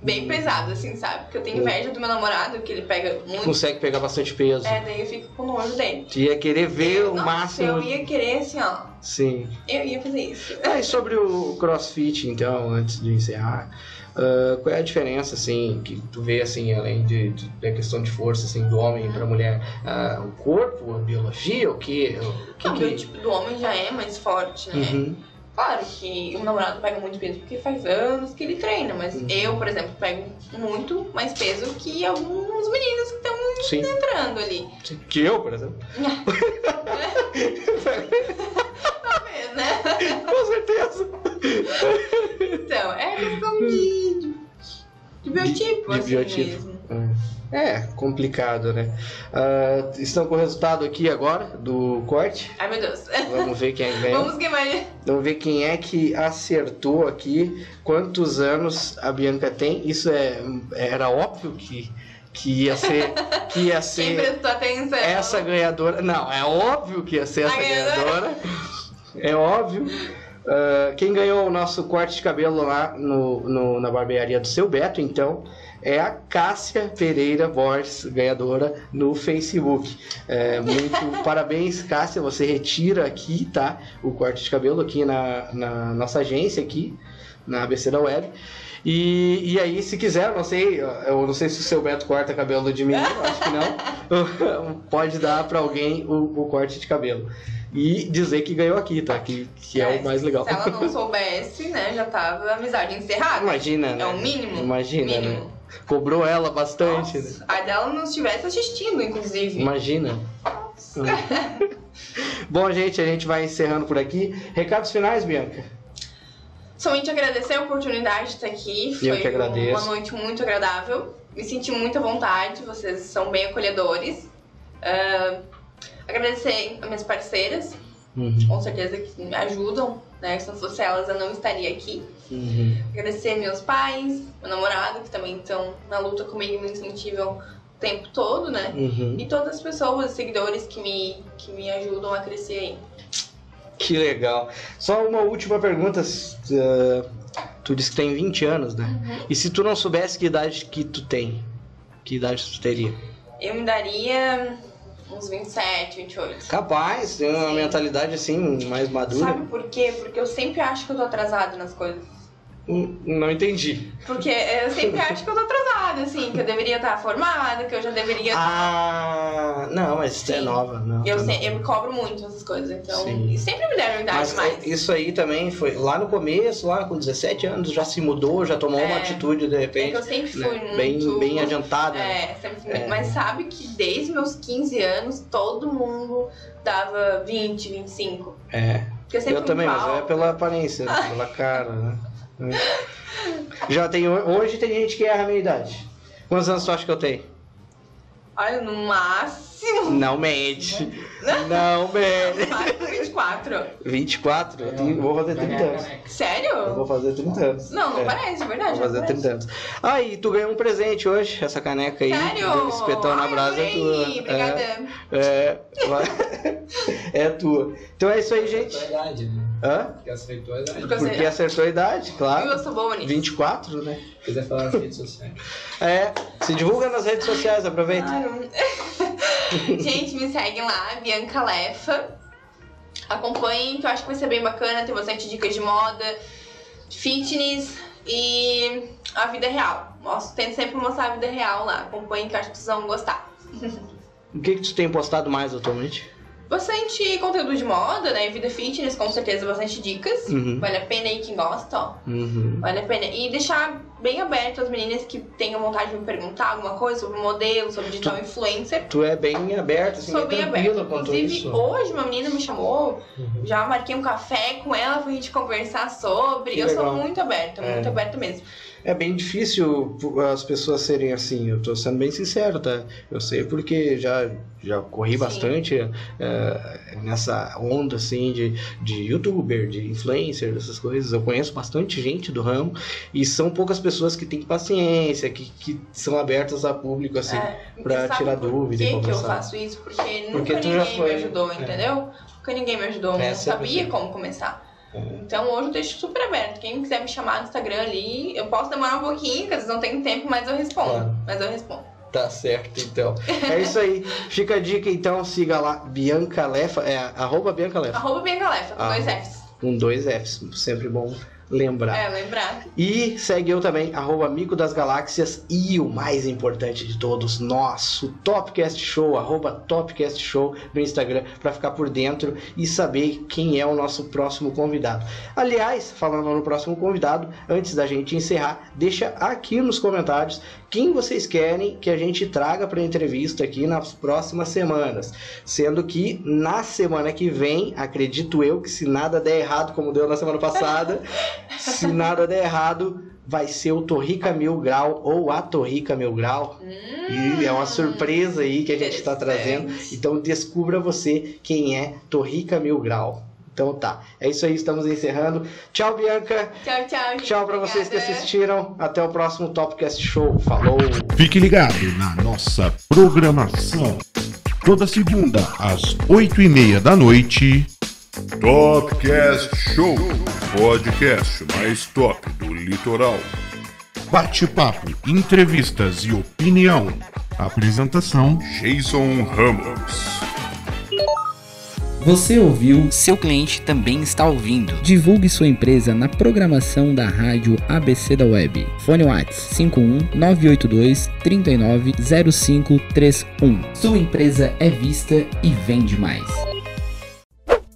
[SPEAKER 3] Bem pesado, assim, sabe? Porque eu tenho inveja do meu namorado, que ele pega muito.
[SPEAKER 2] Consegue pegar bastante peso.
[SPEAKER 3] É, daí eu fico com nojo dele.
[SPEAKER 2] Tu ia querer ver o
[SPEAKER 3] Nossa,
[SPEAKER 2] máximo.
[SPEAKER 3] Eu ia querer, assim, ó.
[SPEAKER 2] Sim.
[SPEAKER 3] Eu ia fazer isso.
[SPEAKER 2] Ah, e sobre o CrossFit, então, antes de encerrar, ah, qual é a diferença, assim, que tu vê, assim, além de, de- da questão de força, assim, do homem pra mulher? Ah, o corpo, a biologia, o que? O que
[SPEAKER 3] Não,
[SPEAKER 2] que...
[SPEAKER 3] o tipo do homem já é mais forte, né?
[SPEAKER 2] Uhum,
[SPEAKER 3] Claro que o namorado pega muito peso porque faz anos que ele treina, mas
[SPEAKER 2] Uhum.
[SPEAKER 3] eu, por exemplo, pego muito mais peso que alguns meninos que estão
[SPEAKER 2] sim,
[SPEAKER 3] entrando ali.
[SPEAKER 2] sim. Que eu, por exemplo.
[SPEAKER 3] Talvez, né?
[SPEAKER 2] Com certeza.
[SPEAKER 3] Então, é questão de, de, de biotipo,
[SPEAKER 2] De
[SPEAKER 3] assim
[SPEAKER 2] biotipo.
[SPEAKER 3] mesmo.
[SPEAKER 2] É, complicado, né? Ah, estamos com o resultado aqui agora do corte.
[SPEAKER 3] Ai, meu Deus.
[SPEAKER 2] Vamos ver quem ganha.
[SPEAKER 3] Vamos queimar ele.
[SPEAKER 2] Vamos ver quem é que acertou aqui, quantos anos a Bianca tem. Isso é, era óbvio que, que ia ser, que ia
[SPEAKER 3] Quem
[SPEAKER 2] ser
[SPEAKER 3] prestou atenção?
[SPEAKER 2] essa ganhadora. Não, é óbvio que ia ser essa
[SPEAKER 3] A ganhadora.
[SPEAKER 2] ganhadora. É óbvio. Ah, quem ganhou o nosso corte de cabelo lá no, no- na barbearia do seu Beto, então, é a Cássia Pereira Borges, ganhadora no Facebook. É, muito parabéns, Cássia. Você retira aqui, tá? O corte de cabelo aqui na, na nossa agência aqui, na ABC da Web. E, e aí, se quiser, eu não sei, eu não sei se o seu Beto corta cabelo de mim, eu acho que não. Pode dar pra alguém o, o corte de cabelo. E dizer que ganhou aqui, tá? Que, que é o mais legal.
[SPEAKER 3] Se ela não soubesse, né, já tava a amizade encerrada.
[SPEAKER 2] Imagina, né?
[SPEAKER 3] É o mínimo.
[SPEAKER 2] Imagina, né?
[SPEAKER 3] mínimo.
[SPEAKER 2] Cobrou ela bastante, né?
[SPEAKER 3] Nossa, a dela não estivesse assistindo, inclusive.
[SPEAKER 2] Imagina. Bom, gente, a gente vai encerrando por aqui. Recados finais, Bianca?
[SPEAKER 3] Somente agradecer a oportunidade de estar aqui. Foi
[SPEAKER 2] Eu que agradeço.
[SPEAKER 3] uma noite muito agradável. Me senti muito à vontade, vocês são bem acolhedores. Ah, agradecer as minhas parceiras, com certeza que me ajudam, né? Se não fosse elas, eu não estaria aqui.
[SPEAKER 2] Uhum.
[SPEAKER 3] Agradecer meus pais, meu namorado, que também estão na luta comigo e me incentivam o tempo todo, né?
[SPEAKER 2] Uhum.
[SPEAKER 3] E todas as pessoas, seguidores que me, que me ajudam a crescer aí.
[SPEAKER 2] Que legal. Só uma última pergunta. s- eh, tu disse que tem 20 anos, né?
[SPEAKER 3] Uhum.
[SPEAKER 2] E se tu não soubesse que idade que tu tem? Que idade tu teria?
[SPEAKER 3] Eu me daria uns 27, 28.
[SPEAKER 2] Capaz, tem uma
[SPEAKER 3] Sim.
[SPEAKER 2] mentalidade assim, mais madura.
[SPEAKER 3] Sabe por quê? Porque eu sempre acho que eu tô atrasado nas coisas.
[SPEAKER 2] Hum, Não entendi.
[SPEAKER 3] Porque eu sempre acho que eu tô atrasada, assim, que eu deveria estar formada, que eu já deveria.
[SPEAKER 2] Ah, não, mas tu é
[SPEAKER 3] Sim.
[SPEAKER 2] nova. Não,
[SPEAKER 3] eu,
[SPEAKER 2] tá
[SPEAKER 3] se-
[SPEAKER 2] nova.
[SPEAKER 3] eu me cobro muito essas coisas, então.
[SPEAKER 2] Sim.
[SPEAKER 3] e Sempre me deram idade
[SPEAKER 2] Mas
[SPEAKER 3] mais.
[SPEAKER 2] isso aí também foi lá no começo, lá com 17 anos, já se mudou, já tomou uma
[SPEAKER 3] É.
[SPEAKER 2] atitude de
[SPEAKER 3] É que
[SPEAKER 2] repente.
[SPEAKER 3] eu sempre
[SPEAKER 2] né,
[SPEAKER 3] fui muito.
[SPEAKER 2] Bem, bem adiantada. né?
[SPEAKER 3] É, sempre fui muito.
[SPEAKER 2] É.
[SPEAKER 3] Mas sabe que desde meus 15 anos todo mundo dava 20, 25.
[SPEAKER 2] É.
[SPEAKER 3] Porque eu sempre
[SPEAKER 2] Eu
[SPEAKER 3] fui
[SPEAKER 2] também, mas
[SPEAKER 3] mal.
[SPEAKER 2] é pela aparência, né? pela cara, né? É. Já tem. Hoje tem gente que erra a minha idade. Quantos anos tu acha que eu tenho?
[SPEAKER 3] Olha, no máximo.
[SPEAKER 2] Não mente. Não mente.
[SPEAKER 3] no máximo 24.
[SPEAKER 2] 24? Eu tenho- vou fazer 30 anos.
[SPEAKER 3] Sério?
[SPEAKER 2] Eu vou fazer 30 anos.
[SPEAKER 3] Não, não
[SPEAKER 2] É.
[SPEAKER 3] parece, de verdade.
[SPEAKER 2] Vou
[SPEAKER 3] não
[SPEAKER 2] fazer
[SPEAKER 3] parece.
[SPEAKER 2] 30 anos. Ah, e tu ganhou um presente hoje, essa caneca aí.
[SPEAKER 3] Sério?
[SPEAKER 2] do Espetão na
[SPEAKER 3] Ai,
[SPEAKER 2] brasa é
[SPEAKER 3] adorei,
[SPEAKER 2] tua.
[SPEAKER 3] Obrigada.
[SPEAKER 2] É, é, vai- é tua. Então é isso aí, gente.
[SPEAKER 8] idade, né?
[SPEAKER 2] Hã?
[SPEAKER 8] Porque aceitou a idade.
[SPEAKER 3] Porque eu
[SPEAKER 2] Porque
[SPEAKER 3] sei-
[SPEAKER 2] acertou a idade,
[SPEAKER 3] Viu, eu
[SPEAKER 2] claro.
[SPEAKER 3] sou boa bonita.
[SPEAKER 2] 24, né?
[SPEAKER 8] Quiser falar nas redes sociais.
[SPEAKER 2] É, se divulga nas redes sociais, aproveita.
[SPEAKER 3] Claro. Gente, me seguem lá, Bianca Lefa. Acompanhem, que eu acho que vai ser bem bacana. Tem bastante dicas de moda, de fitness e a vida real. Mostro, tento sempre mostrar a vida real lá. Acompanhem, que eu acho que vocês vão gostar.
[SPEAKER 2] O que, que tu tem postado mais atualmente?
[SPEAKER 3] Bastante conteúdo de moda, né? Vida fitness, com certeza, bastante dicas.
[SPEAKER 2] Uhum.
[SPEAKER 3] Vale a pena aí quem gosta, ó.
[SPEAKER 2] Uhum.
[SPEAKER 3] Vale a pena. E deixar bem aberto as meninas que tenham vontade de me perguntar alguma coisa sobre modelo, sobre digital influencer.
[SPEAKER 2] Tu é bem aberto, assim,
[SPEAKER 3] Sou
[SPEAKER 2] bem
[SPEAKER 3] bem
[SPEAKER 2] tranquila
[SPEAKER 3] aberta.
[SPEAKER 2] quanto
[SPEAKER 3] Inclusive,
[SPEAKER 2] isso.
[SPEAKER 3] hoje uma menina me chamou,
[SPEAKER 8] Uhum.
[SPEAKER 3] já marquei um café com ela pra gente conversar sobre.
[SPEAKER 2] Que
[SPEAKER 3] eu
[SPEAKER 2] legal.
[SPEAKER 3] sou muito aberta,
[SPEAKER 2] É.
[SPEAKER 3] muito aberta mesmo.
[SPEAKER 2] É bem difícil pu- as pessoas serem assim, eu tô sendo bem sincero, tá? Eu sei porque já, já corri
[SPEAKER 3] Sim.
[SPEAKER 2] bastante eh, nessa onda, assim, de, de youtuber, de influencer, dessas coisas. Eu conheço bastante gente do ramo e são poucas pessoas que têm paciência, que, que são abertas a público, assim.
[SPEAKER 3] É,
[SPEAKER 2] pra
[SPEAKER 3] sabe
[SPEAKER 2] tirar
[SPEAKER 3] por
[SPEAKER 2] dúvida e
[SPEAKER 3] que, que eu
[SPEAKER 2] conversar.
[SPEAKER 3] faço isso? Porque nunca
[SPEAKER 2] Porque tu já
[SPEAKER 3] ninguém
[SPEAKER 2] foi,
[SPEAKER 3] me ajudou,
[SPEAKER 2] é.
[SPEAKER 3] entendeu? Nunca ninguém me ajudou, não
[SPEAKER 2] Essa é a É.
[SPEAKER 3] sabia
[SPEAKER 2] verdade.
[SPEAKER 3] como começar. Então hoje eu deixo super aberto. Quem quiser me chamar no Instagram ali, eu posso demorar um pouquinho, que às vezes não tenho tempo, mas eu respondo.
[SPEAKER 2] Claro.
[SPEAKER 3] Mas eu respondo.
[SPEAKER 2] Tá certo, então. É isso aí. Fica a dica, então. Siga lá, Bianca Lefa. É, arroba Bianca Lefa.
[SPEAKER 3] Arroba bem galefa, com
[SPEAKER 2] Ah. tá.
[SPEAKER 3] dois Fs.
[SPEAKER 2] Com dois Fs. Sempre bom lembrar.
[SPEAKER 3] É, lembrar.
[SPEAKER 2] E segue eu também, arroba Amigo das Galáxias. E o mais importante de todos, nosso Topcast Show, arroba Topcast Show no Instagram, para ficar por dentro e saber quem é o nosso próximo convidado. Aliás, falando no próximo convidado, antes da gente encerrar, deixa aqui nos comentários quem vocês querem que a gente traga para entrevista aqui nas próximas semanas. Sendo que na semana que vem, acredito eu que se nada der errado, como deu na semana passada, se nada der errado, vai ser o Torrica Mil Grau ou a Torrica Mil Grau. E é uma surpresa aí que a gente está trazendo. Então descubra você quem é Torrica Mil Grau. Então tá, é isso aí, estamos encerrando. Tchau, Bianca.
[SPEAKER 3] Hum. Tchau, tchau. gente.
[SPEAKER 2] Tchau pra vocês que
[SPEAKER 3] Obrigada.
[SPEAKER 2] assistiram. Até o próximo Topcast Show. Falou!
[SPEAKER 9] Fique ligado na nossa programação. Toda segunda, às oito e meia da noite. Topcast Show, podcast mais top do litoral. Bate-papo, entrevistas e opinião. Apresentação: Jason Ramos.
[SPEAKER 4] Você ouviu?
[SPEAKER 5] Seu cliente também está ouvindo.
[SPEAKER 4] Divulgue sua empresa na programação da rádio ABC da Web. Fone Whats 51 982 390531. Sua empresa é vista e vende mais.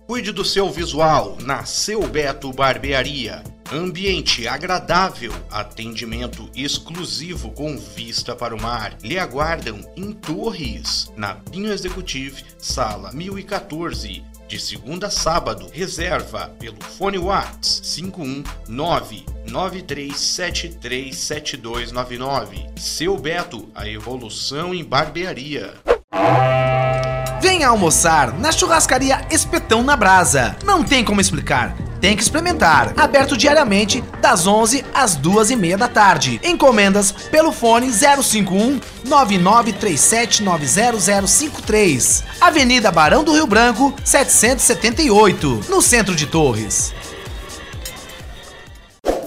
[SPEAKER 1] Cuide do seu visual na Seu Beto Barbearia. Ambiente agradável, atendimento exclusivo com vista para o mar. Lhe aguardam em Torres, na Pinho Executive, sala 1014. De segunda a sábado, reserva pelo fone Whats 51993737299. Seu Beto, a evolução em barbearia.
[SPEAKER 6] Venha almoçar na churrascaria Espetão na Brasa. Não tem como explicar. Tem que experimentar. Aberto diariamente das 11 às 2 e meia da tarde. Encomendas pelo fone 051 99379053. Avenida Barão do Rio Branco, 778, no centro de Torres.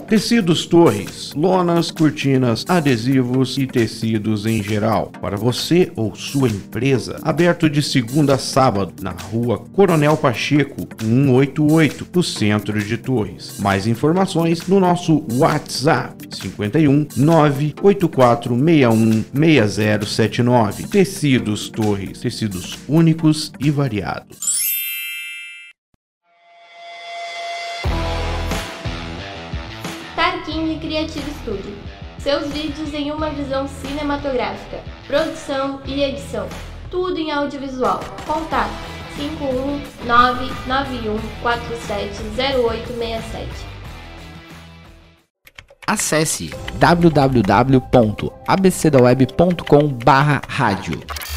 [SPEAKER 9] Tecidos Torres, lonas, cortinas, adesivos e tecidos em geral. Para você ou sua empresa, aberto de segunda a sábado na rua Coronel Pacheco, 188, no centro de Torres. Mais informações no nosso WhatsApp 51 984616079. Tecidos Torres, tecidos únicos e variados.
[SPEAKER 7] Tarquini Creative Studio. Seus vídeos em uma visão cinematográfica, produção e edição. Tudo em audiovisual. Contato 51991470867.
[SPEAKER 4] Acesse www.abcdaweb.com/rádio.